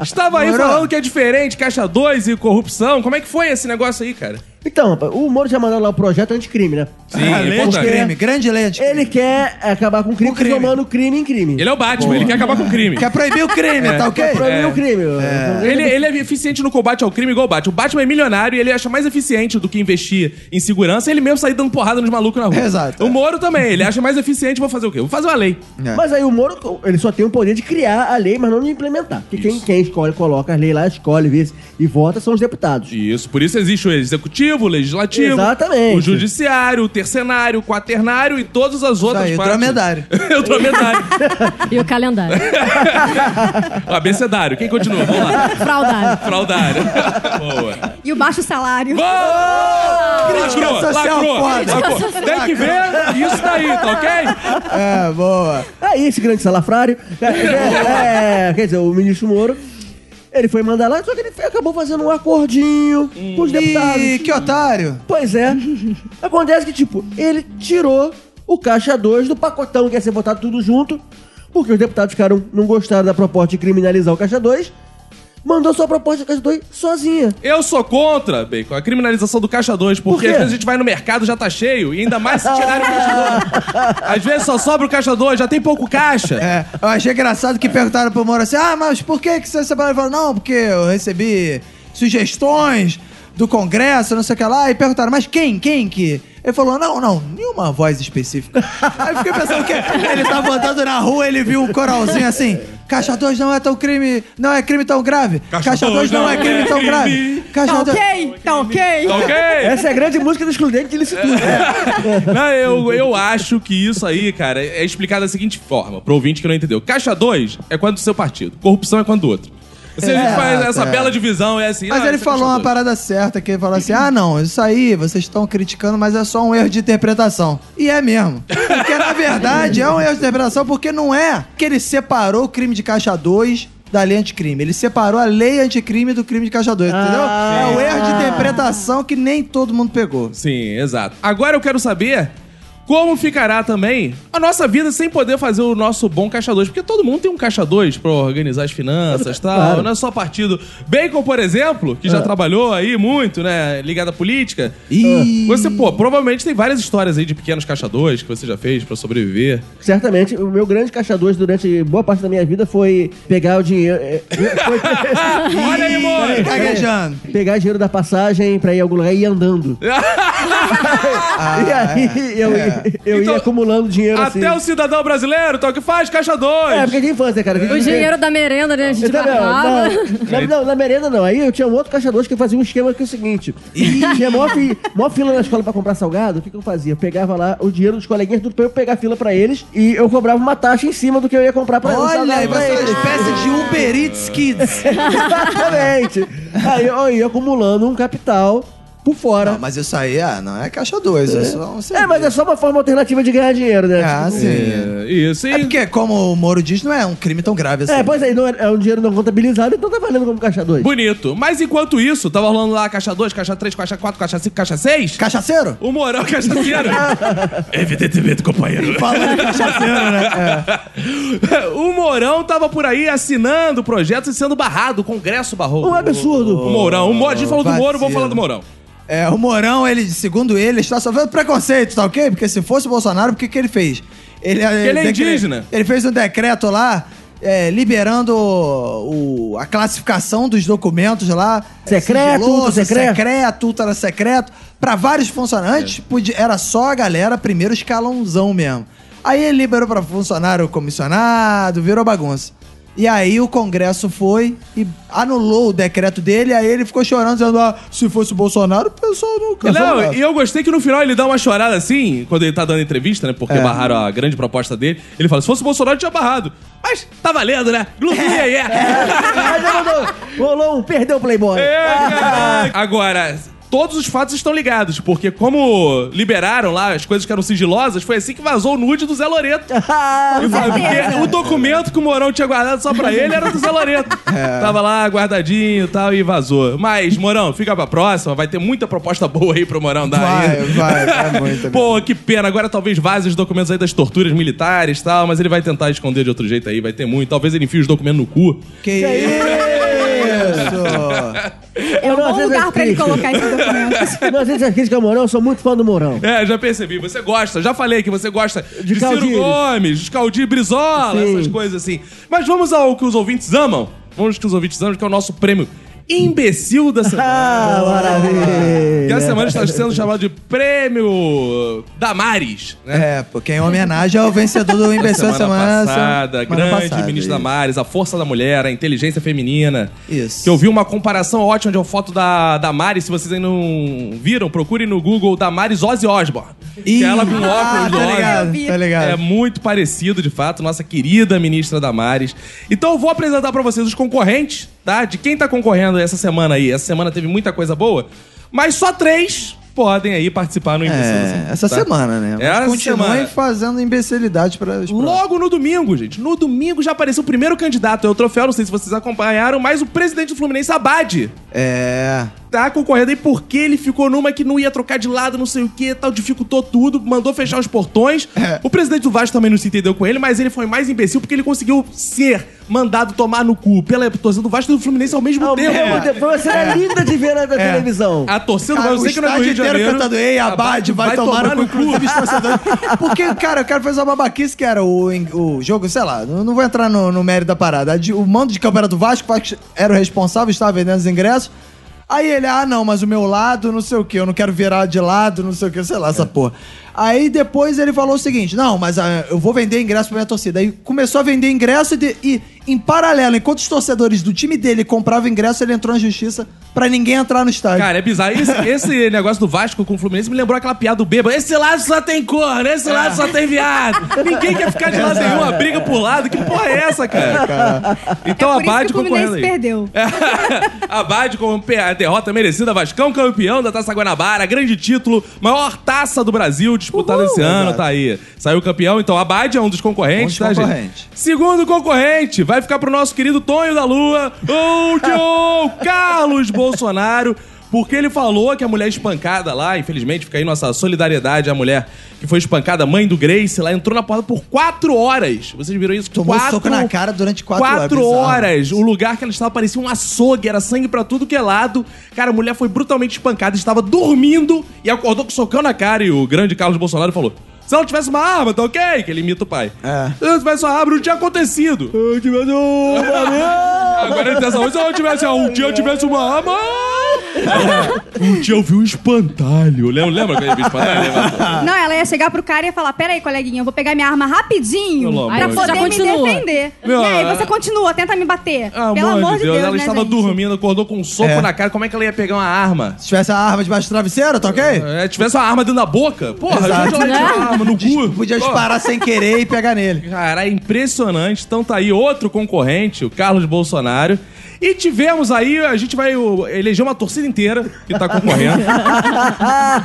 B: Estava aí
C: Moro.
B: falando que é diferente, Caixa 2 e corrupção. Como é que foi esse negócio aí, cara?
F: Então, rapaz, o Moro já mandou lá o projeto anticrime, né?
B: Sim,
C: Ah, lei de
B: importante.
C: crime, grande lei de crime.
F: Ele quer acabar com o crime,
C: Com crime.
F: transformando o crime em crime.
B: Ele é o Batman, ele quer acabar com o crime.
C: Quer proibir o crime, tá ok?
F: Pra mim é o crime.
B: Ele, ele é eficiente no combate ao crime igual o Batman. O Batman é milionário e ele acha mais eficiente do que investir em segurança ele mesmo sair dando porrada nos malucos na rua.
C: Exato.
B: O Moro também, ele acha mais eficiente, vou fazer o quê? Vou fazer uma lei.
C: É.
F: Mas aí o Moro, ele só tem o poder de criar a lei, mas não de implementar. Porque quem, quem escolhe, coloca a lei lá, escolhe, vê se- e vota são os deputados.
B: Isso, por isso existe o executivo, o legislativo,
F: Exatamente.
B: o judiciário, o tercenário, o quaternário e todas as outras
C: aí, o
B: partes.
C: dromedário.
B: o dromedário.
E: E o calendário.
B: o abecedário. Quem continua? Vamos lá.
E: Fraudário.
B: Fraudário. Boa.
K: E o baixo salário.
B: Boa!
C: Crítica
B: Lacrou,
C: social
B: lacrou,
C: foda.
B: lacrou. Tem que ver isso daí, tá ok?
C: É, boa.
F: Aí esse grande salafrário, é, é, quer dizer, o ministro Moro, ele foi mandar lá, só que ele fe- acabou fazendo um acordinho com os deputados.
C: Ih, que otário.
F: Pois é. Acontece que, tipo, ele tirou o caixa 2 do pacotão que ia ser votado tudo junto, porque os deputados ficaram, não gostaram da proposta de criminalizar o caixa 2, mandou sua proposta do caixa 2 sozinha.
B: Eu sou contra, Bacon, a criminalização do caixa 2, porque
F: quê?
B: às vezes a gente vai no mercado já tá cheio, e ainda mais se tirarem o caixa 2. Às vezes só sobra o caixa 2, já tem pouco caixa.
C: É, eu achei engraçado que perguntaram pro Moro assim: ah, mas por que, que você separou? Ele falou: não, porque eu recebi sugestões do Congresso, não sei o que lá. E perguntaram: mas quem, quem que? Ele falou: não, não, nenhuma voz específica. Aí eu fiquei pensando que ele tava andando na rua, ele viu um coralzinho assim. Caixa 2 não é tão crime, não é crime tão grave.
B: Caixa
C: Caixa 2 não, é crime tão grave.
K: Tá
C: Caixa 2
K: ok, tá ok.
B: Tá ok?
F: Essa é a grande música do excludente de tudo.
B: Não, eu, eu acho que isso aí, cara, é explicado da seguinte forma, pro ouvinte que não entendeu. Caixa 2 é quando do seu partido, corrupção é quando do outro. Você
C: É,
B: faz essa
C: é.
B: bela divisão, é assim.
C: Mas
B: ah,
C: ele
B: isso é
C: falou
B: caixa
C: uma
B: dois.
C: parada certa, que ele falou assim: ah, não, isso aí vocês estão criticando, mas é só um erro de interpretação. E é mesmo. Porque na verdade é um erro de interpretação, porque não é que ele separou o crime de caixa 2 da lei anticrime. Ele separou a lei anticrime do crime de caixa 2, entendeu?
F: Ah.
C: é o erro de interpretação que nem todo mundo pegou.
B: Sim, exato. Agora eu quero saber como ficará também a nossa vida sem poder fazer o nosso bom caixa 2. Porque todo mundo tem um caixa 2 pra organizar as finanças e tal.
F: Claro.
B: Não é só partido. Bacon, por exemplo, que já trabalhou aí muito, né? Ligado à política.
C: Ih.
B: Você, pô, provavelmente tem várias histórias aí de pequenos caixa 2 que você já fez pra sobreviver.
F: Certamente, o meu grande caixa 2 durante boa parte da minha vida foi pegar o dinheiro. é, foi
B: Olha aí, amor!
C: tá Gaguejando.
F: pegar dinheiro da passagem pra ir a algum lugar e ir andando. e aí eu, eu
B: Ah, Então,
F: ia acumulando dinheiro assim.
B: Até o cidadão brasileiro, então, o que faz? Caixa 2!
F: É, porque de infância, cara.
E: O dinheiro da merenda, né? A gente
F: Entendeu?
E: guardava.
F: Não, na, não, na merenda não. Aí eu tinha um outro caixa dois que fazia um esquema que é o seguinte: tinha mó, fi, mó fila na escola pra comprar salgado. O que, que eu fazia? Eu pegava lá o dinheiro dos coleguinhas, tudo pra eu pegar a fila pra eles e eu cobrava uma taxa em cima do que eu ia comprar pra eles.
C: Olha, aí
F: salgado pra
C: você é uma
F: eles.
C: espécie de Uber Eats Kids.
F: Exatamente. Aí eu ia acumulando um capital por fora.
C: Não, mas isso aí, ah, não é caixa 2, é, só um
F: é, mas é só uma forma alternativa de ganhar dinheiro, né?
C: Ah,
F: Tipo,
C: sim.
B: É, isso,
C: É
B: e
C: porque, como o Moro diz, não é um crime tão grave assim.
F: É, pois aí, não é, é um dinheiro não contabilizado, então tá valendo como caixa 2.
B: bonito. Mas enquanto isso, tava rolando lá caixa 2, caixa 3, caixa 4, caixa 5, caixa 6.
C: Cachaceiro?
B: O Morão cachaceiro. Evidentemente, companheiro.
C: Falando de cachaceiro, né?
B: o Mourão tava por aí assinando projetos e sendo barrado. O Congresso barrou.
F: Um absurdo.
B: O Mourão. O Mo- a gente falou do Moro, vamos
C: vacilo.
B: falar do Mourão.
C: É. É, o Mourão, ele, segundo ele, está sofrendo preconceito, tá ok? Porque se fosse o Bolsonaro, o que, que ele fez? Ele, eh,
B: ele é
C: decre-
B: indígena.
C: Ele fez um decreto lá, é, liberando o- a classificação dos documentos lá.
F: Secreto,
C: sigiloso,
F: ultra secreto.
C: secreto, ultra secreto, pra vários funcionários.
B: É.
C: Antes podia- era só a galera, primeiro escalãozão mesmo. Aí ele liberou pra funcionário comissionado, virou bagunça. E aí o Congresso foi e anulou o decreto dele, aí ele ficou chorando, dizendo, ah, se fosse o Bolsonaro, o pessoal não
B: Não, e eu gostei que no final ele dá uma chorada assim, quando ele tá dando entrevista, né?
F: É.
B: Porque barraram a grande proposta dele. Ele fala: se fosse o Bolsonaro, tinha barrado. Mas tá valendo, né? Glu, glu, iê, iê.
F: Mas já mandou. Rolou um, perdeu o Playboy.
B: É, caraca. Agora, todos os fatos estão ligados, porque como liberaram lá as coisas que eram sigilosas, foi assim que vazou o nude do Zé Loreto. E foi- porque o documento que o Morão tinha guardado só pra ele era do Zé Loreto. Tava lá guardadinho e tal, e vazou. Mas, Morão, fica pra próxima, vai ter muita proposta boa aí pro Morão dar
C: Vai,
B: aí.
C: vai, vai muito.
B: Pô, que pena. Agora talvez vaze os documentos aí das torturas militares e tal, mas ele vai tentar esconder de outro jeito aí, vai ter muito. Talvez ele enfie os documentos no cu.
C: Que isso!
F: Eu não
I: Bom
F: aceito Então,
I: lugar
F: as
I: pra ele
F: críticas.
I: colocar esse documento.
F: Não aceito as críticas ao Mourão, eu sou muito fã do Mourão.
B: É, já percebi. Você gosta, já falei que você gosta de,
F: De
B: Ciro
F: Caldini.
B: Gomes, de Caldir Brizola,
F: Sim.
B: essas coisas assim. Mas vamos ao que os ouvintes amam. Vamos ao que os ouvintes amam, que é o nosso prêmio imbecil da semana.
F: Ah, é.
B: que
F: maravilha.
B: a semana está sendo chamado de prêmio Damares. Né?
C: É, porque em homenagem ao vencedor do imbecil da semana,
B: passada,
C: semana
B: grande
C: passada,
B: ministro
C: isso.
B: Damares, a força da mulher, a inteligência feminina.
C: Isso.
B: Que eu vi uma comparação ótima de uma foto da Damares, se vocês ainda não viram, procurem no Google Damares Ozzy Osbourne.
C: Ih,
B: Que é ela com óculos
C: ah,
B: do
C: tá
B: Ozzy.
C: ligado, tá ligado.
B: É muito parecido, de fato, nossa querida ministra Damares. Então eu vou apresentar pra vocês os concorrentes, tá? De quem tá concorrendo essa semana aí. Essa semana teve muita coisa boa, mas só três podem aí participar no Imbecil da
C: É, essa
B: tá?
C: semana, né?
B: É essa
C: Continuem
B: semana.
C: fazendo imbecilidade pra...
B: Logo no domingo, gente. No domingo já apareceu o primeiro candidato. É o troféu, não sei se vocês acompanharam, mas o presidente do Fluminense, Abad,
C: É...
B: tá concorrendo aí porque ele ficou numa que não ia trocar de lado, não sei o que, tal, dificultou tudo, mandou fechar os portões.
C: É.
B: O presidente do Vasco também não se entendeu com ele, mas ele foi mais imbecil porque ele conseguiu ser mandado tomar no cu pela torcida do Vasco e do Fluminense ao mesmo
F: Ao
B: tempo. É.
F: mesmo tempo, foi uma cena linda de ver na na televisão.
B: A torcida do
C: Cara,
B: Vasco, eu
C: o
B: sei que não é do
C: estádio
B: Rio de
C: inteiro
B: Janeiro.
C: cantando Ei, Abade, vai, tomar, no cu, inclusive os torcedores. Porque, cara, o cara fez uma babaquice que era o, o jogo, sei lá, não não vou entrar no, no mérito da parada. A de- O mando de campo era do Vasco, o Vasco era o responsável, estava vendendo os ingressos. Aí ele, ah, não, mas o meu lado, não sei o quê, eu não quero virar de lado, não sei o quê, sei lá,
B: É.
C: essa porra. Aí depois ele falou o seguinte: não, mas ah, eu vou vender ingresso pra minha torcida. Aí começou a vender ingresso e, de- e, em paralelo, enquanto os torcedores do time dele compravam ingresso, ele entrou na justiça pra ninguém entrar no estádio.
B: Cara, é bizarro. Esse, esse negócio do Vasco com o Fluminense me lembrou aquela piada do bêbado. Esse lado só tem corno, esse lado só tem viado. Ninguém quer ficar de lado nenhum, uma briga por lado. Que porra é essa, cara? Então,
I: É por isso
B: Abade
I: que o Fluminense
B: concorrendo aí.
I: perdeu.
B: Abade com a derrota merecida, Vascão campeão da Taça Guanabara, grande título, maior taça do Brasil disputada esse ano, tá aí. Saiu campeão, então Abade é um dos concorrentes,
C: Um
B: tá,
C: dos
B: gente?
C: concorrentes.
B: Segundo concorrente, vai ficar pro nosso querido Tonho da Lua, o João Carlos Bolsonaro. Porque ele falou que a mulher espancada lá, infelizmente, fica aí nossa solidariedade à mulher que foi espancada, mãe do Grace, lá entrou na porta por quatro horas. Vocês viram isso?
C: Tomou um
B: quatro,
C: soco na cara durante quatro horas,
B: quatro
C: bizarro.
B: horas. O lugar que ela estava parecia um açougue, era sangue pra tudo que é lado. Cara, a mulher foi brutalmente espancada, estava dormindo e acordou com um socão na cara. E o grande Carlos Bolsonaro falou: se ela tivesse uma arma, tá ok? Que ele imita o pai.
C: É.
B: Se ela tivesse uma arma, não tinha acontecido. Eu tivesse uma Agora ele tem essa voz, se eu tivesse, um dia eu tivesse uma arma. Um dia eu vi um espantalho. Lembra, lembra que ele viu espantalho? Lembra?
I: Não, ela ia chegar pro cara e ia falar: Pera aí, coleguinha, eu vou pegar minha arma rapidinho
B: Pelo
I: pra
B: amor de
I: poder
E: Deus.
I: me
E: Continua.
I: defender.
B: Meu,
I: e aí,
B: é-
I: você continua, tenta me bater.
B: Ah,
I: Pelo amor de Deus,
B: ela
I: né,
B: estava
I: gente?
B: dormindo, acordou com um soco
C: É.
B: na cara. Como é que ela ia pegar uma arma?
C: Se tivesse a arma debaixo do travesseiro, tá ok?
B: É, tivesse uma arma dentro da boca, porra,
C: Exato.
B: já tinha uma arma no
C: Dis-
B: cu.
C: Podia
B: Porra.
C: disparar sem querer e pegar nele.
B: Cara, é impressionante. Então tá aí outro concorrente, o Carlos Bolsonaro. E tivemos aí, a gente vai o, eleger uma torcida inteira que tá concorrendo.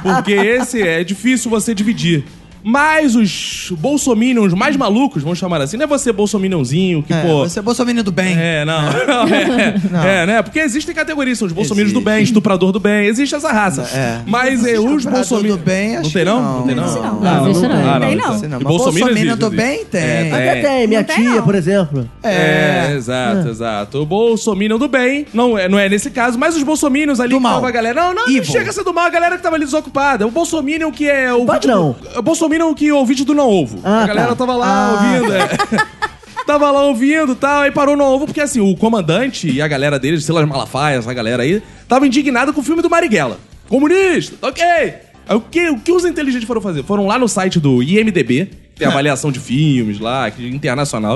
B: porque esse é difícil você dividir. Mas os bolsominions mais malucos, vamos chamar assim, não é você bolsominiãozinho que,
C: É,
B: pô...
C: você é bolsominion do bem.
B: É, não. não, é, é, né? Porque existem categorias, são os bolsominions do
C: Existe.
B: bem, estuprador do bem, existe essa raça.
C: É.
B: Mas é, os
C: Estuprador
B: bolsominions.
C: do bem,
B: não
C: acho
B: tem não?
C: que não.
B: tem não?
C: Não,
E: não, não existe não.
B: Ah,
E: Tem
C: não.
B: existe.
C: Não,
B: E
C: mas bolsominion
B: existe,
C: do bem
B: existe.
C: tem.
B: É,
C: Até
F: Até tem, minha tia, por exemplo.
B: é, exato, exato. O Bolsominion do bem, não é, não é nesse caso, mas os Bolsominions ali
C: Do
B: que
C: mal.
B: tava a galera. Não, não, não
C: Evil.
B: chega a ser do mal, a galera que tava ali desocupada. O Bolsominion que é o.
F: Padrão.
B: vídeo do- O Bolsominion que ouve vídeo do não ovo.
F: Ah,
B: a galera
F: tá.
B: tava lá ouvindo. é. Tava lá ouvindo e tal, aí parou no ovo, porque assim, o comandante e a galera deles, sei lá, as Malafaia, essa galera aí, tava indignada com o filme do Marighella. Comunista, tá ok! Aí O que, o que os inteligentes foram fazer? Foram lá no site do IMDB, tem avaliação de filmes lá, que- é internacional,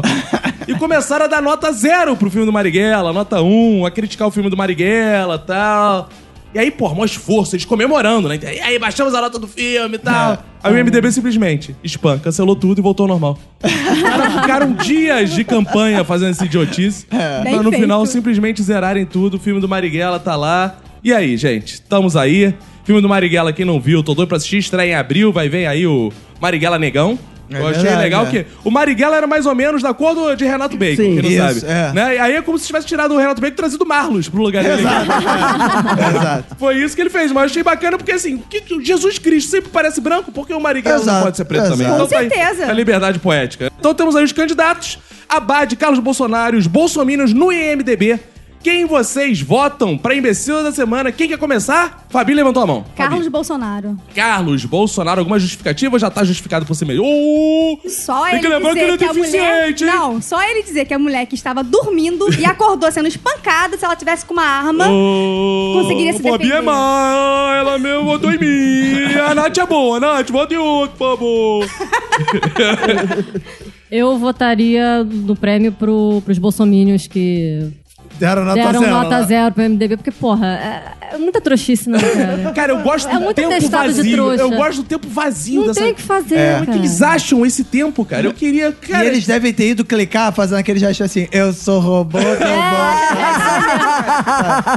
B: e começaram a dar nota zero pro filme do Marighella, nota 1, a criticar o filme do Marighella e tal. E aí, pô, mó esforço, eles comemorando, né? E aí, baixamos a nota do filme e tal. Aí o MDB simplesmente, spam, cancelou tudo e voltou ao normal. Os caras ficaram dias de campanha fazendo essa idiotice.
C: É.
K: Bem
B: Pra no
K: feito.
B: final simplesmente zerarem tudo. O filme do Marighella tá lá. E aí, gente? Estamos aí. Filme do Marighella, quem não viu, tô doido pra assistir. Estreia em abril, vai ver aí o Marighella Negão. Eu achei
C: verdade,
B: legal
C: é.
B: que o Marighella era mais ou menos da cor do- de Renato Bacon,
F: Sim.
B: quem não
C: Isso,
B: sabe.
C: é.
B: Né? E aí é como se tivesse tirado o Renato Bacon e trazido o Marlos pro lugar dele.
C: Exato.
B: Foi isso que ele fez, mas achei bacana porque assim, que- que Jesus Cristo sempre parece branco, porque o Marighella não
C: Exato,
B: pode ser preto
C: exato.
B: também.
C: Com
B: tá aí
K: certeza.
B: A liberdade poética. Então temos aí os candidatos: Abade, Carlos Bolsonaro, os bolsominions no IMDB. Quem vocês votam pra imbecil da semana? Quem quer começar? Fabi levantou a mão.
K: Carlos
B: Fabi.
K: Bolsonaro.
B: Carlos Bolsonaro, alguma justificativa? Já tá justificado por si mesmo. Uh,
K: Só
B: Tem
K: ele
B: que lembrar que ele é
K: dizer que a mulher...
B: deficiente, hein?
K: Não, só ele dizer que a mulher que estava dormindo e acordou sendo espancada, se ela tivesse com uma arma...
B: Oh,
K: conseguiria se
B: o Fabi é
K: defender.
B: má, ela mesmo votou em mim. A Nath é boa, Nath, vota em outro, por favor.
E: Eu votaria no prêmio pro, pros bolsominions que
C: Deram nota
E: deram
C: zero.
E: nota
B: né?
C: lá.
E: zero pro MDB, porque, porra, é, é muita trouxice, né, cara?
B: Cara, eu gosto
E: É
B: do
E: muito
B: tempo
E: atestado de
B: vazio.
E: trouxa.
B: Eu gosto do tempo vazio
E: Não
B: dessa.
E: tem o que fazer,
B: Como é que
E: cara.
B: eles acham esse tempo, cara? Eu queria. Cara,
C: E eles devem ter ido clicar fazendo aquele gesto assim, eu sou robô, eu
E: É.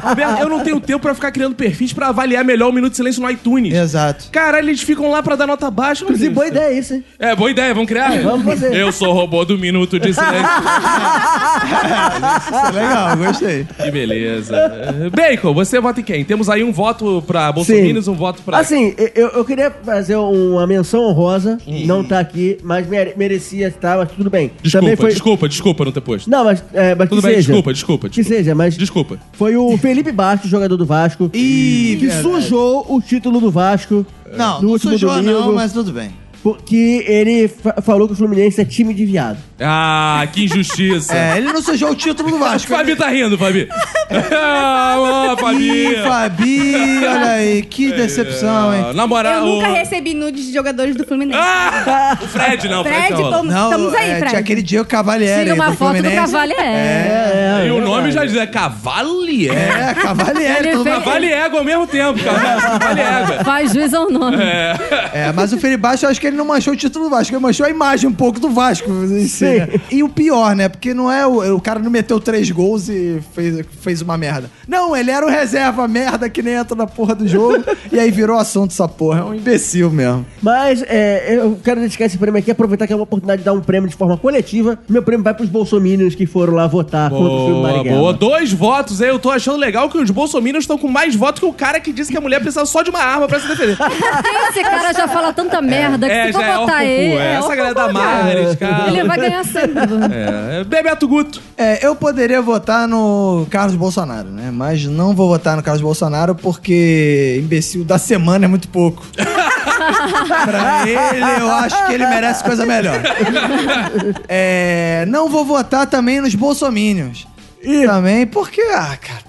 B: Roberto, eu não tenho tempo pra ficar criando perfis pra avaliar melhor o Minuto de Silêncio no iTunes.
C: Exato.
B: Caralho, eles ficam lá pra dar nota baixa.
F: Inclusive,
B: Inclusive,
F: boa ideia isso, hein?
B: É, boa ideia, vamos criar?
F: Vamos fazer.
B: Eu sou o robô do Minuto de Silêncio.
C: Isso é legal, gostei.
B: que beleza. Bacon, você vota em quem? Temos aí um voto pra Bolsonaro, um voto pra.
F: Assim, eu, eu queria fazer uma menção honrosa, não tá aqui, mas mere- merecia estar, mas tudo bem.
B: Desculpa,
F: Também foi...
B: desculpa, desculpa não ter posto.
F: Não, mas, é, mas
B: Tudo
F: que
B: bem,
F: seja.
B: desculpa, desculpa,
F: Que
B: desculpa.
F: seja, mas
B: Desculpa.
F: foi o Felipe Bastos, jogador do Vasco,
C: Ih,
F: que
C: verdade.
F: sujou o título do Vasco
C: Não,
F: no
C: não
F: último
C: sujou
F: domingo,
C: não, mas tudo bem.
F: porque ele fa- falou que o Fluminense é time de viado.
B: Ah, que injustiça.
C: É, ele não sujou o título do Vasco.
B: Fabi tá rindo, Fabi. ah, ô, Fabi.
C: Ih, Fabi, olha aí, que decepção, hein?
B: Ah, Na
K: Eu
B: moral.
K: nunca
B: o-
K: recebi nudes de jogadores do Fluminense.
B: Ah! O Fred não, o Fred,
K: Fred,
B: tá rolando.
K: vamos- estamos aí,
C: é,
K: Fred.
C: tinha aquele dia o Cavalieri
E: Tira uma
C: do
E: foto do
C: Fluminense.
E: Cavalieri.
F: É,
B: E o
F: é
B: nome
F: verdade.
B: já diz, é Cavalier.
C: É, Cavalieri.
E: Ele
C: todo
E: fez-
C: mundo-
B: Cavale égua ao mesmo tempo, cara. Cavale égua.
E: É. Faz juiz ao nome.
C: É, mas o Felipe Baixo, eu acho que ele não manchou o título do Vasco, ele manchou a imagem um pouco do Vasco. em si, né? E o pior, né? Porque não é o, o cara não meteu três gols e fez, fez uma merda. Não, ele era o reserva merda que nem entra na porra do jogo e aí virou assunto essa porra. É um imbecil mesmo.
F: Mas é, eu quero dedicar esse prêmio aqui, aproveitar que é uma oportunidade de dar um prêmio de forma coletiva. Meu prêmio vai pros bolsominions que foram lá votar contra o filme
B: Boa,
F: Marighella.
B: boa. Dois votos aí. Eu tô achando legal que os bolsominions estão com mais votos que o cara que disse que a mulher precisava só de uma arma pra se defender.
E: Esse cara já fala
B: É.
E: tanta merda É que se for
B: ó,
E: votar
B: fufu,
E: ele.
B: é.
E: é, ó,
B: Essa galera da
E: fufu, cara.
B: Mares, cara.
E: Ele é vai ganhar sempre.
B: É, Bebeto Guto.
C: É, eu poderia votar no Carlos Bolsonaro, né? Mas não vou votar no Carlos Bolsonaro porque imbecil da semana é muito pouco. pra ele, eu acho que ele merece coisa melhor. É, não vou votar também nos bolsominions. Também porque, ah, cara...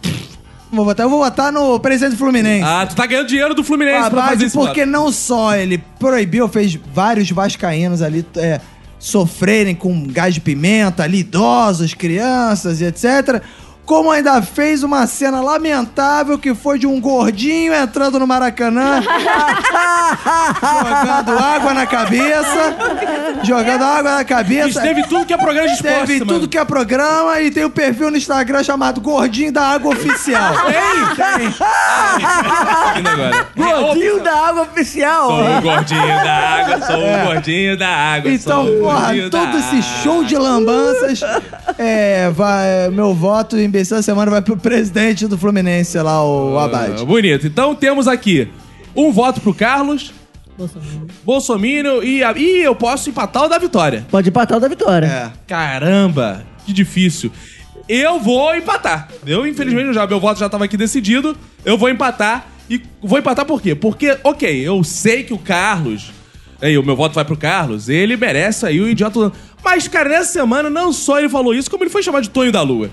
C: Não vou votar. Eu vou votar no presidente do Fluminense.
B: Ah, tu tá ganhando dinheiro do Fluminense pra
C: Abade,
B: fazer isso.
C: porque não só ele proibiu, fez vários vascaínos ali é, sofrerem com gás de pimenta ali, idosos, crianças e etc. como ainda fez uma cena lamentável que foi de um gordinho entrando no Maracanã, jogando água na cabeça, jogando água na cabeça.
B: Esteve tudo que é programa de esporte,
C: Teve
B: mano.
C: tudo que é programa e tem o perfil no Instagram chamado Gordinho da Água Oficial.
F: Gordinho da água oficial.
C: é-
B: Sou o gordinho da água, sou o gordinho da água.
C: Então,
B: sou o
C: porra,
B: gordinho da
C: todo esse
B: água.
C: show de lambanças. é, vai, meu voto, imbecil da semana, vai pro presidente do Fluminense lá, o Abad.
B: Ah, Bonito. Então temos aqui um voto pro Carlos. Bolsonaro e, a- e eu posso empatar o da vitória.
F: Pode empatar o da vitória.
C: É.
B: Caramba, que difícil. Eu vou empatar. Eu, infelizmente, já, meu voto já tava aqui decidido. Eu vou empatar. E vou empatar por quê? Porque, ok, eu sei que o Carlos. Aí, o meu voto vai pro Carlos. Ele merece aí o idiota. do ano. Mas, cara, nessa semana, não só ele falou isso, como ele foi chamado de Tonho da Lua.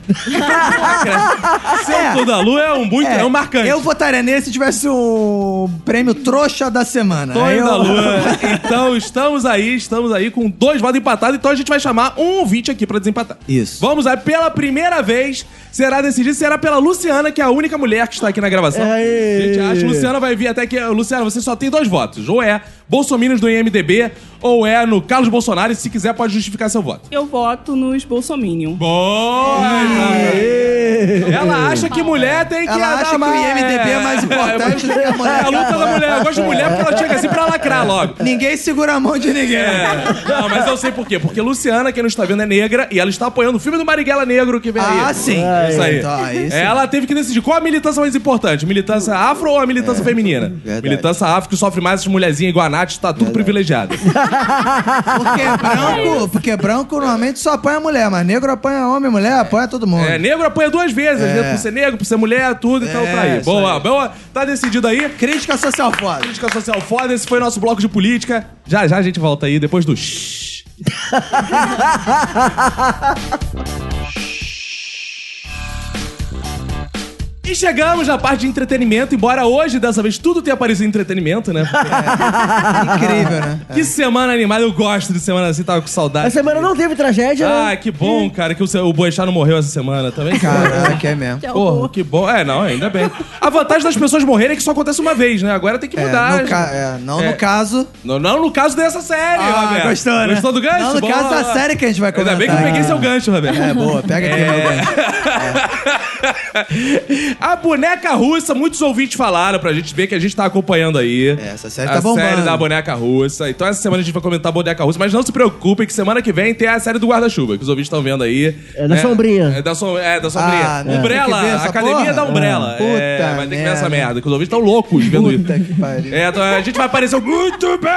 B: Seu Tonho da Lua é um muito. É, um marcante.
C: Eu votaria nele se tivesse um prêmio trouxa da semana.
B: Tonho
C: Eu-
B: da Lua. Então, estamos aí, estamos aí com dois votos empatados. Então, a gente vai chamar um ouvinte aqui pra desempatar.
C: Isso.
B: Vamos aí, pela primeira vez, será decidido, será pela Luciana, que é a única mulher que está aqui na gravação.
F: Aê!
B: Gente, acho que Luciana vai vir até aqui. Luciana, você só tem dois votos. Ou é Bolsominions do IMDB, ou é no Carlos Bolsonaro. E se quiser, pode justificar seu voto.
L: Eu voto nos Bolsominion.
B: Boa! Ela acha que mulher tem que
C: Ela acha que o IMDB é mais importante do que a mulher.
B: É a luta da mulher. Eu gosto de mulher porque ela chega assim pra lacrar logo.
C: Ninguém segura a mão de ninguém.
B: É. Não, mas eu sei por quê. Porque Luciana, quem não está vendo, é negra e ela está apoiando o filme do Marighella Negro que vem aí.
C: Ah, sim.
B: Isso aí. É
C: Então, aí sim.
B: Ela teve que decidir qual a militância mais importante: militância afro ou a militância
C: É,
B: feminina? Militância afro que sofre mais as mulherzinhas igual a Nath, tá tudo privilegiado.
C: Porque branco, porque branco normalmente só apanha mulher, mas negro apanha homem, mulher apanha todo mundo.
B: É, negro apanha duas vezes, né? Por ser negro, por ser mulher, tudo, então tá aí.
C: isso
B: Boa, boa. Tá decidido aí.
C: Crítica social foda.
B: Crítica social foda, esse foi nosso bloco de política. Já já a gente volta aí depois do. shhh. E chegamos na parte de entretenimento, embora hoje, dessa vez, tudo tenha aparecido em entretenimento, né?
C: Incrível, né?
B: Que semana animada, eu gosto de semana assim, tava com
F: Essa
B: saudade.
F: semana não teve tragédia,
C: é
F: né?
B: Ah, que bom, cara, que o, seu- o Boechat não morreu essa semana também.
C: Caraca, é mesmo.
B: Porra, que bom. É, não, ainda bem. A vantagem das pessoas morrerem é que só acontece uma vez, né? Agora tem que
C: É,
B: mudar.
C: no ca- é, não
B: É.
C: no caso.
B: Não, não no caso dessa série,
C: Ah,
B: Roberto.
C: gostou, né?
B: Gostou do gancho?
C: Não no
B: Boa.
C: caso da série que a gente vai
B: Ainda
C: comentar.
B: bem que eu peguei seu gancho, Roberto.
C: É, boa, pega aqui. meu bem.
B: a boneca russa, muitos ouvintes falaram pra gente ver que a gente tá acompanhando aí.
C: Essa série
B: a
C: tá bombando.
B: série da boneca russa. Então essa semana a gente vai comentar a boneca russa, mas não se preocupem que semana que vem tem a série do guarda-chuva, que os ouvintes estão vendo aí.
F: É, da sombrinha.
B: É da, som- é, da sombrinha.
C: Ah, não. Tem que ver
B: Umbrella,
C: essa
B: academia
C: porra?
B: da Umbrella.
C: É.
B: É,
C: Puta
B: vai ter que ver essa
C: merda.
B: merda, que os ouvintes estão loucos vendo isso.
C: Puta que pariu.
B: É, então a gente vai aparecer. o Muito bem!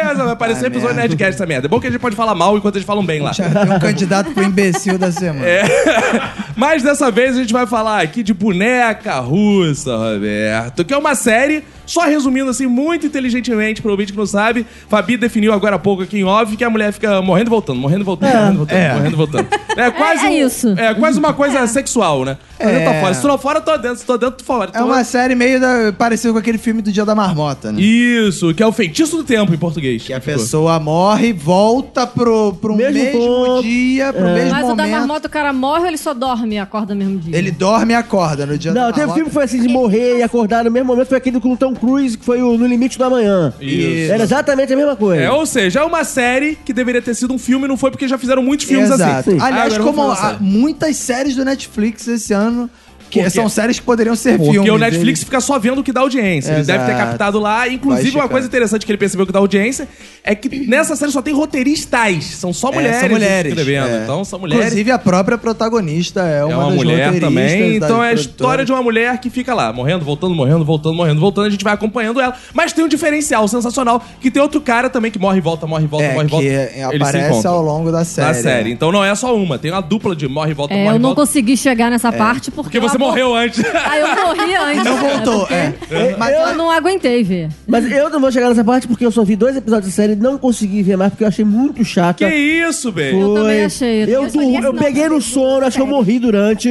B: Essa Vai aparecer
C: Ah,
B: episódio
C: merda.
B: Nerdcast essa merda. É bom que a gente pode falar mal enquanto eles falam bem lá.
C: Já tem um candidato pro imbecil da semana.
B: É. Mas dessa vez a gente vai falar aqui de Boneca Russa, Roberto, que é uma série, só resumindo assim, muito inteligentemente, pro ouvinte que não sabe, Fabi definiu agora há pouco aqui em off que a mulher fica morrendo e voltando, morrendo e voltando,
C: Ah,
B: morrendo e voltando, morrendo e voltando. É quase,
E: é
B: um-
E: isso.
B: é quase uma coisa sexual, né? Eu tô fora, se tô fora, tô dentro, se tô dentro, tô fora.
C: É
B: Tô-
C: uma série meio da, parecido com aquele filme do Dia da Marmota, né?
B: Isso, que é o feitiço do tempo em português.
C: Que a pessoa morre, volta pro, pro mesmo,
F: Mesmo ponto. É.
C: dia, pro mesmo
E: Mas o da
C: momento.
E: marmota, o cara morre ou ele só dorme e acorda no mesmo dia?
C: Ele dorme e acorda no dia
F: Não,
C: da
F: teve
C: marmota.
F: filme que foi assim, de morrer e acordar no mesmo momento, foi aquele com o Tom Cruise, que foi o No Limite do Amanhã.
B: Isso.
F: Era exatamente a mesma coisa.
B: É, ou seja, é uma série que deveria ter sido um filme, não foi porque já fizeram muitos filmes
C: Exato.
B: assim.
C: Aliás,
B: Agora,
C: como
B: vamos falar
C: há
B: sério.
C: muitas séries do Netflix esse ano,
B: Por
C: que
B: quê?
C: são séries que poderiam ser filmes.
B: Porque o Netflix
C: eles-
B: fica só vendo o que dá audiência. Ele
C: É Exato.
B: deve ter captado lá. Inclusive, uma
C: esticar.
B: coisa interessante que ele percebeu que dá audiência é que nessa série só tem roteiristas. São só mulheres,
C: É, são mulheres.
B: escrevendo.
C: é.
B: Então, são mulheres.
C: Inclusive, a própria protagonista é uma,
B: é uma
C: das
B: mulher
C: roteiristas
B: também.
C: da
B: Então é a
C: produtora.
B: história de uma mulher que fica lá, morrendo, voltando, morrendo, voltando, morrendo, voltando. A gente vai acompanhando ela. Mas tem um diferencial sensacional que tem outro cara também que morre e volta, morre e volta,
C: é,
B: morre e um volta.
C: que
B: Eles se
C: aparece
B: encontram.
C: ao longo da série.
B: Da série. Então não é só uma. Tem uma dupla de morre e volta,
E: É,
B: morre
E: eu
B: e
E: não
B: volta. É.
E: consegui chegar nessa parte porque,
B: Porque você Você morreu antes.
E: Ah, eu morri antes.
C: Não
E: cara,
C: voltou,
E: porque
C: é. Mas
E: Eu não aguentei ver.
F: Mas eu não vou chegar nessa parte porque eu só vi dois episódios da série e não consegui ver mais porque eu achei muito chato.
B: que isso, bem?
E: Eu também achei.
F: Eu,
E: Eu
F: dur-
E: conheço,
F: eu
E: não,
F: peguei no sono, acho que eu morri durante.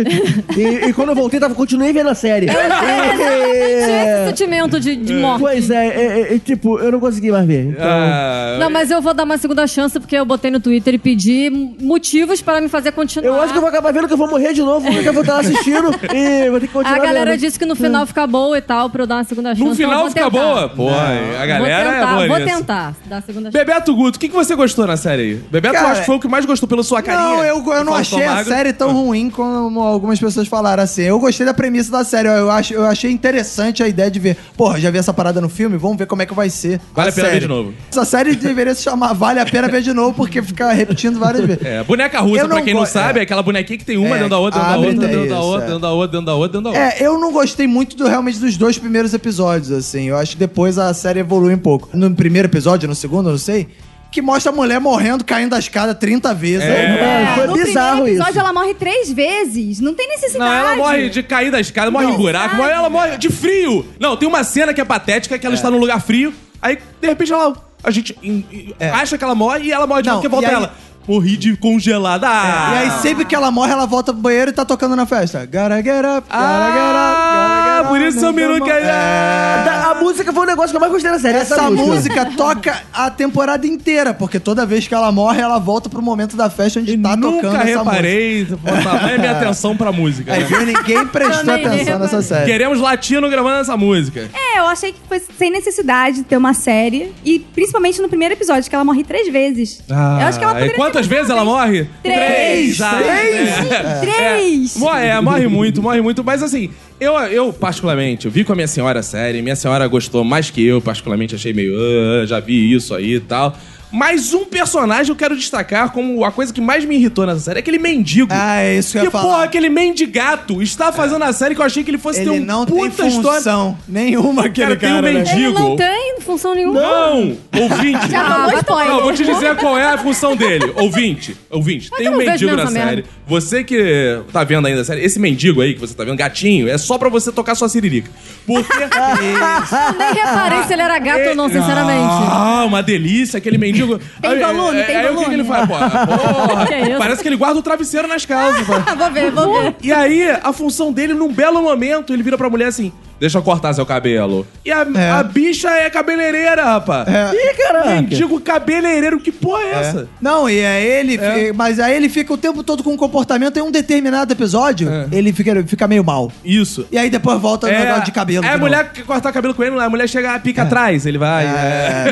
F: e, e quando eu voltei, tava, continuei vendo a série.
E: Eu tinha
F: É,
E: esse sentimento de, de morte.
F: Pois é, é, é, é, tipo, eu não consegui mais ver. Então,
B: Ah,
E: Não, mas eu vou dar uma segunda chance porque eu botei no Twitter e pedi motivos para me fazer continuar.
F: eu acho que eu vou acabar vendo que eu vou morrer de novo, porque eu vou estar lá assistindo e vou ter que continuar.
E: A galera
F: vendo.
E: disse que no final fica boa e tal, pra eu dar uma segunda chance.
B: no final
E: então
B: fica
E: eu vou tentar.
B: boa? Pô, a galera
E: vou tentar,
B: é boa
E: vou
B: nisso.
E: tentar dar a segunda chance.
B: Bebeto Guto, o que, que você gostou na série aí? Bebeto, eu
C: Cara,
B: acho que foi o que mais gostou pela sua carinha.
C: Não, eu, eu não
B: Fala,
C: achei
B: tão
C: a
B: magro. Ah.
C: série tão ruim como algumas pessoas falaram assim. Eu gostei da premissa da série. Eu, eu acho, eu achei interessante a ideia de ver. Porra, já vi essa parada no filme, vamos ver como é que vai ser.
B: Vale a pena ver
C: série.
B: de novo.
C: Essa série deveria se chamar Vale a Pena Ver de Novo, porque fica repetindo várias vezes.
B: É, boneca russa,
C: Eu não
B: pra quem não
C: gosto-
B: sabe, é aquela bonequinha que tem uma
C: É,
B: dentro da outra, dentro da
C: abre
B: outra,
C: e
B: dentro
C: é
B: da
C: isso,
B: outra,
C: é.
B: dentro da outra, dentro da outra, dentro da outra.
C: É, eu não gostei muito do, realmente dos dois primeiros episódios, assim. Eu acho que depois a série evolui um pouco. No primeiro episódio, no segundo, eu não sei, que mostra a mulher morrendo, caindo da escada 30 vezes.
F: É,
I: É,
F: foi
I: no
F: bizarro
I: primeiro
F: isso.
I: episódio ela morre três vezes. Não tem necessidade.
B: Não, ela morre de cair da escada, morre em buraco, morre, ela morre de frio. Não, tem uma cena que é patética, que ela está num lugar frio, aí de repente ela. A gente em- em- acha que ela morre e ela morre de
C: É. Não,
B: novo, porque volta
C: e aí- É,
B: ela. Morri de congelada. Ah,
C: E aí, sempre que ela morre, ela volta pro banheiro e tá tocando na festa. Gotta get up, gotta get up, gotta
B: Ah,
C: get up.
B: por isso seu minuto que é.
F: Da- Tá, A música foi o negócio que eu mais gostei da série.
C: Essa, música toca a temporada inteira, porque toda vez que ela morre, ela volta pro momento da festa onde tá tocando
B: Nunca
C: essa música. É.
B: reparei. Não é minha atenção pra música.
C: Aí
B: né?
C: viu, ninguém prestou
E: Também nem
C: atenção nessa
E: reparei.
C: série.
B: Queremos latino gravando essa música.
I: É, eu achei que foi sem necessidade de ter uma série. E principalmente no primeiro episódio, que ela morre três vezes. eu acho que ela
B: Ah,
I: poderia
B: E quantas vezes ela morre?
I: Três.
B: ah,
C: Três?
B: é.
I: Três.
B: É, morre, é, morre muito, morre muito. Mas assim, eu, eu particularmente, eu vi com a minha senhora a série, minha senhora gostou mais que eu, particularmente achei meio, "Ah, já vi isso aí e tal. Mas um personagem eu quero destacar como a coisa que mais me irritou nessa série, é aquele mendigo.
C: Ah, é isso que eu
B: que
C: ia
B: porra,
C: falar. É.
B: aquele mendigato está fazendo a série que eu achei que ele fosse ter
C: Ele
B: um
C: não tem
B: puta história.
C: função nenhuma,
B: Cara,
C: aquele
B: tem um
C: cara. né?
B: mendigo.
E: Ele não Ah, tem função nenhuma.
B: Não! Ouvinte!
E: Já falou spoiler.
B: Não, vou te dizer qual é a função dele. Ouvinte, ouvinte,
E: Mas
B: tem
E: eu
B: um
E: não vejo
B: mendigo na
E: mesmo essa
B: série.
E: merda.
B: Você que tá vendo ainda a série, esse mendigo aí que você tá vendo, gatinho, é só pra você tocar sua siririca. Porque.
E: Nem reparei se ele era gato ou não, sinceramente.
B: É, Ah, uma delícia, aquele mendigo.
I: Tem
B: Aí,
I: volume,
B: aí,
I: tem
B: aí, o que, que
I: volume.
B: ele faz? Porra, porra.
E: Que isso?
B: Parece que ele guarda o travesseiro nas calças. pô.
I: vou ver, vou ver.
B: E aí, a função dele, num belo momento, ele vira pra mulher assim: Deixa eu cortar seu cabelo. E a, a bicha é cabeleireira, rapaz.
F: Ih, caraca.
B: Mendigo cabeleireiro, que porra é essa?
C: Não, e aí ele.
B: É.
C: e- Mas aí ele fica o tempo todo com um comportamento. Em um determinado episódio,
B: É.
C: ele fica, ele fica meio mal.
B: Isso.
C: E aí depois volta no negócio de cabelo.
B: É
C: de
B: a
C: novo.
B: mulher que cortar o cabelo com ele, a mulher chega, pica atrás, ele vai. É.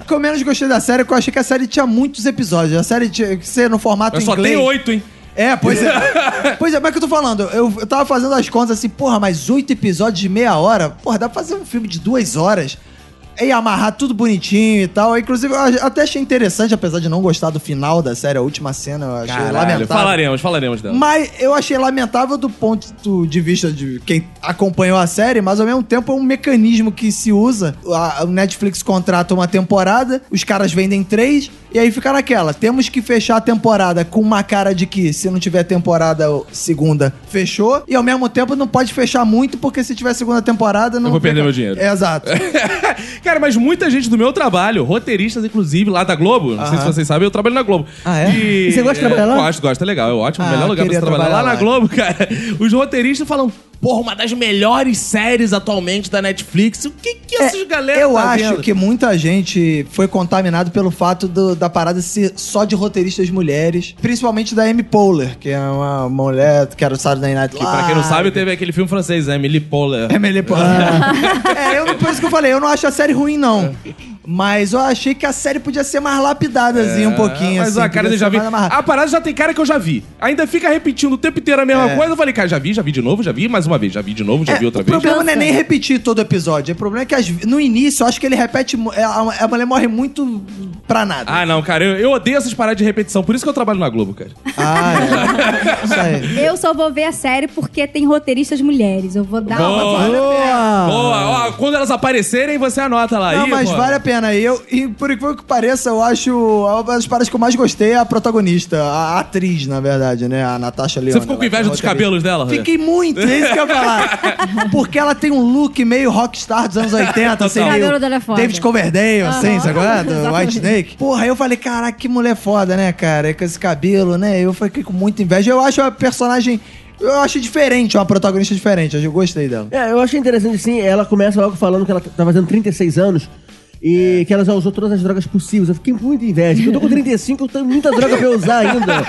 C: O que eu menos gostei da série é que eu achei que a série tinha muitos episódios. A série tinha que ser no formato
B: Mas só
C: inglês.
B: tem oito, hein?
C: É, pois é. pois é, mas é que eu tô falando. Eu, eu tava fazendo as contas assim, porra, mas oito episódios de meia hora? Porra, dá pra fazer um filme de duas horas. E amarrar tudo bonitinho e tal. Inclusive, eu a- até achei interessante, apesar de não gostar do final da série, a última cena, eu achei
B: É, tá.
C: lamentável.
B: falaremos, falaremos dela.
C: Mas eu achei lamentável do ponto de vista de quem acompanhou a série, mas ao mesmo tempo é um mecanismo que se usa. A- O Netflix contrata uma temporada, os caras vendem três, e aí fica naquela. Temos que fechar a temporada com uma cara de que se não tiver temporada segunda, fechou. E ao mesmo tempo não pode fechar muito, porque se tiver segunda temporada... Não
B: Eu vou perder meu dinheiro.
C: É, exato.
B: Cara, mas muita gente do meu trabalho, roteiristas, inclusive, lá da Globo, não sei se
C: Aham.
B: vocês sabem, eu trabalho na Globo.
C: Ah, é?
B: E...
F: E você gosta de trabalhar lá?
B: Gosto, gosto, é legal, é ótimo, o
C: Ah,
B: melhor lugar pra
C: queria
B: você trabalhar.
C: trabalhar
B: lá na
C: lá.
B: Globo, cara, os roteiristas falam, porra, uma das melhores séries atualmente da Netflix, o que que essas galera
C: É, Eu
B: tá
C: acho
B: vendo?
C: que muita gente foi contaminado pelo fato do- da parada ser só de roteiristas mulheres, principalmente da Amy Poehler, que é uma mulher que era o Saturday Night
B: Que,
C: Live.
B: pra quem não sabe, teve aquele filme francês, né? Emily Poehler.
C: Emily Poehler.
B: Ah.
C: é, eu, por isso que eu falei, eu não acho a série ruim, não. Mas eu achei que a série podia ser mais lapidadazinha um pouquinho.
B: É, Ah, Mas
C: assim,
B: a cara
C: podia
B: eu já
C: ser
B: vi. Ah,
C: mais amarrada.
B: A parada já tem cara que eu já vi. Ainda fica repetindo o tempo inteiro a mesma coisa. Eu falei, cara, já vi, já vi de novo, já vi mais uma vez, já vi de novo, já
C: É,
B: vi outra
C: o
B: vez.
C: problema não é nem repetir todo episódio. O problema é que às ve- no início, eu acho que ele repete. mu- é, A, a mulher morre muito pra nada.
B: Ah, não, cara, eu, eu odeio essas paradas de repetição. Por isso que eu trabalho na Globo, cara.
C: Ah, é. Isso aí.
I: Eu só vou ver a série porque tem roteiristas mulheres. Eu vou dar uma.
B: Boa! É.
F: Boa!
B: Boa! Ó, quando elas aparecerem, você anota lá.
C: Ah. Não,
B: Ih,
C: mas
B: pô,
C: vale a pena. E, eu, e por enquanto que pareça, eu acho uma das paradas que eu mais gostei é a protagonista, a atriz, na verdade, né? A Natasha Leone.
B: Você ficou com
C: ela
B: inveja
C: que é
B: dos
C: roteirista.
B: cabelos dela? né? Rê?
C: Fiquei muito, é isso que eu ia falar. Porque ela tem um look meio rockstar dos anos 80, assim,
E: O cabelo
C: meio
E: dela é foda.
C: David Coverdale, assim,
E: Aham.
C: sabe? qual é? Do
E: Exatamente.
C: White Snake. Porra, aí eu falei, caraca, que mulher foda, né, cara? Com esse cabelo, né? Eu fiquei com muita inveja. Eu acho a personagem... Eu acho diferente, uma protagonista diferente. Eu gostei dela.
F: É, eu achei interessante sim. Ela começa logo falando que ela tá fazendo 36 anos
E: É.
F: e que ela já usou todas as drogas possíveis. Eu fiquei muito inveja. porque Eu tô com 35, eu tenho muita droga pra eu usar ainda.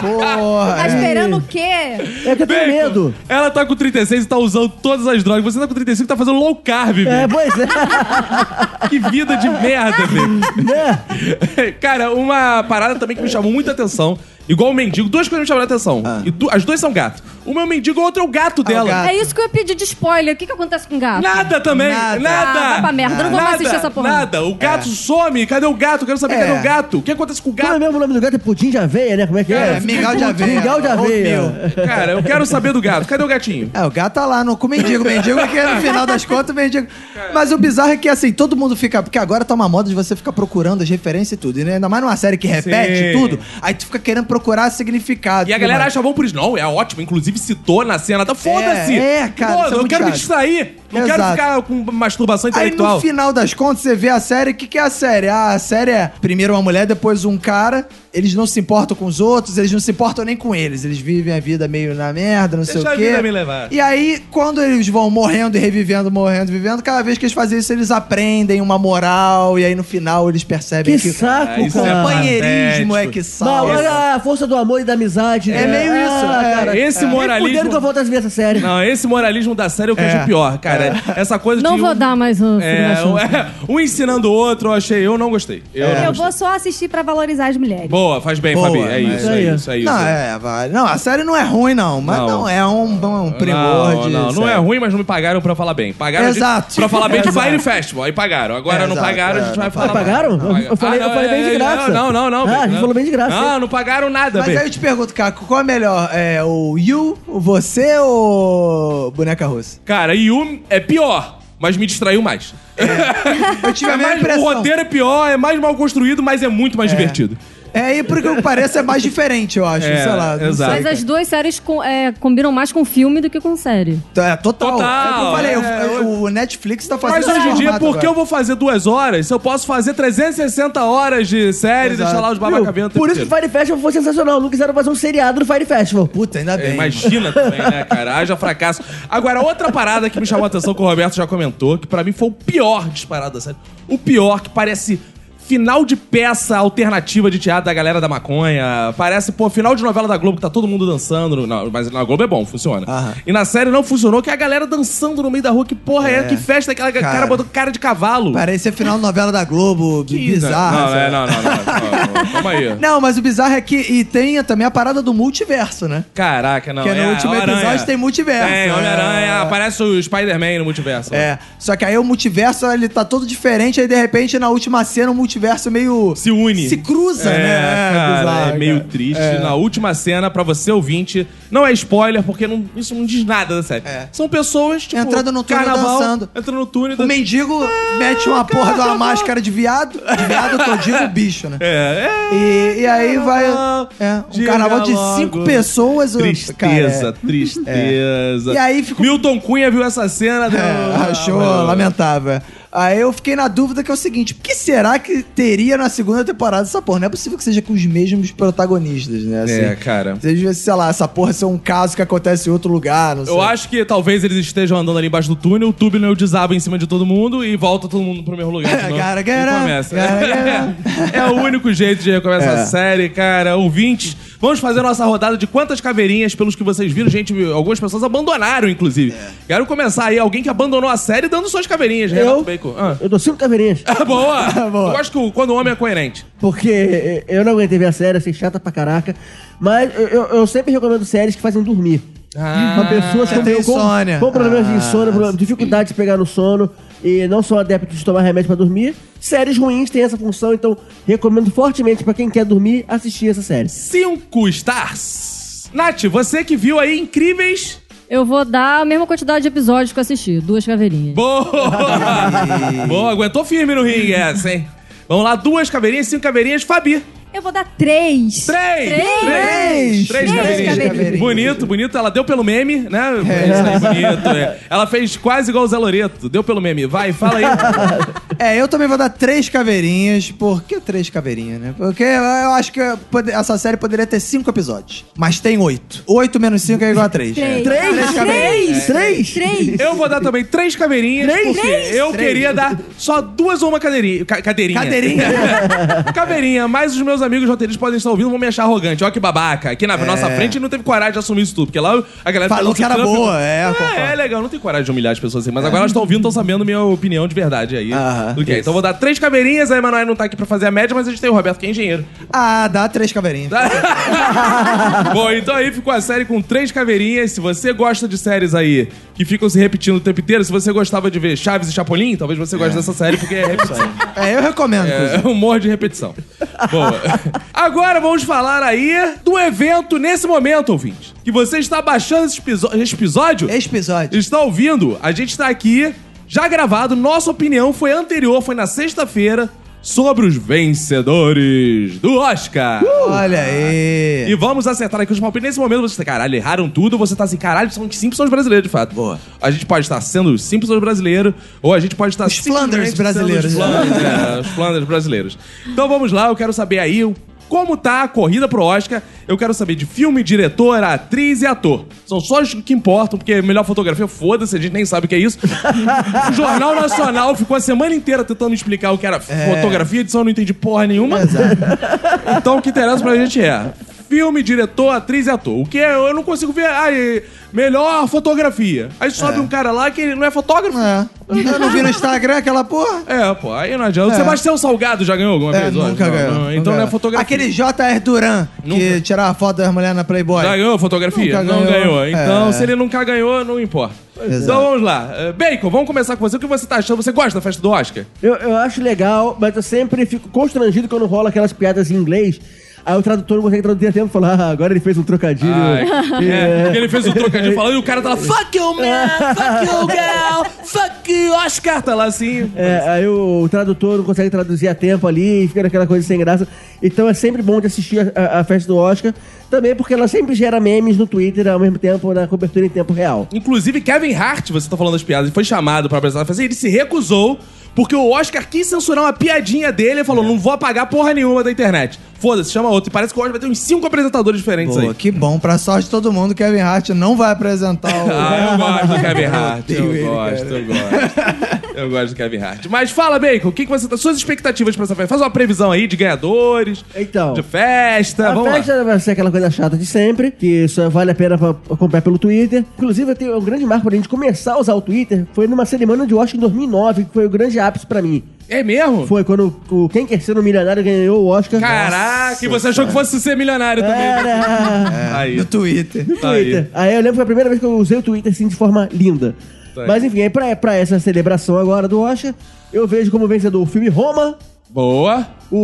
C: Porra,
M: Tá esperando o quê?
F: É que eu tenho
B: Bacon,
F: medo.
B: Ela tá com 36 e tá usando todas as drogas. Você tá com 35 e tá fazendo low carb,
F: É,
B: velho.
F: pois é.
B: Que vida de merda, velho.
F: né?
B: Cara, uma parada também que me chamou muita atenção. Igual o mendigo, duas coisas me chamaram a atenção. E du- as duas são gato. Uma é o mendigo, a outra é o gato dela.
C: Ah. gato.
E: É isso que eu ia pedir de spoiler. O que, que acontece com o gato?
B: Nada também, nada.
C: Nada.
E: Ah, vai pra merda, eu não vou mais assistir essa porra.
B: Nada, o gato some. Cadê o gato? Quero saber
C: É.
B: cadê o gato. O que acontece com o
F: Como é
B: gato?
F: mesmo o nome do gato? É pudim de aveia, né? Como é que é?
C: É, mingau de aveia.
F: Mingau de
C: Ô,
F: aveia.
B: Cara, eu quero saber do gato. Cadê o gatinho?
C: É, o gato tá lá no, com o mendigo. O mendigo é que no final das contas, o mendigo. Mas o bizarro é que, assim, todo mundo fica. Porque agora tá uma moda de você ficar procurando as referências e tudo. E né? ainda mais numa série que
B: Sim.
C: repete tudo. Aí tu fica querendo procurar significado.
B: E a
C: tudo
B: galera
C: mais.
B: acha bom por isso. Não, é ótimo. Inclusive citou na cena. Tá, foda-se.
C: É, é, cara,
B: Foda,
C: isso é
B: eu
C: muito
B: quero me
C: chato.
B: distrair. Não quero
C: Exato.
B: ficar com masturbação
C: Aí no
B: intelectual.
C: final das contas, você vê a série. O que, que é a série? Ah, a série é primeiro uma mulher, depois um cara. Eles não se importam com os outros, eles não se importam nem com eles. Eles vivem a vida meio na merda, não
B: Deixa
C: sei
B: a
C: o quê.
B: vida me levar.
C: E aí, quando eles vão morrendo e revivendo, morrendo e vivendo, cada vez que eles fazem isso, eles aprendem uma moral. E aí no final eles percebem
F: Que
C: que.
F: saco,
B: isso
F: cara.
C: é
B: Ah,
C: banheirismo é
B: patético.
C: que
F: Não,
C: salva.
F: olha a força do amor e da amizade. né? Ah,
C: É meio isso, é.
B: Esse
F: moralismo...
B: moralismo-
F: que eu volto a ver essa série.
B: Não, esse moralismo da série eu que acho pior, cara. Essa coisa
E: Não
B: de
E: vou
B: um,
E: dar mais um.
B: é,
E: segunda
B: um,
E: chance.
B: é, um ensinando o outro, eu achei. Eu não gostei.
E: É.
B: Eu não
M: Eu
B: gostei.
M: vou só assistir pra valorizar as mulheres.
B: Boa, faz bem,
C: Boa,
B: Fabi. É isso,
C: mas-
B: é
F: Isso aí.
B: isso, é isso.
C: Não, é, vale. Não, a série não é ruim, não. Mas
B: Não.
C: não, é um, um primor
B: Não,
C: de
B: não, não
C: série.
B: é ruim, mas não me pagaram pra falar bem. Pagaram de-
C: Exato.
B: pra falar bem de
C: Exato.
B: Fire Festival. Aí pagaram. Agora não
C: Exato,
B: pagaram, a
C: é,
B: gente
C: não
B: vai falar.
F: Ah,
B: Não,
F: pagaram? Eu-
B: pagaram.
F: eu falei- eu falei bem de
B: é,
F: graça.
B: Não, não, não.
F: Ah, a gente
B: não.
F: falou bem de graça.
B: Não, não pagaram nada,
C: Mas aí
B: velho.
C: eu te pergunto, Caco, qual é melhor? É o You, o você ou Boneca Russa?
B: Cara, Yu é pior, mas me distraiu mais.
C: Eu tive a mesma
B: Mas o
C: impressão.
B: roteiro é pior, é mais mal construído, mas é muito mais divertido.
C: É, e por que eu pareço é mais diferente, eu acho.
B: É,
C: sei lá. não
B: exato.
C: sei,
E: Mas as duas séries com- é, combinam mais com filme do que com série.
C: cara. É, total.
B: Total,
C: é o que eu falei, eu-
B: é,
C: eu- o Netflix tá fazendo
B: Mas hoje em
C: esse
B: dia,
C: formato
B: por que eu vou
C: agora.
B: fazer duas horas se eu posso fazer 360 horas de série e
C: Exato.
B: deixar lá os babacaventos?
F: Por isso que o Fire Festival foi sensacional. Não quiseram fazer um seriado do Fire Festival.
C: Puta, ainda
B: É,
C: bem.
B: Imagina também, né, cara? Haja fracasso. Agora, outra parada que me chamou a atenção, que o Roberto já comentou, que pra mim foi o pior disparado da série. O pior, que parece final de peça alternativa de teatro da galera da maconha. Parece, pô, final de novela da Globo, que tá todo mundo dançando. Não, mas na Globo é bom, funciona.
C: Aham.
B: E na série não funcionou, que é a galera dançando no meio da rua. Que porra é, que festa aquela cara,
C: Cara.
B: botou cara de cavalo.
C: Parecia final de novela da Globo, bizarro.
B: Não,
C: sei
B: é,
C: lá.
B: não, não, não, não, não. Calma aí.
C: Não, mas o bizarro é que e tem também a parada do multiverso, né?
B: Caraca, não.
C: Porque
B: é,
C: no último
B: Homem-Aranha.
C: episódio tem multiverso. né?
B: Tem, Homem-Aranha. Aparece o Spider-Man no multiverso.
C: É, só que aí o multiverso ele tá todo diferente, aí de repente na última cena o multiverso meio.
B: Se une.
C: Se cruza,
B: É,
C: né? É,
B: cara,
C: bizarro,
B: é meio
C: cara.
B: triste. Na última cena, pra você ouvinte, não é spoiler, porque não- isso não diz nada da série.
C: É.
B: São pessoas, tipo,
C: Entrando no túnel
B: carnaval,
C: dançando.
B: Entrando no túnel
C: O
B: dan-
C: mendigo mete uma porra de uma máscara de viado. De viado, que eu digo bicho, né?
B: É, é.
C: E, e aí vai. É, um
B: Diga
C: carnaval de
B: logo.
C: cinco pessoas. eu-
B: Tristeza,
C: cara,
B: tristeza.
C: é. E aí ficou.
B: Milton Cunha viu essa cena. do-
C: É, achou
B: Ah,
C: lamentável. Aí eu fiquei na dúvida que é o seguinte: o que será que teria na segunda temporada essa porra? Não é possível que seja com os mesmos protagonistas, né? Assim,
B: É, cara.
C: Seja, sei lá, essa porra ser um caso que acontece em outro lugar, não sei.
B: Eu acho que talvez eles estejam andando ali embaixo do túnel, o túnel desaba em cima de todo mundo e volta todo mundo pro primeiro lugar. de novo.
C: Gara,
B: E
C: gara,
B: começa.
C: gara, gara.
B: é o único jeito de recomeçar a série, cara. Ouvintes, vamos fazer nossa rodada de quantas caveirinhas, pelos que vocês viram, gente, algumas pessoas abandonaram, inclusive.
C: É.
B: Quero começar aí, alguém que abandonou a série dando suas caveirinhas, Renato
F: Eu,
B: Bacon. Ah.
F: eu dou cinco caveirinhas.
B: Boa!
F: Boa.
B: Eu gosto que o- quando o homem é coerente.
F: Porque eh, eu não aguentei ver a série, achei chata pra caraca. Mas eu, eu- eu sempre recomendo séries que fazem dormir. pra pessoas
C: Ah, você
F: com,
C: tem
F: com-
C: insônia.
F: com problemas de
C: Ah,
F: insônia, problema- dificuldade de pegar no sono e não são adeptos de tomar remédio pra dormir. Séries ruins têm essa função, então recomendo fortemente pra quem quer dormir assistir essa série.
B: Cinco stars. Nath, você que viu aí incríveis
E: Eu vou dar a mesma quantidade de episódios que eu assisti, duas caveirinhas.
B: Boa! Boa, aguentou firme no ringue essa, hein? Vamos lá, duas caveirinhas, cinco caveirinhas, Fabi.
K: Eu vou dar três.
B: Três!
K: Três!
B: Três, Três
K: Três
B: caveirinhas.
K: caveirinhas.
B: Bonito, bonito. Ela deu pelo meme, né? Isso aí, bonito. é. Ela fez quase igual o Zé Loreto. Deu pelo meme. Vai, fala aí.
H: É, eu também vou dar três caveirinhas. Por que três caveirinhas, né? Porque eu acho que pode- essa série poderia ter cinco episódios. Mas tem oito. Oito menos cinco é igual a três.
K: Três.
H: Três caveirinhas.
F: Três?
K: Três.
B: Eu vou dar também três caveirinhas,
F: Três?
B: porque eu
H: Três.
B: queria dar só duas ou uma cadeirinha. ca- cadeirinha.
H: Cadeirinha?
B: Tá Caveirinha, mas os meus amigos roteiristas podem estar ouvindo vão me achar arrogante. Olha que babaca. Aqui na nossa frente não teve coragem de assumir isso tudo, porque lá a galera...
H: É. Falou
B: ficava
H: que era
B: ficando-
H: boa, é, concordo.
B: tá É, é legal, não tem coragem de humilhar as pessoas assim, mas agora elas estão ouvindo, estão sabendo minha opinião de verdade aí.
H: Aham,
B: do que é. Então eu vou dar três caveirinhas, a Emanuel não tá aqui pra fazer a média, mas a gente tem o Roberto que é engenheiro.
H: Ah, dá três caveirinhas.
B: Bom, então aí ficou a série com três caveirinhas. Se você gosta de séries aí que ficam se repetindo o tempo inteiro, se você gostava de ver Chaves e Chapolin, talvez você goste dessa série porque é repetição.
H: É, eu recomendo.
B: É, é humor de repetição. Boa. Agora vamos falar aí do evento nesse momento, ouvinte. Que você está baixando esse, episo- esse episódio,
C: É
H: Esse episódio.
B: está ouvindo, a gente está aqui já gravado. Nossa opinião foi anterior, foi na sexta-feira, sobre os vencedores do Oscar.
H: Olha aí.
B: E vamos acertar aqui os palpites. Nesse momento você tá, caralho, erraram tudo. Você tá assim, caralho, são Simpsons brasileiros, de fato.
H: Boa.
B: A gente pode estar sendo os Simpsons brasileiro, ou a gente pode estar
H: Os Flanders
B: simplesmente sendo
H: brasileiros.
B: Os Flanders, é, os Flanders brasileiros. Então vamos lá, eu quero saber aí o- como tá a corrida pro Oscar. Eu quero saber de filme, diretor, atriz e ator. São só os que importam, porque é melhor fotografia, foda-se, a gente nem sabe o que é isso. o Jornal Nacional ficou a semana inteira tentando explicar o que era
H: É.
B: fotografia, edição, eu não entendi porra nenhuma. Então o que interessa pra gente é filme, diretor, atriz e ator. O que é, eu não consigo ver. Ah, e- melhor fotografia. Aí sobe um cara lá que ele não é fotógrafo. É,
H: É. Eu não vi no Instagram aquela porra.
B: pô, aí não adianta. Sebastião Salgado já ganhou alguma
H: É,
B: vez? Olha,
H: nunca
B: não,
H: ganhou.
B: não,
H: nunca
B: Então não é
H: ganhou.
B: fotografia.
H: Aquele J.R. Duran, que tirava foto das mulheres na Playboy.
B: Já ganhou
H: Nunca
B: fotografia? não
H: ganhou.
B: ganhou. Então,
H: É.
B: se ele nunca ganhou, não importa. Então
H: Exato.
B: vamos lá. Eh, Bacon, vamos começar com você. O que você tá achando? Você gosta da festa do Oscar?
F: Eu, eu acho legal, mas eu sempre fico constrangido quando rola aquelas piadas em inglês. Aí o tradutor não consegue traduzir a tempo e fala, ah, agora ele fez um trocadilho.
B: é, porque ele fez um trocadilho falando e o cara tá lá, fuck you, man, fuck you, girl, fuck you, Oscar. Tá lá assim.
F: É, aí o, o tradutor não consegue traduzir a tempo ali e fica naquela coisa sem graça. Então é sempre bom de assistir a, a- a festa do Oscar. Também porque ela sempre gera memes no Twitter ao mesmo tempo, na cobertura em tempo real.
B: Inclusive, Kevin Hart, você tá falando das piadas, ele foi chamado pra apresentar a festa, ele se recusou, porque o Oscar quis censurar uma piadinha dele e falou: não vou apagar porra nenhuma da internet. Foda-se, chama outro. E parece que o Oscar vai ter uns cinco apresentadores diferentes
H: Pô,
B: aí.
H: que bom. Pra sorte de todo mundo, Kevin Hart não vai apresentar o...
B: Ah, eu gosto do Kevin Hart.
H: odeio
B: Eu
H: ele,
B: gosto, eu gosto. Eu gosto do Kevin Hart. Mas fala, Bacon, o que, que você tá. Suas expectativas pra essa festa? Faz uma previsão aí de ganhadores,
F: Então.
B: de festa.
F: a
B: vamos lá.
F: festa vai ser aquela coisa chata de sempre, que só vale a pena pra comprar pelo Twitter. Inclusive, eu tenho um grande marco pra gente começar a usar o Twitter. Foi numa cerimônia de Oscar em 2009, que foi o grande ápice pra mim.
B: É mesmo?
F: Foi quando o Quem Quer Ser um Milionário ganhou o Oscar.
B: Caraca, e você achou que fosse ser milionário também.
F: É. Era...
B: Aí.
H: No Twitter.
F: No
B: Tá aí.
F: Twitter. Aí. eu lembro que foi a primeira vez que eu usei o Twitter assim de forma linda.
B: Tá aí.
F: Mas enfim, aí pra, pra essa celebração agora do Oscar, eu vejo como vencedor o filme Roma.
B: Boa.
F: O,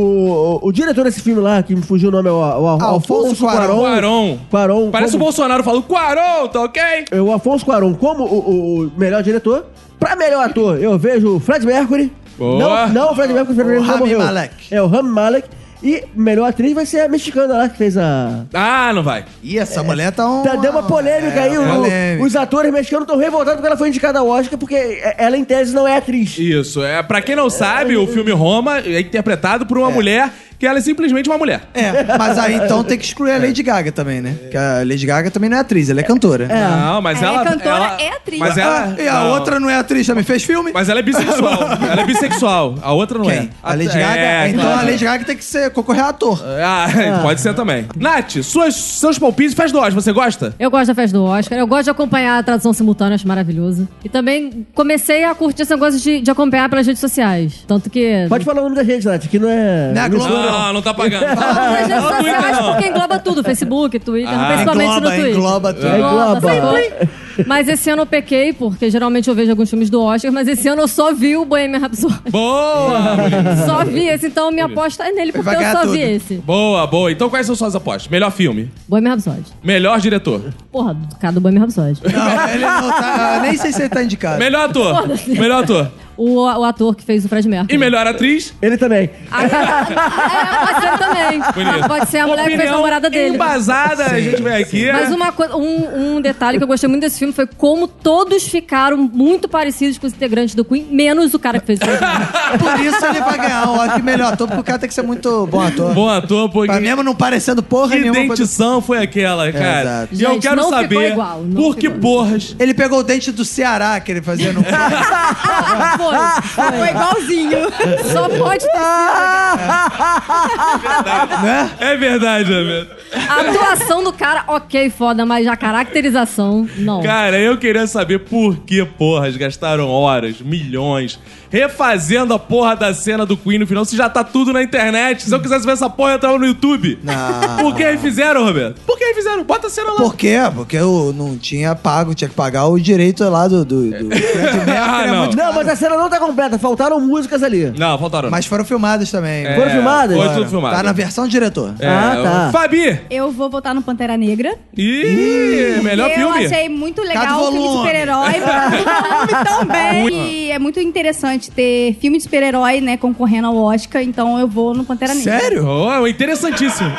F: o, o diretor desse filme lá, que me fugiu o nome, é o, o- o
H: Alfonso
F: Alfonso
H: Cuarón.
F: Cuarón.
B: Quaron.
F: Cuarón,
B: Parece
F: como- é,
B: o Bolsonaro falando, Quaron, tá ok?
F: o Alfonso Cuarón como o, o- o melhor diretor. Pra melhor ator, eu vejo o Fred Mercury.
B: Boa.
F: Não, não o Fred Mercury, o Fred Mercury já
H: Rami
F: morreu.
H: Malek.
F: É, o Rami Malek. E melhor atriz vai ser a mexicana lá, que fez a...
B: Ah, não vai.
H: Ih, essa mulher tá um...
F: Tá, deu uma polêmica aí. o-
H: polêmica.
F: os atores mexicanos estão revoltados porque ela foi indicada ao Oscar, porque e- ela, em tese, não é atriz.
B: Isso. É, pra quem não sabe, o filme Roma é interpretado por uma mulher que ela é simplesmente uma mulher.
H: É, mas aí então tem que excluir a Lady Gaga também, né? Porque a Lady Gaga também não é atriz, ela é cantora.
F: É.
B: Não, mas
K: Ela
B: ela.
K: é cantora
B: ela-
K: e atriz.
B: Mas ela.
H: Ah, e a
B: não.
H: outra não é atriz também? Fez filme?
B: Mas ela é bissexual. ela é bissexual. A outra não é.
H: Quem? A Lady
B: é,
H: Gaga? então
B: claro.
H: a Lady Gaga tem que ser concorrer a ator.
B: Ah, pode ser também. Nath, suas, seus palpites faz nós, você gosta?
E: Eu gosto da festa do Oscar, eu gosto de acompanhar a tradução simultânea, acho maravilhoso. E também comecei a curtir esse negócio de, de acompanhar pelas redes sociais. Tanto que.
F: Pode falar o nome da gente, Nath, que não é...
H: Não é a Globo,
F: emissora.
B: Não, não tá pagando.
E: Pelas redes
B: Não, Twitter
E: sociais,
B: não.
E: porque engloba tudo: Facebook, Twitter,
B: Ah,
E: principalmente
H: engloba,
E: no Twitter.
H: engloba tudo.
F: É, engloba.
E: sacou? Mas esse ano eu pequei, porque geralmente eu vejo alguns filmes do Oscar, mas esse ano eu só vi o Bohemian Rhapsody.
B: Boa!
E: Só vi esse, então minha aposta é nele, porque
C: Vai
E: eu
C: ganhar
E: só
C: tudo.
E: vi esse.
B: boa, boa. Então quais são suas apostas? Melhor filme?
E: Bohemian Rhapsody.
B: Melhor diretor?
E: Porra, do cara do Bohemian Rhapsody.
C: Não,
B: É.
C: ele não tá. Nem sei se ele tá indicado.
B: Melhor ator? Melhor ator.
E: O, o ator que fez o Fred Mercury.
B: E melhor atriz?
F: Ele também.
E: Ah, é, pode ser também.
B: Bonito.
E: Pode ser É a mulher que fez a
B: Opinião
E: namorada dele.
B: Embasada, a gente vem aqui.
E: Mas uma coisa, um, um detalhe que eu gostei muito desse filme foi como todos ficaram muito parecidos com os integrantes do Queen, menos o cara que fez o Fred Mercury.
C: Por isso ele vai ganhar um Oscar de melhor ator, porque o cara tem que ser muito bom ator.
B: Bom ator, porque.
C: Tá mesmo não parecendo porra
B: Que
C: nenhuma. pra-
B: dentição foi aquela, cara?
C: exato.
B: E eu
E: Gente,
B: quero
E: não ficou
B: saber
E: igual, não
B: por que
E: ficou.
B: porras.
C: Ele pegou o dente do Ceará que ele fazia no.
B: É.
E: Foi, foi.
K: Foi igualzinho.
E: Só pode
B: É verdade, Alberto.
E: A atuação do cara, ok, foda, mas a caracterização, não.
B: Cara, eu queria saber por que porras gastaram horas, milhões, refazendo a porra da cena do Queen no final. Se já tá tudo na internet. Se eu quisesse ver essa porra, eu entrava no YouTube.
C: Não.
B: Por que fizeram, Roberto? Por que fizeram? Bota a cena lá.
C: Por quê? Porque eu não tinha pago, tinha que pagar o direito lá do. do, do-
B: Ah, não.
F: Não, mas a cena não tá completa, faltaram músicas ali.
B: Não, faltaram.
C: Mas foram filmados também.
F: Foram filmadas?
B: Foi É. tudo filmado.
C: Tá na versão diretor.
B: É,
F: Ah, tá.
B: Fabi!
K: Eu vou votar no Pantera Negra.
B: Ih, melhor
K: eu
B: filme.
K: achei muito
C: Cada
K: legal o filme de
C: volume.
K: super-herói. volume também. então, E é muito interessante ter filme de super-herói, né, concorrendo ao Oscar. Então eu vou no Pantera
C: Ah,
K: Negra.
B: Sério? Oh, interessantíssimo.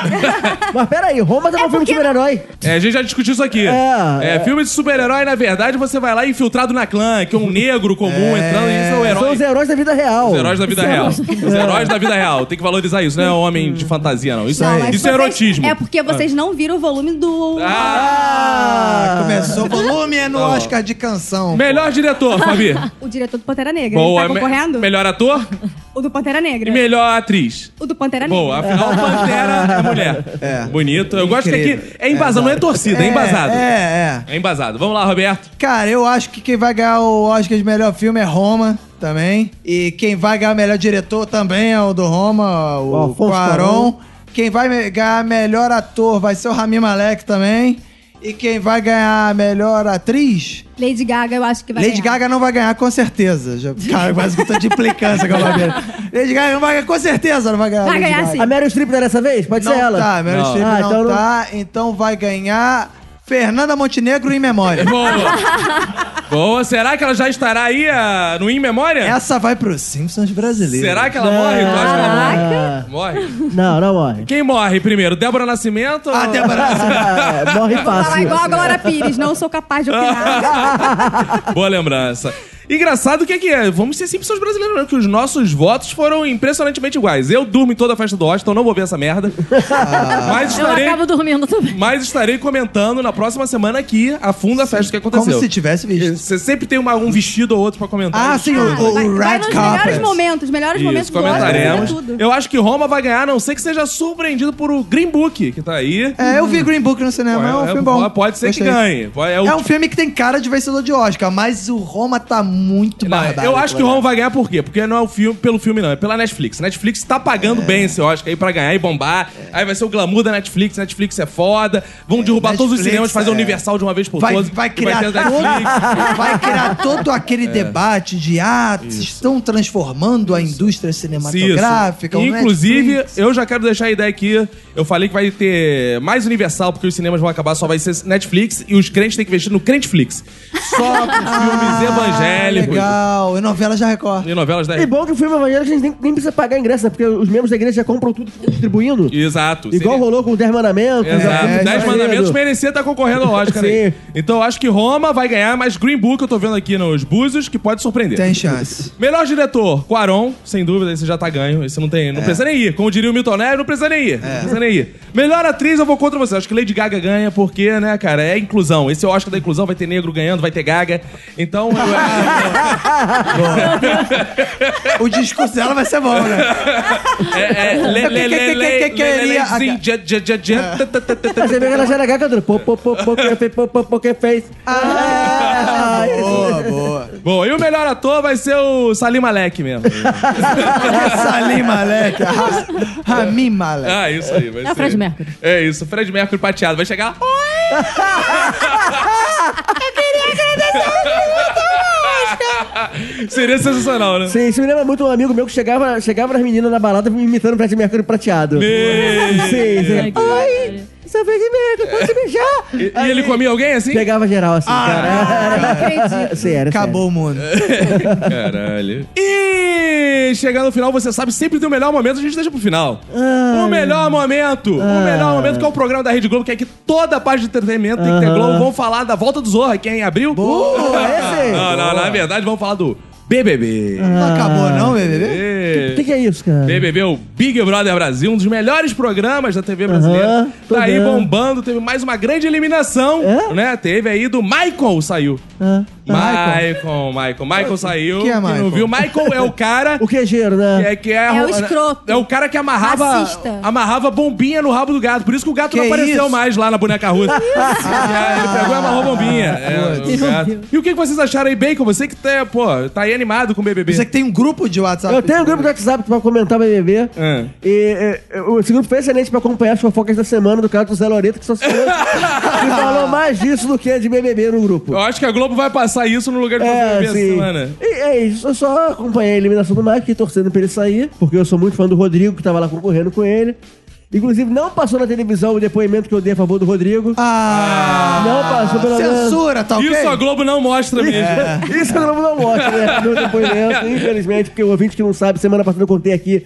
F: Mas peraí, Roma tá no filme de super-herói.
B: É, a gente já discutiu isso aqui. É,
F: É, é.
B: filme de super-herói, na verdade, você vai lá infiltrado na clã, que é um negro comum entrando, e isso é o
F: São
B: herói.
F: os heróis da vida real.
B: Os heróis da vida real. Os heróis da vida real. Tem que valorizar isso, não é homem de fantasia, não. Isso,
K: Não, mas
B: isso é
K: vocês-
B: erotismo.
K: É porque vocês não viram o volume do.
B: Ah! Tá
C: Ah, começou o volume no Oscar de canção.
B: Melhor diretor, Fabi.
K: O diretor do Pantera Negra.
B: Boa, é
K: Ele tá
B: me-
K: concorrendo?
B: melhor ator
K: O do Pantera Negra.
B: e melhor atriz.
K: O do Pantera Negra.
B: Boa, afinal, Pantera é mulher. É. Bonito. Eu gosto que
C: Incrível.
B: aqui é embasado, não é torcida, é, embasado.
C: É, é.
B: É embasado. Vamos lá, Roberto.
C: Cara, eu acho que quem vai ganhar o Oscar de melhor filme é Roma também. E quem vai ganhar o melhor diretor também é o do Roma,
F: O
C: o,
F: Alfonso
C: Cuarón. Quem vai me- ganhar melhor ator vai ser o Rami Malek também. E quem vai ganhar melhor atriz?
K: Lady Gaga, eu acho que vai
C: Lady
K: ganhar.
C: Gaga não vai ganhar, com certeza. Já, cara, quase que eu tô de implicância com a Fabiana. Lady Gaga não vai ganhar, com certeza não vai ganhar.
K: Vai
C: Lady
K: ganhar
C: Gaga.
K: sim.
F: A Meryl Streep tá dessa vez? Pode
C: Não
F: ser ela.
C: tá, Meryl
B: Não.
C: Streep
F: Ah,
C: não,
F: então não-
C: tá. Então vai ganhar Fernanda Montenegro em memória.
B: Boa. Boa. Será que ela já estará aí ah, no In Memória?
C: Essa vai pro Simpsons brasileiro.
B: Será que ela morre? Eu acho que ela morre.
F: Ah,
B: Morre?
F: não, não morre.
B: Quem morre primeiro? Débora Nascimento?
C: Ah, Débora,
F: Ah, morre
K: Falar
F: fácil.
K: Tá igual a Glória Pires, não sou capaz de
B: Ah,
K: opinar.
B: Boa lembrança. Engraçado o que é que é? Vamos ser Simpsons brasileiros, né? que os nossos votos foram impressionantemente iguais. Eu durmo em toda a festa do Oscar, então não vou ver essa merda.
C: Ah.
B: Mas
E: Eu
B: estarei,
E: acabo dormindo também.
B: mas estarei comentando na próxima semana aqui a fundo a festa que
C: como
B: aconteceu.
C: se tivesse visto.
B: Você sempre tem uma- um vestido ou outro pra comentar.
C: Ah, sim, o, o,
K: vai,
C: o
K: vai
C: Red
K: é nos melhores
C: Carpet.
K: momentos, melhores momentos
B: Isso,
K: do Oscar,
B: comentaremos.
K: tudo.
B: Eu acho que Roma vai ganhar, a não ser que seja surpreendido por o Green Book, que tá aí.
C: É, eu vi Green Book no cinema, é, um
B: É,
C: filme bom.
B: Pode ser
C: Gostei.
B: que ganhe. Pode- É, o-
C: É um filme que tem cara de vencedor de Oscar, mas o Roma tá muito
B: Não,
C: bardado.
B: eu acho que o Ron vai ganhar por quê? Porque não é o filme, pelo filme, não. É pela Netflix. Netflix tá pagando
C: É.
B: bem esse Oscar aí pra ganhar e bombar. Aí vai ser o glamour da Netflix. Netflix é foda. Vão derrubar todos os
C: Netflix,
B: cinemas, fazer
C: é.
B: Universal de uma vez por
C: Vai,
B: todas.
C: vai
B: e vai
C: criar
B: ter Netflix.
C: todo, vai criar todo
B: É.
C: aquele debate de ah, vocês estão transformando a indústria cinematográfica. né? o
B: Isso. Inclusive,
C: Netflix.
B: eu já quero deixar a ideia aqui. Eu falei que vai ter mais Universal, porque os cinemas vão acabar, só vai ser Netflix. E os crentes têm que investir no Crenteflix. Só com filmes evangélicos
C: Ah, Legal, e novela já recorda.
B: e novelas da
F: E bom que o filme evangélico a gente nem, nem precisa pagar ingresso, né? Porque os membros da igreja já compram tudo que estão distribuindo.
B: Exato.
F: Igual
B: Seria-
F: rolou com os 10 mandamentos.
B: Exato.
C: É,
B: Dez
C: isso
B: mandamentos merecia estar concorrendo ao Oscar aí.
F: Sim.
B: Então eu acho que Roma vai ganhar, mas Green Book eu tô vendo aqui nos búzios que pode surpreender.
C: Tem chance.
B: Melhor diretor, Quaron, sem dúvida, esse já tá ganho. Esse não tem. Não precisa nem ir. Como diria o Milton Neves, não precisa nem ir. Não precisa nem ir. Melhor atriz, eu vou contra você. Acho que Lady Gaga ganha, porque, né, cara, é inclusão. Esse é o Oscar da inclusão, vai ter negro ganhando, vai ter gaga. Então. eu-
C: O discurso dela vai ser bom, né?
B: é, é, le- le- le- le- le- le- je- je- je-
F: Aí Você vê que ela já era gaga cantando. Pô, pô, pô, pô, que fez, pô, pô, pô, que fez. Ah,
C: Boa, boa.
B: Bom, e o melhor ator vai ser o Salim Malek mesmo.
C: Salim Malek. Rami Malek.
B: Ah,
F: É
B: isso aí. Vai
E: É o Fred Mercury.
B: É isso, Fred Mercury pateado. Vai chegar. Oi! Seria sensacional, né?
F: Sim, isso me lembra muito um amigo meu que chegava, chegava nas meninas na balada imitando o Fred Mercury prateado.
B: Meu.
F: Sim,
E: Ai, que
F: sim. Ai,
E: maravilha.
F: seu Fred Mercury, pode se beijar.
B: E, e ele Ah. comia alguém assim?
F: Pegava geral assim, cara. Sim,
B: É.
F: era
C: Acabou o mundo.
B: Caralho. E chegando no final, você sabe, sempre tem o melhor momento, a gente deixa pro final.
F: Ah,
B: O melhor momento! O melhor momento que é o programa da Rede Globo, que é que toda a parte de entretenimento tem que ter Globo. Vamos falar da volta do Zorra, que é em abril.
F: Boa, esse.
B: Não, não, na verdade, vamos falar do BBB.
C: Não acabou,
F: Ah.
C: não, bebê?
B: É.
F: O que, que é isso, cara?
B: BBB, o Big Brother Brasil, um dos melhores programas da TV brasileira.
F: Aham, tô
B: tá aí
F: vendo.
B: bombando, teve mais uma grande eliminação,
F: É?
B: né? Teve aí do Michael saiu.
F: Ah,
B: Michael, Michael, Michael saiu.
C: Quem é
B: não
C: Michael?
B: viu? Michael é o cara
F: o queijeiro,
B: que
F: né?
B: é que é,
K: É o escroto.
B: É o cara que amarrava
K: Racista.
B: amarrava bombinha no rabo do gato. Por isso que o gato não
C: Que
B: apareceu
C: isso?
B: mais lá na boneca russa. É, ele pegou e amarrou bombinha. É, o gato. E o que que vocês acharam aí, Bacon? Você que tá, pô, tá aí animado com o BBB.
C: Você que tem um grupo de WhatsApp.
F: Eu tenho um grupo do WhatsApp pra comentar o BBB.
B: Ah.
F: E, é, é, esse grupo foi excelente pra acompanhar as fofocas da semana do caso do Zé Loreto, que só se que falou mais disso do que de BBB no grupo.
B: Eu acho que a Globo vai passar isso no lugar de
F: É,
B: BBB essa
F: sim.
B: semana.
F: E é isso, eu só acompanhei a eliminação do Mike, torcendo pra ele sair, porque eu sou muito fã do Rodrigo, que tava lá concorrendo com ele. Inclusive, não passou na televisão o depoimento que eu dei a favor do Rodrigo.
C: Ah,
F: não passou pelo menos.
C: censura, tá ok? É.
B: Isso a Globo não mostra mesmo.
F: É. Isso que eu não não mostra, né? No depoimento, infelizmente, porque o ouvinte que não sabe, semana passada eu contei aqui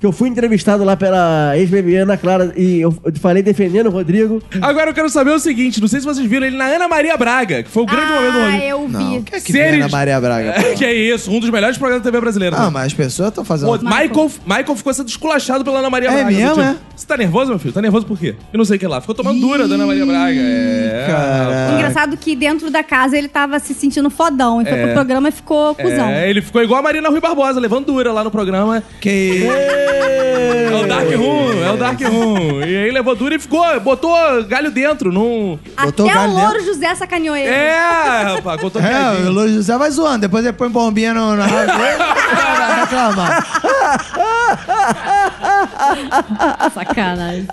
F: que eu fui entrevistado lá pela ex-BBB Ana Clara e eu eu falei defendendo o Rodrigo.
B: Agora eu quero saber o seguinte: não sei se vocês viram ele na Ana Maria Braga, que foi o grande momento do
K: Ah,
B: Rodrigo.
K: eu vi.
C: é Que que
B: Seres-
C: pena, Maria Braga. pô.
B: que é isso, um dos melhores programas da TV brasileira.
C: Ah,
B: né?
C: mas as pessoas estão fazendo.
B: Pô, Michael, Michael ficou sendo esculachado pela Ana Maria
C: É
B: Braga.
C: mesmo,
B: do
C: é?
B: Você tá nervoso, meu filho? Tá nervoso por quê? Eu não sei o que lá. Ficou tomando dura da Ana Maria Braga. É.
C: Caraca.
K: Engraçado que dentro da casa ele tava se sentindo fodão. E foi pro programa e ficou cuzão.
B: É, ele ficou igual a Marina Rui Barbosa, levando dura lá no programa.
C: Que
B: É o Dark Room, é o Dark Room. E aí levou dura e ficou, botou galho dentro, num.
C: Botou o
K: Até
C: galho
K: o louro José sacaneou ele.
B: É, rapaz, contou
C: É, o
B: piadinha.
C: Lô José vai zoando, depois ele põe bombinha no, na rádio dele, vai reclamar.
E: Sacanagem.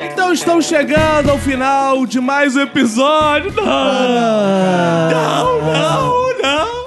B: Então estamos chegando ao final de mais um episódio.
F: Ah,
B: Não! Não, não, não!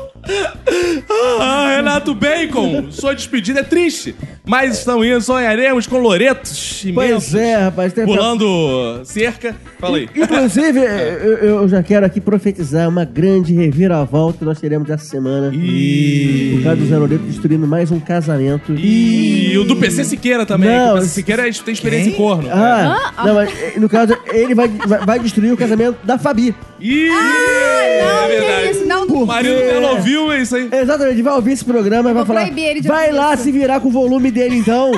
B: Ah, Renato Bacon, sua despedida é triste, mas estão indo, sonharemos com Loretos imensos
F: Pois é, rapaz. tem-
B: pulando cerca. Fala aí.
F: Inclusive, eu, eu já quero aqui profetizar uma grande reviravolta que nós teremos essa semana.
B: Ih.
F: Por causa do Zé Loreto destruindo mais um casamento.
B: E o do PC Siqueira também.
F: Não,
B: que o PC
F: esse-
B: Siqueira é- tem experiência em corno.
F: Ah, não, mas eh, no caso, ele vai, vai, vai destruir o casamento da Fabi.
B: Ih,
K: Ah, Não,
B: é
K: que isso,
B: verdade.
K: não.
F: Uh.
B: O marido dela ouviu isso aí.
F: Exatamente, vai ouvir esse programa e vai
K: Vou
F: falar.
K: proibir ele de
F: Vai
K: ouvir
F: lá
K: isso."
F: se virar com o volume dele, então.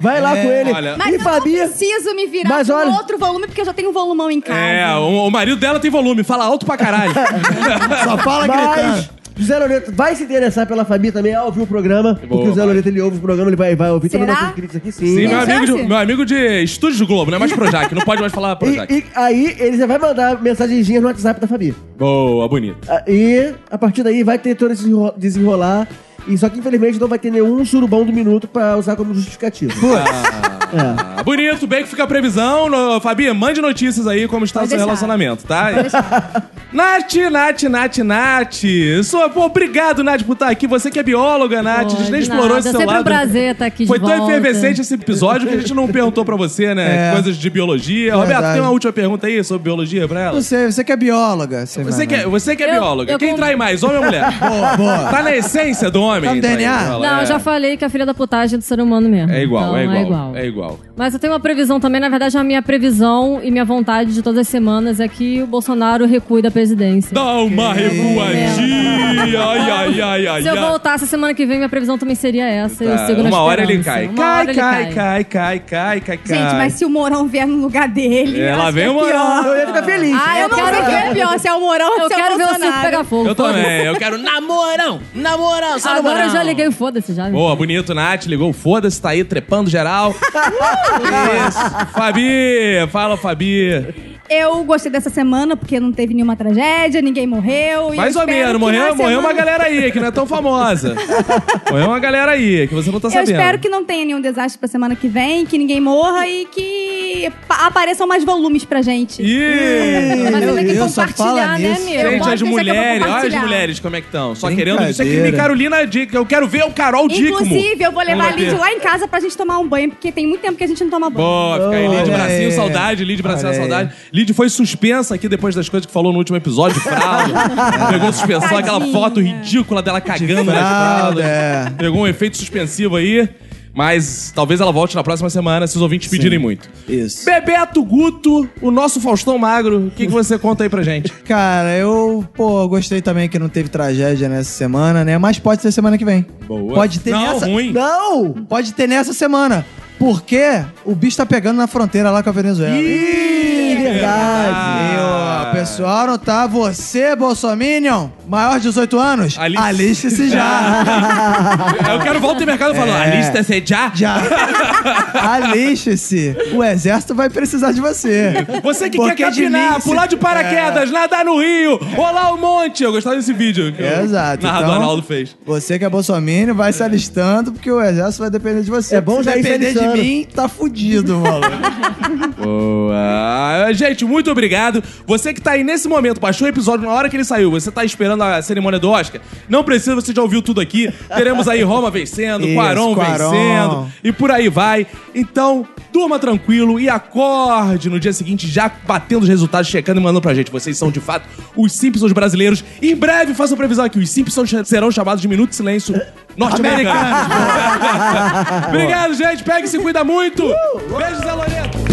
F: Vai lá com ele.
B: É, olha.
K: Mas
F: e
K: eu
F: Fabi.
K: não preciso me virar
F: Mas
K: com
F: olha-
K: outro volume, porque eu já tenho um volumão em casa.
B: É, o, o marido dela tem volume, fala alto pra caralho.
C: Só fala
F: Mas.
C: gritando.
F: José Loreto vai se interessar pela Fabi também ao ouvir o programa. porque o José
B: vai.
F: Loreto ele ouve o programa, ele vai, vai ouvir. Também
K: Será?
F: não tem críticas aqui,
B: Sim, meu
K: Tem
B: amigo, de,
K: chance?
B: meu amigo de Estúdio Globo, não é mais Projac, não pode mais falar Projac.
F: E, e aí ele já vai mandar mensagenzinhas no WhatsApp da Fabi.
B: Boa, bonito.
F: Ah, E a partir daí vai ter todo esse desenro- desenrolar. E só que infelizmente não vai ter nenhum surubão do minuto pra usar como justificativo.
B: Ah, bonito, bem que fica a previsão. No, Fabi, mande notícias aí como está o seu
K: deixar.
B: relacionamento, tá? Nath, Nath, Nath, Nath. Sou, pô, obrigado, Nath, por estar aqui. Você que é bióloga, Nath, a gente nem
E: Pô, de
B: explorou
E: nada.
B: esse
E: É
B: seu
E: sempre
B: lado.
E: um prazer estar aqui de
B: Foi tão
E: volta. É.
B: efervescente esse episódio que a gente não perguntou pra você, né? Coisas de biologia. Roberto,
C: Verdade.
B: tem uma última pergunta aí sobre biologia pra ela?
C: Não sei, você que é bióloga. Você,
B: Você que é, você que é
E: Eu-
B: bióloga,
E: eu
B: quem
E: como-
B: trai mais, homem ou mulher?
C: Boa, boa.
B: Tá na essência do homem.
C: Tá no
B: trair
C: DNA?
B: ela,
E: Não,
B: é.
E: eu já falei que a filha da putagem é do ser humano mesmo.
B: É igual,
E: Então,
B: é igual, é igual.
E: Mas eu tenho uma previsão também, na verdade, a minha previsão e minha vontade de todas as semanas é que o Bolsonaro recue da presidência.
B: Dá uma revoadinha, ai, ai, ai, ai.
E: Se eu
B: ai.
E: voltasse semana que vem, minha previsão também seria essa. eu
B: Tá,
E: sigo na
B: uma hora ele
E: esperança.
B: cai.
E: Uma
B: Cai,
E: hora ele
B: cai, cai, cai, cai, cai, cai.
K: Gente, mas se o Mourão vier no lugar dele.
B: Ela
K: acho que
B: vem
K: é
B: o Mourão.
K: pior.
F: Eu ia ficar feliz.
K: Ah, eu,
E: Eu
K: não
E: quero
K: sei
E: ver.
K: quem é pior, se é o Mourão ou
E: Eu
K: se é o
E: quero ver o circo
K: Bolsonaro.
E: pegar fogo.
B: Eu também, eu quero namorão, namorão, só
E: Agora
B: namorão.
E: eu já liguei o foda-se já.
B: Boa, bonito, Nath, ligou, foda-se, tá aí trepando geral. Isso. Fabi, fala, Fabi.
I: Eu gostei dessa semana porque não teve nenhuma tragédia, ninguém morreu. e
B: Mais
I: eu
B: ou
I: espero
B: menos,
I: que
B: morreu,
I: na
B: morreu uma
I: semana-
B: galera aí que não é tão famosa. morreu uma galera aí que você não tá
I: Eu
B: sabendo.
I: espero que não tenha nenhum desastre pra semana que vem, que ninguém morra e que pa- apareçam mais volumes pra gente.
B: Ih!
E: Mas
C: Meu
E: tem que
C: Deus, só fala
E: compartilhar, né,
C: nisso.
E: amigo?
B: Gente,
E: Bora
B: as
E: pensar que eu vou
B: mulheres, olha as
E: compartilhar.
B: mulheres como é que estão. Só querendo.
C: Brincadeira.
B: Isso aqui me Carolina Dica. Eu quero ver o Carol Dickman.
I: Inclusive, eu vou levar a
B: Vamos
I: Lid
B: ver.
I: lá em casa pra gente tomar um banho, porque tem muito tempo que a gente não toma banho.
B: Boa, fica aí, Lid
C: Olha
B: Bracinho,
C: aí.
B: saudade, Lid Bracinho,
C: Olha aí.
B: saudade. Lid foi suspensa aqui depois das coisas que falou no último episódio, fralda. Pegou suspensão, aquela
I: Tadinha.
B: foto ridícula dela cagando nas fraldas.
C: é.
B: Pegou um efeito suspensivo aí. Mas talvez ela volte na próxima semana, se os ouvintes pedirem muito.
C: Isso.
B: Bebeto Guto, o nosso Faustão Magro, o que, que você conta aí pra gente?
C: Cara, eu, pô, gostei também que não teve tragédia nessa semana, né? Mas pode ser semana que vem.
B: Boa.
C: Pode ter
B: Não,
C: nessa.
B: ruim.
C: Não! Pode ter nessa semana. Porque o bicho tá pegando na fronteira lá com a Venezuela.
B: é
F: Ih, verdade.
C: Ah. Eu, pessoal, não tá? Você, Bolsominion, maior de 18 anos,
B: Alice-
C: aliste-se já.
B: Eu quero volta em mercado falando, a lista é já?
C: já. Aliste-se. O exército vai precisar de você.
B: Você que
C: Porque
B: quer
C: de
B: capinar,
C: mim se- É.
B: pular de paraquedas, nadar no rio, rolar um monte. Eu gostava desse vídeo que
C: É,
B: o
C: exato.
B: narrador
C: Então-
B: Arnaldo fez.
C: Você que é bolsominion, vai se alistando, porque o exército vai depender de você.
F: É bom
C: se
F: já ir se
C: depender de
F: alistando.
C: mim, tá fudido, maluco.
B: Boa. Gente, muito obrigado. Você que tá aí nesse momento, baixou o episódio na hora que ele saiu, você tá esperando a cerimônia do Oscar? Não precisa, você já ouviu tudo aqui. Teremos aí Roma vencendo,
C: Isso,
B: Quaron,
C: Cuarón.
B: vencendo e por aí vai. Então, durma tranquilo e acorde no dia seguinte já batendo os resultados, checando e mandando pra gente. Vocês são, de fato, os Simpsons brasileiros. Em breve, façam previsão aqui, os Simpsons serão chamados de Minuto de Silêncio norte-americano. obrigado, gente. Pegue e se cuida muito. Beijos, Zé Loreto.